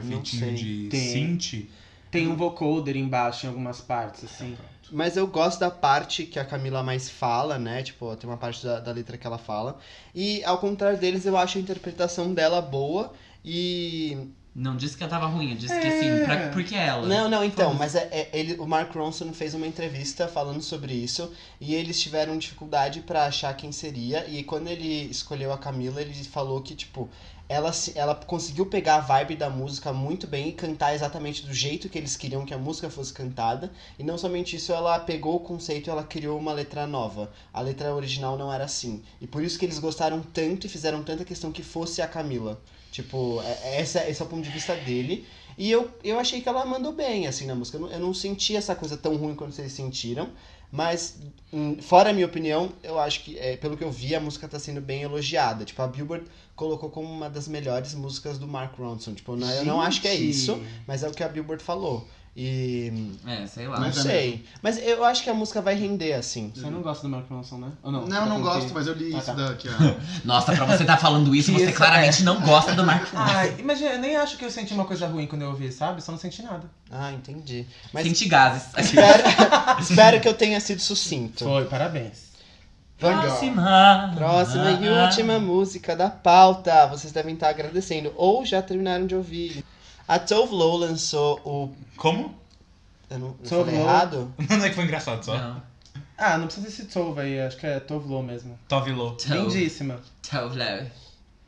[SPEAKER 2] sei.
[SPEAKER 1] efeitinho de
[SPEAKER 5] Tem.
[SPEAKER 1] synth.
[SPEAKER 5] Tem um vocoder embaixo em algumas partes, assim.
[SPEAKER 2] Mas eu gosto da parte que a Camila mais fala, né? Tipo, tem uma parte da, da letra que ela fala. E ao contrário deles, eu acho a interpretação dela boa. E
[SPEAKER 3] Não disse que ela tava ruim, eu disse que
[SPEAKER 4] É.
[SPEAKER 3] sim, pra, porque ela.
[SPEAKER 2] Não, não, então,
[SPEAKER 3] Foda-se.
[SPEAKER 2] mas é- é- ele, o Mark Ronson fez uma entrevista falando sobre isso e eles tiveram dificuldade pra achar quem seria. E quando ele escolheu a Camila, ele falou que, tipo, ela, se- ela conseguiu pegar a vibe da música muito bem e cantar exatamente do jeito que eles queriam que a música fosse cantada. E não somente isso, ela pegou o conceito e ela criou uma letra nova. A letra original não era assim. E por isso que eles gostaram tanto e fizeram tanta questão que fosse a Camila. Tipo, é- é essa- esse é o ponto de vista dele. E eu, eu achei que ela mandou bem, assim, na música. Eu não, eu não senti essa coisa tão ruim quanto vocês sentiram. Mas, hum, fora a minha opinião, eu acho que, é, pelo que eu vi, a música tá sendo bem elogiada. Tipo, a Billboard colocou como uma das melhores músicas do Mark Ronson. Tipo, eu não- eu não acho que é
[SPEAKER 4] Gente.
[SPEAKER 2] isso, mas é o que a Billboard falou. E. hum,
[SPEAKER 3] É, sei lá.
[SPEAKER 2] Não
[SPEAKER 4] Mas é
[SPEAKER 2] sei. Mas eu acho que a música vai render, assim.
[SPEAKER 5] Você não gosta do Mark Ronson, né? Ou
[SPEAKER 4] Não,
[SPEAKER 5] Você tá
[SPEAKER 4] não,
[SPEAKER 5] falando
[SPEAKER 4] gosto,
[SPEAKER 5] que-
[SPEAKER 4] mas eu li
[SPEAKER 5] Ah,
[SPEAKER 4] isso
[SPEAKER 5] tá.
[SPEAKER 4] daqui, ó.
[SPEAKER 3] Nossa, pra você tá falando isso, você
[SPEAKER 5] Isso,
[SPEAKER 3] claramente não gosta do Mark Ronson.
[SPEAKER 5] Ai, imagina, eu nem acho que eu senti uma coisa ruim quando eu ouvi, sabe? Só não senti nada.
[SPEAKER 2] Ah, entendi. Mas
[SPEAKER 3] Senti gases.
[SPEAKER 2] espero, espero que eu tenha sido sucinto.
[SPEAKER 5] Foi, parabéns.
[SPEAKER 3] Próxima. Ah,
[SPEAKER 2] Próxima e última música da pauta. Vocês devem estar agradecendo ou já terminaram de ouvir. A Tove Lo lançou o.
[SPEAKER 1] Como?
[SPEAKER 2] Eu não, não
[SPEAKER 5] Tove
[SPEAKER 2] falei
[SPEAKER 5] Lo.
[SPEAKER 2] errado?
[SPEAKER 1] Não é que foi engraçado só.
[SPEAKER 3] Não.
[SPEAKER 5] Ah, não precisa desse Tove aí, acho que é Tove Lo mesmo.
[SPEAKER 1] Tove Lo.
[SPEAKER 3] Tove-
[SPEAKER 5] Lindíssima.
[SPEAKER 3] Tove Lo.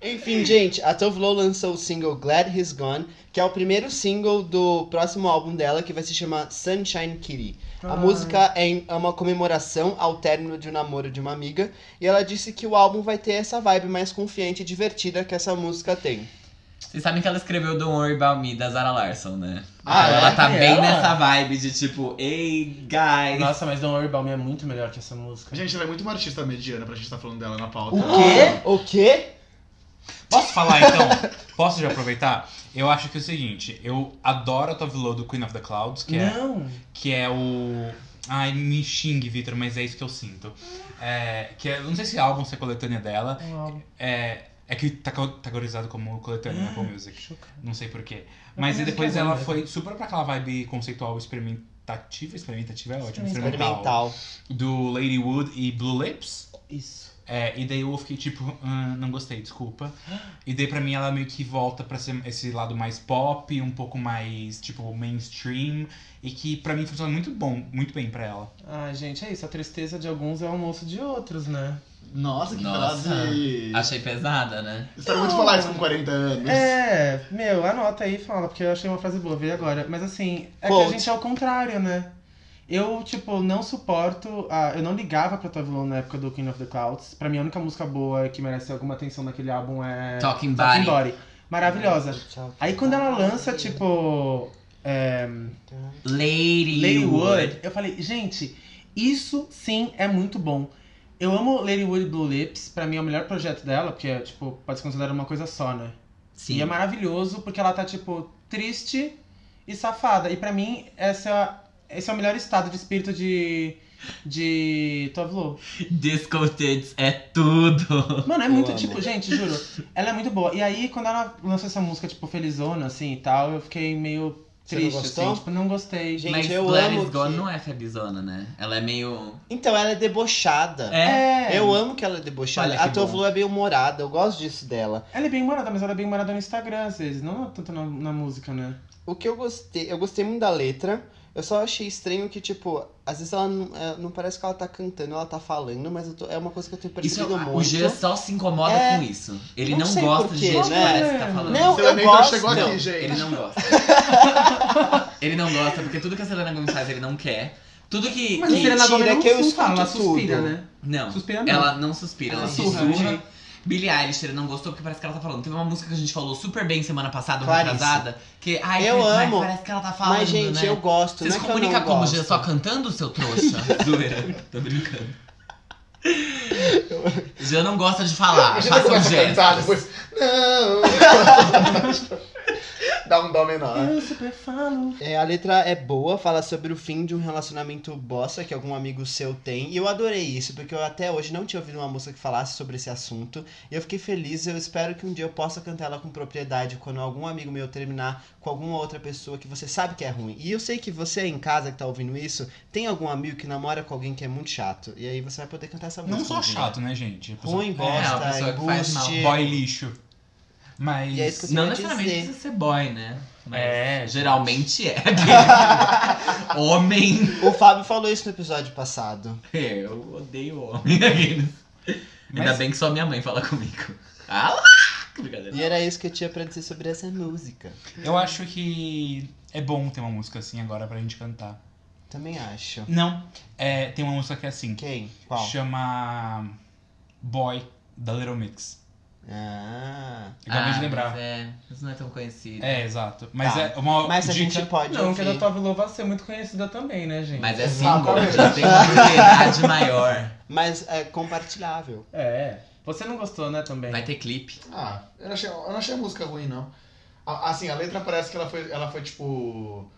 [SPEAKER 2] Enfim, gente, a Tove Lo lançou o single Glad He's Gone, que é o primeiro single do próximo álbum dela, que vai se chamar Sunshine Kitty. A
[SPEAKER 5] Ai.
[SPEAKER 2] música é em- é uma comemoração ao término de um namoro de uma amiga, e ela disse que o álbum vai ter essa vibe mais confiante e divertida que essa música tem.
[SPEAKER 3] Vocês sabem que ela escreveu Don't Worry About Me da Zara Larson, né?
[SPEAKER 5] Ah,
[SPEAKER 3] então
[SPEAKER 5] é?
[SPEAKER 3] ela tá
[SPEAKER 5] E
[SPEAKER 3] bem
[SPEAKER 5] ela?
[SPEAKER 3] nessa vibe de tipo, ei, guys.
[SPEAKER 5] Nossa, mas Don't Worry About Me é muito melhor que essa música.
[SPEAKER 4] Gente, ela é muito uma artista mediana pra gente estar falando dela na pauta.
[SPEAKER 5] O quê?
[SPEAKER 2] O quê?
[SPEAKER 1] Posso falar então? Posso já aproveitar? Eu acho que é o seguinte, eu adoro a Tove Lo do Queen of the Clouds, que é
[SPEAKER 5] Não.
[SPEAKER 1] que é o. Ai, me xingue, Victor, mas é isso que eu sinto. É, que é, não sei se é álbum, se é coletânea dela.
[SPEAKER 5] um
[SPEAKER 1] É, é que tá ca- categorizado como coletânea na Apple Music.
[SPEAKER 5] Chocado.
[SPEAKER 1] Não sei porquê. Mas aí
[SPEAKER 5] Apple Music
[SPEAKER 1] depois
[SPEAKER 5] é bom
[SPEAKER 1] ela
[SPEAKER 5] mesmo.
[SPEAKER 1] foi super pra aquela vibe conceitual experimentativa. Experimentativa é ótimo. Experimental.
[SPEAKER 2] Experimental.
[SPEAKER 1] Do Lady Wood e Blue Lips.
[SPEAKER 5] Isso.
[SPEAKER 1] É, e daí eu fiquei tipo, "Ah, não gostei, desculpa. E daí pra mim ela meio que volta pra ser esse lado mais pop, um pouco mais, tipo, mainstream. E que pra mim funciona muito bom, muito bem pra ela.
[SPEAKER 5] Ai, gente, é isso. A tristeza de alguns é o almoço de outros, né?
[SPEAKER 4] Nossa, que
[SPEAKER 3] Nossa.
[SPEAKER 4] frase.
[SPEAKER 3] Achei pesada, né?
[SPEAKER 4] Espero muito falar isso com 40 anos.
[SPEAKER 5] É, meu, anota aí e fala, porque eu achei uma frase boa, veio agora. Mas assim, é que a
[SPEAKER 2] Quote.
[SPEAKER 5] gente é o contrário, né? Eu, tipo, não suporto. A... Eu não ligava pra Tove Lo na época do King of the Clouds. Pra mim, a única música boa que merece alguma atenção naquele álbum é.
[SPEAKER 3] Talking
[SPEAKER 5] Talking
[SPEAKER 3] Body.
[SPEAKER 5] Body. Maravilhosa. Aí quando ela lança, tipo. É...
[SPEAKER 3] Lady,
[SPEAKER 5] Lady Wood, eu falei, gente, isso sim é muito bom. Eu amo Lady Wood Blue Lips, pra mim é o melhor projeto dela, porque, é, tipo, pode ser considerado uma coisa só, né?
[SPEAKER 3] Sim.
[SPEAKER 5] E é maravilhoso porque ela tá, tipo, triste e safada. E pra mim, essa, esse é o melhor estado de espírito de. de Tove Lo.
[SPEAKER 3] Disco Tits é tudo.
[SPEAKER 5] Mano, é
[SPEAKER 2] Eu
[SPEAKER 5] muito,
[SPEAKER 2] amo.
[SPEAKER 5] tipo, gente, juro, ela é muito boa. E aí, quando ela lançou essa música, tipo, felizona, assim e tal, eu fiquei meio
[SPEAKER 2] Você não
[SPEAKER 5] triste,
[SPEAKER 2] gostou?
[SPEAKER 5] assim, tipo, não gostei.
[SPEAKER 2] Gente,
[SPEAKER 3] Mas
[SPEAKER 2] eu
[SPEAKER 3] Gladys
[SPEAKER 2] amo
[SPEAKER 3] Gone
[SPEAKER 2] que-
[SPEAKER 3] não é febizona, né? Ela é meio.
[SPEAKER 2] Então, ela é debochada.
[SPEAKER 3] É.
[SPEAKER 2] Eu amo que ela é debochada.
[SPEAKER 3] Olha que
[SPEAKER 2] a Tove
[SPEAKER 3] bom.
[SPEAKER 2] Lo é bem humorada, eu gosto disso dela.
[SPEAKER 5] Ela é bem humorada, mas ela é bem humorada no Instagram, às vezes, não tanto na, na música, né?
[SPEAKER 2] O que eu gostei, eu gostei muito da letra. Eu só achei estranho que, tipo, às vezes ela não, é, não parece que ela tá cantando, ela tá falando, mas eu tô- é uma coisa que eu tenho
[SPEAKER 3] Isso,
[SPEAKER 2] percebido
[SPEAKER 3] o
[SPEAKER 2] muito.
[SPEAKER 3] G tá só se incomoda
[SPEAKER 2] É.
[SPEAKER 3] com isso. Ele
[SPEAKER 2] Não
[SPEAKER 3] não,
[SPEAKER 2] sei
[SPEAKER 3] gosta
[SPEAKER 2] por
[SPEAKER 3] de
[SPEAKER 2] quê,
[SPEAKER 3] jeito que
[SPEAKER 2] né?
[SPEAKER 3] parece que tá falando.
[SPEAKER 2] Não,
[SPEAKER 4] Selena
[SPEAKER 2] eu
[SPEAKER 4] então
[SPEAKER 2] gosto.
[SPEAKER 4] chegou
[SPEAKER 2] não.
[SPEAKER 4] aqui, gente.
[SPEAKER 3] Ele não gosta. ele não gosta, porque tudo que a Selena Gomez faz, ele não quer. Tudo né, que.
[SPEAKER 5] Mas a
[SPEAKER 2] Mentira,
[SPEAKER 5] Selena Gomez não
[SPEAKER 2] que eu
[SPEAKER 5] sussurra, ela
[SPEAKER 2] escuto
[SPEAKER 5] suspira,
[SPEAKER 2] tudo.
[SPEAKER 5] né?
[SPEAKER 3] Não.
[SPEAKER 5] Suspira não.
[SPEAKER 3] Ela não suspira, ela
[SPEAKER 5] Ela
[SPEAKER 3] sussurra.
[SPEAKER 5] sussurra, né?
[SPEAKER 3] Billie Eilish, ele não gostou porque parece que ela tá falando. Teve uma música que a gente falou super bem semana passada, uma
[SPEAKER 2] Clarice.
[SPEAKER 3] atrasada, que ai,
[SPEAKER 2] Eu
[SPEAKER 3] mas
[SPEAKER 2] amo.
[SPEAKER 3] parece que ela tá falando,
[SPEAKER 2] Mas, gente,
[SPEAKER 3] né?
[SPEAKER 2] eu gosto,
[SPEAKER 3] Você
[SPEAKER 2] não
[SPEAKER 3] se
[SPEAKER 2] é que eu não
[SPEAKER 3] comunica como
[SPEAKER 2] gosto.
[SPEAKER 3] G tá só cantando, seu trouxa? Zoeira. Tô brincando. Jean não gosta de falar,
[SPEAKER 4] Imagina
[SPEAKER 3] faça um
[SPEAKER 4] começa a
[SPEAKER 3] gesto.
[SPEAKER 4] cantar depois. Não! Dá um dó menor.
[SPEAKER 5] Eu super falo.
[SPEAKER 2] É, a letra é boa, fala sobre o fim de um relacionamento bosta que algum amigo seu tem. E eu adorei isso, porque eu até hoje não tinha ouvido uma música que falasse sobre esse assunto. E eu fiquei feliz, eu espero que um dia eu possa cantar ela com propriedade quando algum amigo meu terminar com alguma outra pessoa que você sabe que é ruim. E eu sei que você aí em casa que tá ouvindo isso, tem algum amigo que namora com alguém que é muito chato. E aí você vai poder cantar essa música.
[SPEAKER 1] Não só
[SPEAKER 2] um dia.
[SPEAKER 1] chato, né, gente? A pessoa-
[SPEAKER 2] Ruim,
[SPEAKER 1] É,
[SPEAKER 3] uma
[SPEAKER 2] bosta,
[SPEAKER 3] pessoa que faz mal.
[SPEAKER 2] embuste.
[SPEAKER 1] boy lixo. Mas.
[SPEAKER 2] E é isso que eu
[SPEAKER 3] Não
[SPEAKER 2] ia
[SPEAKER 3] necessariamente
[SPEAKER 2] dizer.
[SPEAKER 3] precisa ser boy, né? Mas
[SPEAKER 1] É,
[SPEAKER 3] geralmente é. homem.
[SPEAKER 2] O Fábio falou isso no episódio passado.
[SPEAKER 3] É, eu odeio homem. Aqueles. Ainda
[SPEAKER 1] Mas-
[SPEAKER 3] bem que só minha mãe fala comigo. Ah, que brincadeira.
[SPEAKER 2] E é era isso que eu tinha pra dizer sobre essa música.
[SPEAKER 1] Eu acho que é bom ter uma música assim agora pra gente cantar.
[SPEAKER 2] Também acho.
[SPEAKER 1] Não, é, tem uma música que é assim.
[SPEAKER 2] Quem? Qual?
[SPEAKER 1] Chama Boy, da Little Mix.
[SPEAKER 2] Ah.
[SPEAKER 1] Eu Acabei
[SPEAKER 3] Ah,
[SPEAKER 1] de lembrar.
[SPEAKER 3] Mas é, isso não é tão conhecido.
[SPEAKER 1] É, exato. Mas
[SPEAKER 2] Tá.
[SPEAKER 1] é uma
[SPEAKER 2] Mas a
[SPEAKER 1] dica-
[SPEAKER 2] gente pode
[SPEAKER 5] Não, que
[SPEAKER 2] ouvir.
[SPEAKER 5] a da Tove Lovato é muito conhecida também, né, gente?
[SPEAKER 3] Mas é
[SPEAKER 2] Exato.
[SPEAKER 3] single, já tem uma propriedade maior.
[SPEAKER 2] Mas é compartilhável.
[SPEAKER 5] É. Você não gostou, né, também?
[SPEAKER 3] Vai ter clipe.
[SPEAKER 4] Ah, eu não achei, eu não achei a música ruim, não. A- Assim, a letra parece que ela foi, ela foi tipo.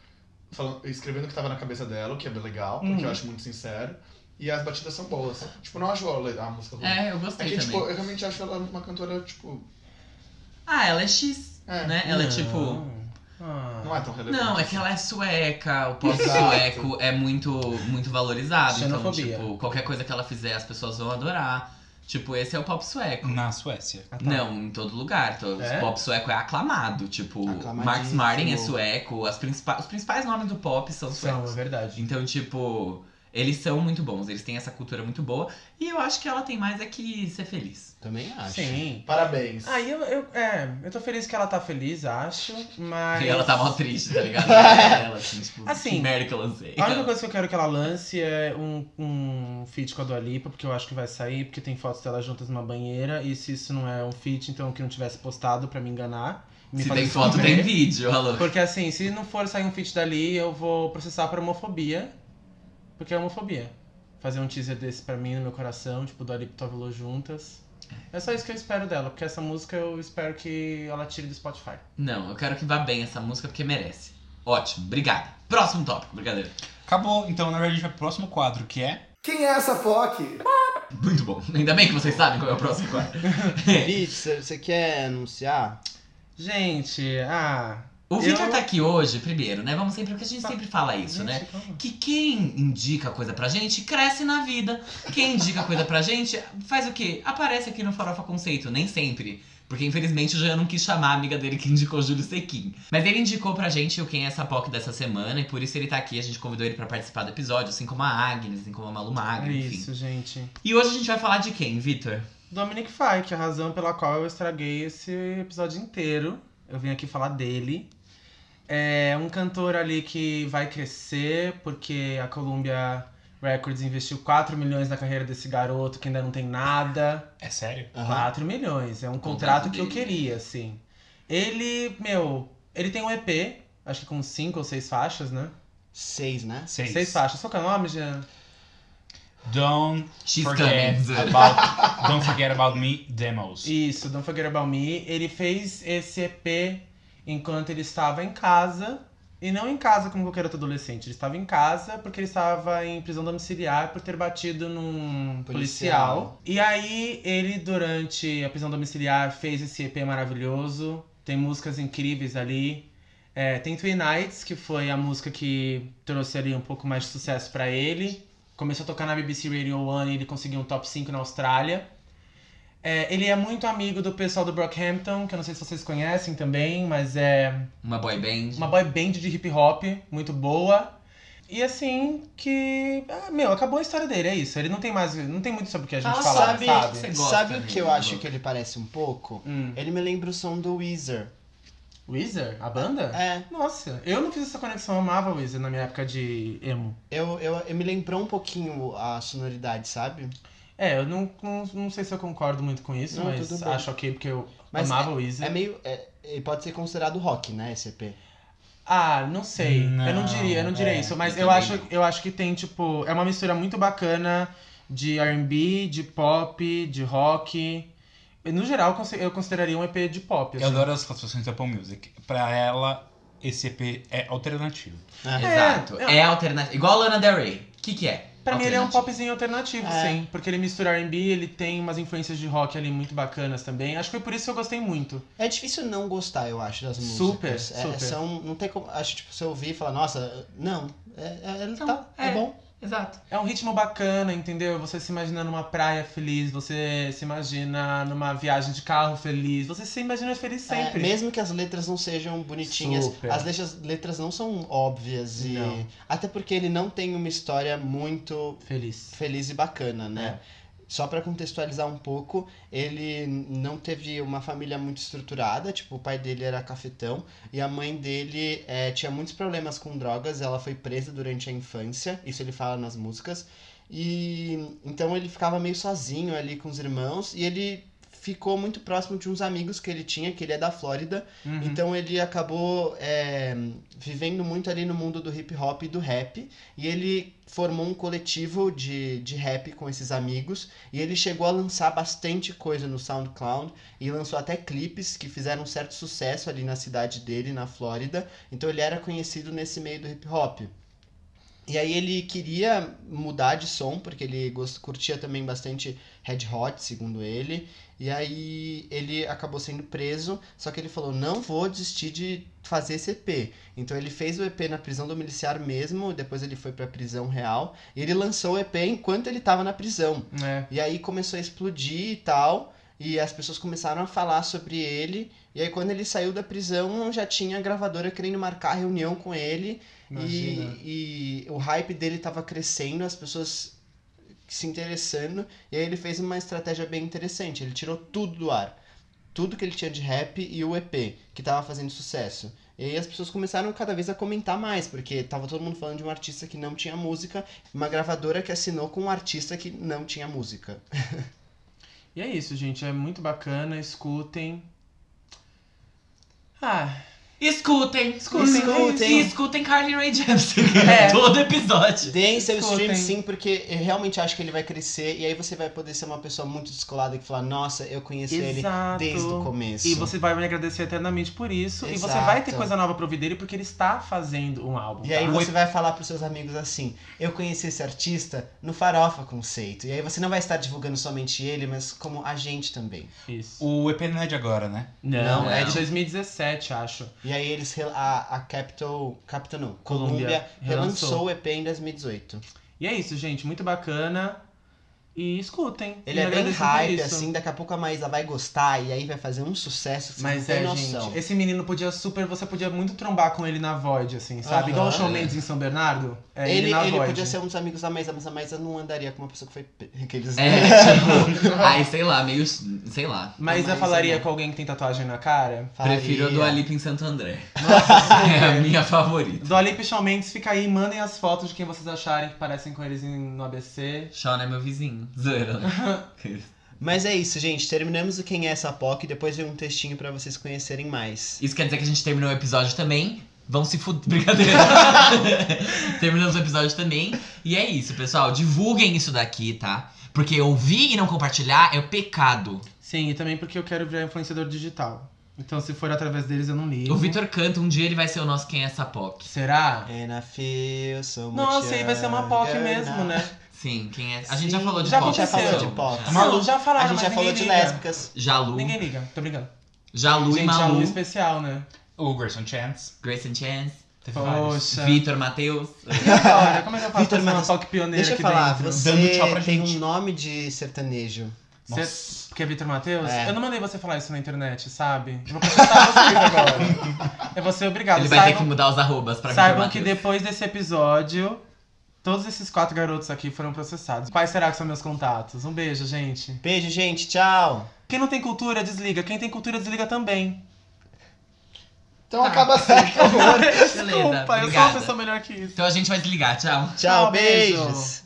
[SPEAKER 4] falando- escrevendo o que tava na cabeça dela, o que é bem legal, porque
[SPEAKER 5] Uhum.
[SPEAKER 4] eu acho muito sincero. E as batidas são boas. Tipo, não acho a, le- a música ruim.
[SPEAKER 3] É, eu
[SPEAKER 4] É
[SPEAKER 3] gostei
[SPEAKER 4] que,
[SPEAKER 3] também.
[SPEAKER 4] tipo, eu realmente acho ela uma cantora, tipo.
[SPEAKER 3] Ah, ela é X,
[SPEAKER 4] É,
[SPEAKER 3] né? Ela é
[SPEAKER 5] Não.
[SPEAKER 3] tipo.
[SPEAKER 5] Ah.
[SPEAKER 4] Não é tão relevante.
[SPEAKER 3] Não, é que ela é sueca, o pop
[SPEAKER 4] Exato.
[SPEAKER 3] sueco é muito, muito valorizado. Então,
[SPEAKER 5] Xenofobia.
[SPEAKER 3] tipo, qualquer coisa que ela fizer, as pessoas vão adorar. Tipo, esse é o pop sueco.
[SPEAKER 1] Na Suécia.
[SPEAKER 5] Ah, tá.
[SPEAKER 3] Não, em todo lugar. Todo,
[SPEAKER 5] É?
[SPEAKER 3] O pop sueco é aclamado. Tipo,
[SPEAKER 2] Aclamadíssimo.
[SPEAKER 3] Max Martin é sueco, as principais, os principais nomes do pop são
[SPEAKER 5] São,
[SPEAKER 3] suecos.
[SPEAKER 5] é verdade.
[SPEAKER 3] Então, tipo, eles são muito bons, eles têm essa cultura muito boa. E eu acho que ela tem mais é que ser feliz.
[SPEAKER 2] Também acho.
[SPEAKER 5] Sim.
[SPEAKER 4] Parabéns.
[SPEAKER 5] Aí eu, eu, é, eu tô feliz que ela tá feliz, acho, mas...
[SPEAKER 3] E ela tá mal triste, tá ligado? ela, assim, tipo,
[SPEAKER 5] Ah, é. Assim,
[SPEAKER 3] que merda que eu lancei.
[SPEAKER 5] A única coisa que eu quero que ela lance é um, um feat com a Dua Lipa, porque eu acho que vai sair, porque tem fotos delas juntas numa banheira, e se isso não é um feat, então que não tivesse postado pra me enganar. Me né?
[SPEAKER 3] Se
[SPEAKER 5] fazer
[SPEAKER 3] tem foto,
[SPEAKER 5] sofrer.
[SPEAKER 3] tem vídeo, alô.
[SPEAKER 5] Porque assim, se não for sair um feat dali, eu vou processar por homofobia. Porque é homofobia. Fazer um teaser desse pra mim no meu coração, tipo, do Alip Tovelo juntas. É só isso que eu espero dela, porque essa música eu espero que ela tire do Spotify.
[SPEAKER 3] Não, eu quero que vá bem essa música porque merece. Ótimo, obrigado. Próximo tópico, brincadeira.
[SPEAKER 1] Acabou, então na verdade a gente vai pro próximo quadro, que é.
[SPEAKER 4] Quem é essa POC?
[SPEAKER 3] Muito bom. Ainda bem que vocês sabem qual é o próximo quadro.
[SPEAKER 2] Vitor, você- você quer anunciar?
[SPEAKER 5] Gente, ah.
[SPEAKER 3] O
[SPEAKER 5] Eu-
[SPEAKER 3] Victor tá aqui hoje, primeiro, né? Vamos sempre, porque a gente
[SPEAKER 5] Tá.
[SPEAKER 3] sempre fala isso,
[SPEAKER 5] gente,
[SPEAKER 3] né?
[SPEAKER 5] calma.
[SPEAKER 3] Que quem indica coisa pra gente cresce na vida. Quem indica coisa pra gente faz o quê? Aparece aqui no Farofa Conceito, nem sempre. Porque infelizmente o Jean não quis chamar a amiga dele que indicou Júlio Sequin. Mas ele indicou pra gente o Quem é essa POC dessa semana, e por isso ele tá aqui. A gente convidou ele pra participar do episódio, assim como a Agnes, assim como a Malu
[SPEAKER 5] É
[SPEAKER 3] Magno, enfim.
[SPEAKER 5] Isso, gente.
[SPEAKER 3] E hoje a gente vai falar de quem, Victor?
[SPEAKER 5] Dominic Fike, a razão pela qual eu estraguei esse episódio inteiro. Eu vim aqui falar dele. É um cantor ali que vai crescer, porque a Columbia Records investiu 4 milhões na carreira desse garoto que ainda não tem nada.
[SPEAKER 1] É sério?
[SPEAKER 2] Aham.
[SPEAKER 5] 4 milhões, é um
[SPEAKER 3] contrato
[SPEAKER 5] contrato que eu
[SPEAKER 3] dele.
[SPEAKER 5] queria, assim. Ele, meu, ele tem um EP, acho que com 5 ou 6 faixas, né?
[SPEAKER 2] Seis, né?
[SPEAKER 1] Seis.
[SPEAKER 5] 6 faixas. Qual que é o nome, Jean?
[SPEAKER 1] Don't
[SPEAKER 3] She's
[SPEAKER 5] é
[SPEAKER 1] forget
[SPEAKER 3] coming.
[SPEAKER 1] about. Don't forget about me demos.
[SPEAKER 5] Isso, Don't Forget About Me. Ele fez esse EP enquanto ele estava em casa. E não em casa como qualquer outro adolescente. Ele estava em casa porque ele estava em prisão domiciliar por ter batido num policial.
[SPEAKER 2] Policial.
[SPEAKER 5] E aí ele, durante a prisão domiciliar, fez esse EP maravilhoso. Tem músicas incríveis ali. É, tem Twin Nights, que foi a música que trouxe ali um pouco mais de sucesso pra ele. Começou a tocar na BBC Radio One e ele conseguiu um top 5 na Austrália. É, ele é muito amigo do pessoal do Brockhampton, que eu não sei se vocês conhecem também, mas é
[SPEAKER 3] Uma boy band.
[SPEAKER 5] uma boy band de hip hop muito boa. E assim que. ah, meu, acabou a história dele, é isso. Ele não tem mais. Não tem muito sobre o que a gente
[SPEAKER 3] Fala
[SPEAKER 5] falar,
[SPEAKER 2] sobre-
[SPEAKER 5] sabe?
[SPEAKER 3] Você gosta,
[SPEAKER 2] Sabe o
[SPEAKER 3] né,
[SPEAKER 2] que eu
[SPEAKER 3] do-
[SPEAKER 2] acho que ele parece um pouco?
[SPEAKER 5] Hum.
[SPEAKER 2] Ele me lembra o som do Weezer.
[SPEAKER 5] Weezer? A banda?
[SPEAKER 2] É,
[SPEAKER 5] Nossa, eu não fiz essa conexão, eu amava Weezer na minha época de emo.
[SPEAKER 2] É, eu, eu, eu me lembrou um pouquinho a sonoridade, sabe?
[SPEAKER 5] É, eu não, não, não sei se eu concordo muito com isso,
[SPEAKER 2] Não,
[SPEAKER 5] mas
[SPEAKER 2] tudo bem.
[SPEAKER 5] acho ok, porque eu
[SPEAKER 2] Mas
[SPEAKER 5] amava
[SPEAKER 2] É
[SPEAKER 5] Weezer.
[SPEAKER 2] meio. é- ele pode ser considerado rock, né, esse EP?
[SPEAKER 5] Ah, não sei. eu não
[SPEAKER 1] Não,
[SPEAKER 5] diria, eu não diria
[SPEAKER 1] é,
[SPEAKER 5] isso, mas
[SPEAKER 3] eu
[SPEAKER 5] eu,
[SPEAKER 3] também
[SPEAKER 5] acho, eu acho que tem tipo, é uma mistura muito bacana de R&B, de pop, de rock. No geral, eu consi- eu consideraria um EP de pop.
[SPEAKER 1] Eu
[SPEAKER 5] assim.
[SPEAKER 1] adoro as classificações da Apple Music. Pra ela, esse EP é alternativo.
[SPEAKER 3] Exato.
[SPEAKER 5] é.
[SPEAKER 3] É, alternativo. Igual a Lana Del Rey. O que, que é?
[SPEAKER 5] Pra mim ele é um
[SPEAKER 3] Alternativo.
[SPEAKER 5] popzinho alternativo,
[SPEAKER 2] É.
[SPEAKER 5] sim, porque ele mistura R&B, ele tem umas influências de rock ali muito bacanas também. Acho que foi por isso que eu gostei muito.
[SPEAKER 2] É difícil não gostar, eu acho, das músicas.
[SPEAKER 5] Super,
[SPEAKER 2] É,
[SPEAKER 5] super.
[SPEAKER 2] são, não tem como, acho, tipo, se eu ouvir e falar, nossa, não, é, é, ele
[SPEAKER 3] Então,
[SPEAKER 2] tá, é.
[SPEAKER 3] é.
[SPEAKER 2] bom.
[SPEAKER 3] Exato.
[SPEAKER 5] É um ritmo bacana, entendeu? Você se imagina numa praia feliz, você se imagina numa viagem de carro feliz, você se imagina feliz sempre.
[SPEAKER 2] É, mesmo que as letras não sejam bonitinhas,
[SPEAKER 3] Super.
[SPEAKER 2] as letras, letras não são óbvias e
[SPEAKER 5] Não.
[SPEAKER 2] até porque ele não tem uma história muito
[SPEAKER 5] Feliz.
[SPEAKER 2] feliz e bacana, né? Só pra contextualizar um pouco, ele não teve uma família muito estruturada, tipo, o pai dele era cafetão e a mãe dele eh, tinha muitos problemas com drogas, ela foi presa durante a infância, isso ele fala nas músicas. E então ele ficava meio sozinho ali com os irmãos e ele ficou muito próximo de uns amigos que ele tinha, que ele é da Flórida,
[SPEAKER 5] Uhum.
[SPEAKER 2] então ele acabou é, vivendo muito ali no mundo do hip hop e do rap. E ele formou um coletivo de, de rap com esses amigos. E ele chegou a lançar bastante coisa no SoundCloud. E lançou até clipes que fizeram um certo sucesso ali na cidade dele, na Flórida. Então ele era conhecido nesse meio do hip hop. E aí ele queria mudar de som, porque ele gost- curtia também bastante Red Hot, segundo ele. E aí ele acabou sendo preso, só que ele falou, não vou desistir de fazer esse EP. Então ele fez o EP na prisão domiciliar mesmo, depois ele foi pra prisão real, e ele lançou o EP enquanto ele tava na prisão.
[SPEAKER 5] É.
[SPEAKER 2] E aí começou a explodir e tal, e as pessoas começaram a falar sobre ele, e aí quando ele saiu da prisão, já tinha a gravadora querendo marcar reunião com ele,
[SPEAKER 5] Imagina.
[SPEAKER 2] e, e o hype dele tava crescendo, as pessoas se interessando, e aí ele fez uma estratégia bem interessante. Ele tirou tudo do ar. Tudo que ele tinha de rap e o EP, que tava fazendo sucesso. E aí as pessoas começaram cada vez a comentar mais, porque tava todo mundo falando de um artista que não tinha música, uma gravadora que assinou com um artista que não tinha música.
[SPEAKER 5] E é isso, gente. É muito bacana. Escutem. Ah,
[SPEAKER 3] Escutem, escutem,
[SPEAKER 2] Escutem.
[SPEAKER 3] escutem, escutem Carly Rae Jepsen.
[SPEAKER 5] É.
[SPEAKER 3] Todo episódio.
[SPEAKER 2] Deem seu
[SPEAKER 5] Escutem.
[SPEAKER 2] é stream sim, porque eu realmente acho que ele vai crescer, e aí você vai poder ser uma pessoa muito descolada que fala, nossa, eu conheço é ele
[SPEAKER 5] exato.
[SPEAKER 2] desde o começo.
[SPEAKER 5] E você vai me agradecer eternamente por isso. E você
[SPEAKER 2] Exato.
[SPEAKER 5] vai ter coisa nova pra ouvir dele, porque ele está fazendo um álbum.
[SPEAKER 2] E aí
[SPEAKER 5] tá?
[SPEAKER 2] você vai falar pros seus amigos assim: eu conheci esse artista no Farofa Conceito. E aí você não vai estar divulgando somente ele, mas como a gente também.
[SPEAKER 5] Isso.
[SPEAKER 1] O EP não é de agora, né?
[SPEAKER 5] Não,
[SPEAKER 3] Não.
[SPEAKER 5] é de 2017, acho.
[SPEAKER 2] E aí eles rel- a, a Capital. Capital não, Columbia,
[SPEAKER 5] Columbia
[SPEAKER 2] relançou
[SPEAKER 5] relançou.
[SPEAKER 2] o EP em 2018.
[SPEAKER 5] E é isso, gente. Muito bacana. E escutem.
[SPEAKER 2] Ele
[SPEAKER 5] E
[SPEAKER 2] é bem
[SPEAKER 5] agradeço por
[SPEAKER 2] hype,
[SPEAKER 5] isso.
[SPEAKER 2] assim, daqui a pouco a Maísa vai gostar e aí vai fazer um sucesso que você não
[SPEAKER 5] Mas
[SPEAKER 2] tem
[SPEAKER 5] é,
[SPEAKER 2] noção.
[SPEAKER 5] gente, esse menino podia super. Você podia muito trombar com ele na Void, assim, sabe?
[SPEAKER 2] Aham.
[SPEAKER 5] Igual o Shawn Mendes em São Bernardo. É ele,
[SPEAKER 2] ele
[SPEAKER 5] na
[SPEAKER 2] ele
[SPEAKER 5] Void.
[SPEAKER 2] podia ser um dos amigos da Maísa, mas a Maísa não andaria com uma pessoa que foi. pe- Que eles...
[SPEAKER 3] É, tipo, ai, sei lá, meio. sei lá.
[SPEAKER 5] Mas eu
[SPEAKER 2] Mas,
[SPEAKER 5] falaria
[SPEAKER 2] né?
[SPEAKER 5] com alguém que tem tatuagem na cara.
[SPEAKER 2] Faria.
[SPEAKER 3] Prefiro a do Alipa em Santo André.
[SPEAKER 5] Nossa,
[SPEAKER 3] É a minha favorita.
[SPEAKER 5] Do Alipe e Shawn Mendes, fica aí, mandem as fotos de quem vocês acharem que parecem com eles em- no ABC.
[SPEAKER 3] Sean é meu vizinho. Zoeira. né?
[SPEAKER 2] Mas é isso, gente. Terminamos o Quem é essa POC. Depois vem um textinho pra vocês conhecerem mais.
[SPEAKER 3] Isso quer dizer que a gente terminou o episódio também. Vão se fuder. Brincadeira. Terminamos o episódio também. E é isso, pessoal. Divulguem isso daqui, tá? Porque ouvir e não compartilhar é pecado.
[SPEAKER 5] Sim, e também porque eu quero virar influenciador digital. Então, se for através deles, eu não ligo.
[SPEAKER 3] O Vitor canta, um dia ele vai ser o nosso Quem é essa POC.
[SPEAKER 5] Será?
[SPEAKER 2] And I feel so much
[SPEAKER 5] Nossa, aí vai ser uma POC
[SPEAKER 2] younger
[SPEAKER 5] mesmo,
[SPEAKER 2] now.
[SPEAKER 5] né?
[SPEAKER 3] Sim, quem é. A gente já falou de então.
[SPEAKER 2] A gente já
[SPEAKER 5] já
[SPEAKER 3] POC.
[SPEAKER 2] falou de
[SPEAKER 5] aconteceu.
[SPEAKER 2] POC.
[SPEAKER 5] Malu, já
[SPEAKER 2] A
[SPEAKER 5] falaram,
[SPEAKER 2] gente já
[SPEAKER 5] mas
[SPEAKER 2] falou de
[SPEAKER 5] ninguém liga.
[SPEAKER 2] lésbicas.
[SPEAKER 3] Jalu.
[SPEAKER 5] Ninguém liga, tô brincando.
[SPEAKER 3] Jalu e
[SPEAKER 5] Gente, a
[SPEAKER 3] Malu.
[SPEAKER 5] luz especial, né?
[SPEAKER 1] O Grayson Chance.
[SPEAKER 3] Grace and Chance.
[SPEAKER 1] Teve vários.
[SPEAKER 5] Poxa.
[SPEAKER 3] Vitor Matheus.
[SPEAKER 5] E agora? Como é que eu faço
[SPEAKER 2] Vitor
[SPEAKER 5] pra ser uma
[SPEAKER 2] Manos,
[SPEAKER 5] POC pioneira
[SPEAKER 2] Deixa eu
[SPEAKER 5] aqui
[SPEAKER 2] falar,
[SPEAKER 5] dentro?
[SPEAKER 2] você
[SPEAKER 1] Dando tchau pra
[SPEAKER 2] tem
[SPEAKER 1] gente.
[SPEAKER 2] um nome de sertanejo.
[SPEAKER 5] Cê-
[SPEAKER 1] Nossa.
[SPEAKER 5] Porque é Vitor Matheus?
[SPEAKER 2] É.
[SPEAKER 5] Eu não mandei você falar isso na internet, sabe? Eu vou processar vocês agora. Eu vou ser obrigado.
[SPEAKER 3] Ele vai ter que
[SPEAKER 5] Saibam-
[SPEAKER 3] mudar os arrobas pra Vitor
[SPEAKER 5] Saibam que
[SPEAKER 3] Matheus.
[SPEAKER 5] depois desse episódio, todos esses quatro garotos aqui foram processados. Quais será que são meus contatos? Um beijo, gente.
[SPEAKER 2] Beijo, gente. Tchau.
[SPEAKER 5] Quem não tem cultura, desliga. Quem tem cultura, desliga também.
[SPEAKER 4] Então
[SPEAKER 3] tá.
[SPEAKER 4] acaba assim.
[SPEAKER 3] Beleza,
[SPEAKER 5] Desculpa, eu sou uma
[SPEAKER 3] obrigada.
[SPEAKER 5] pessoa melhor que isso.
[SPEAKER 3] Então a gente vai desligar, tchau.
[SPEAKER 2] Tchau,
[SPEAKER 5] Tchau, beijo.
[SPEAKER 2] beijos.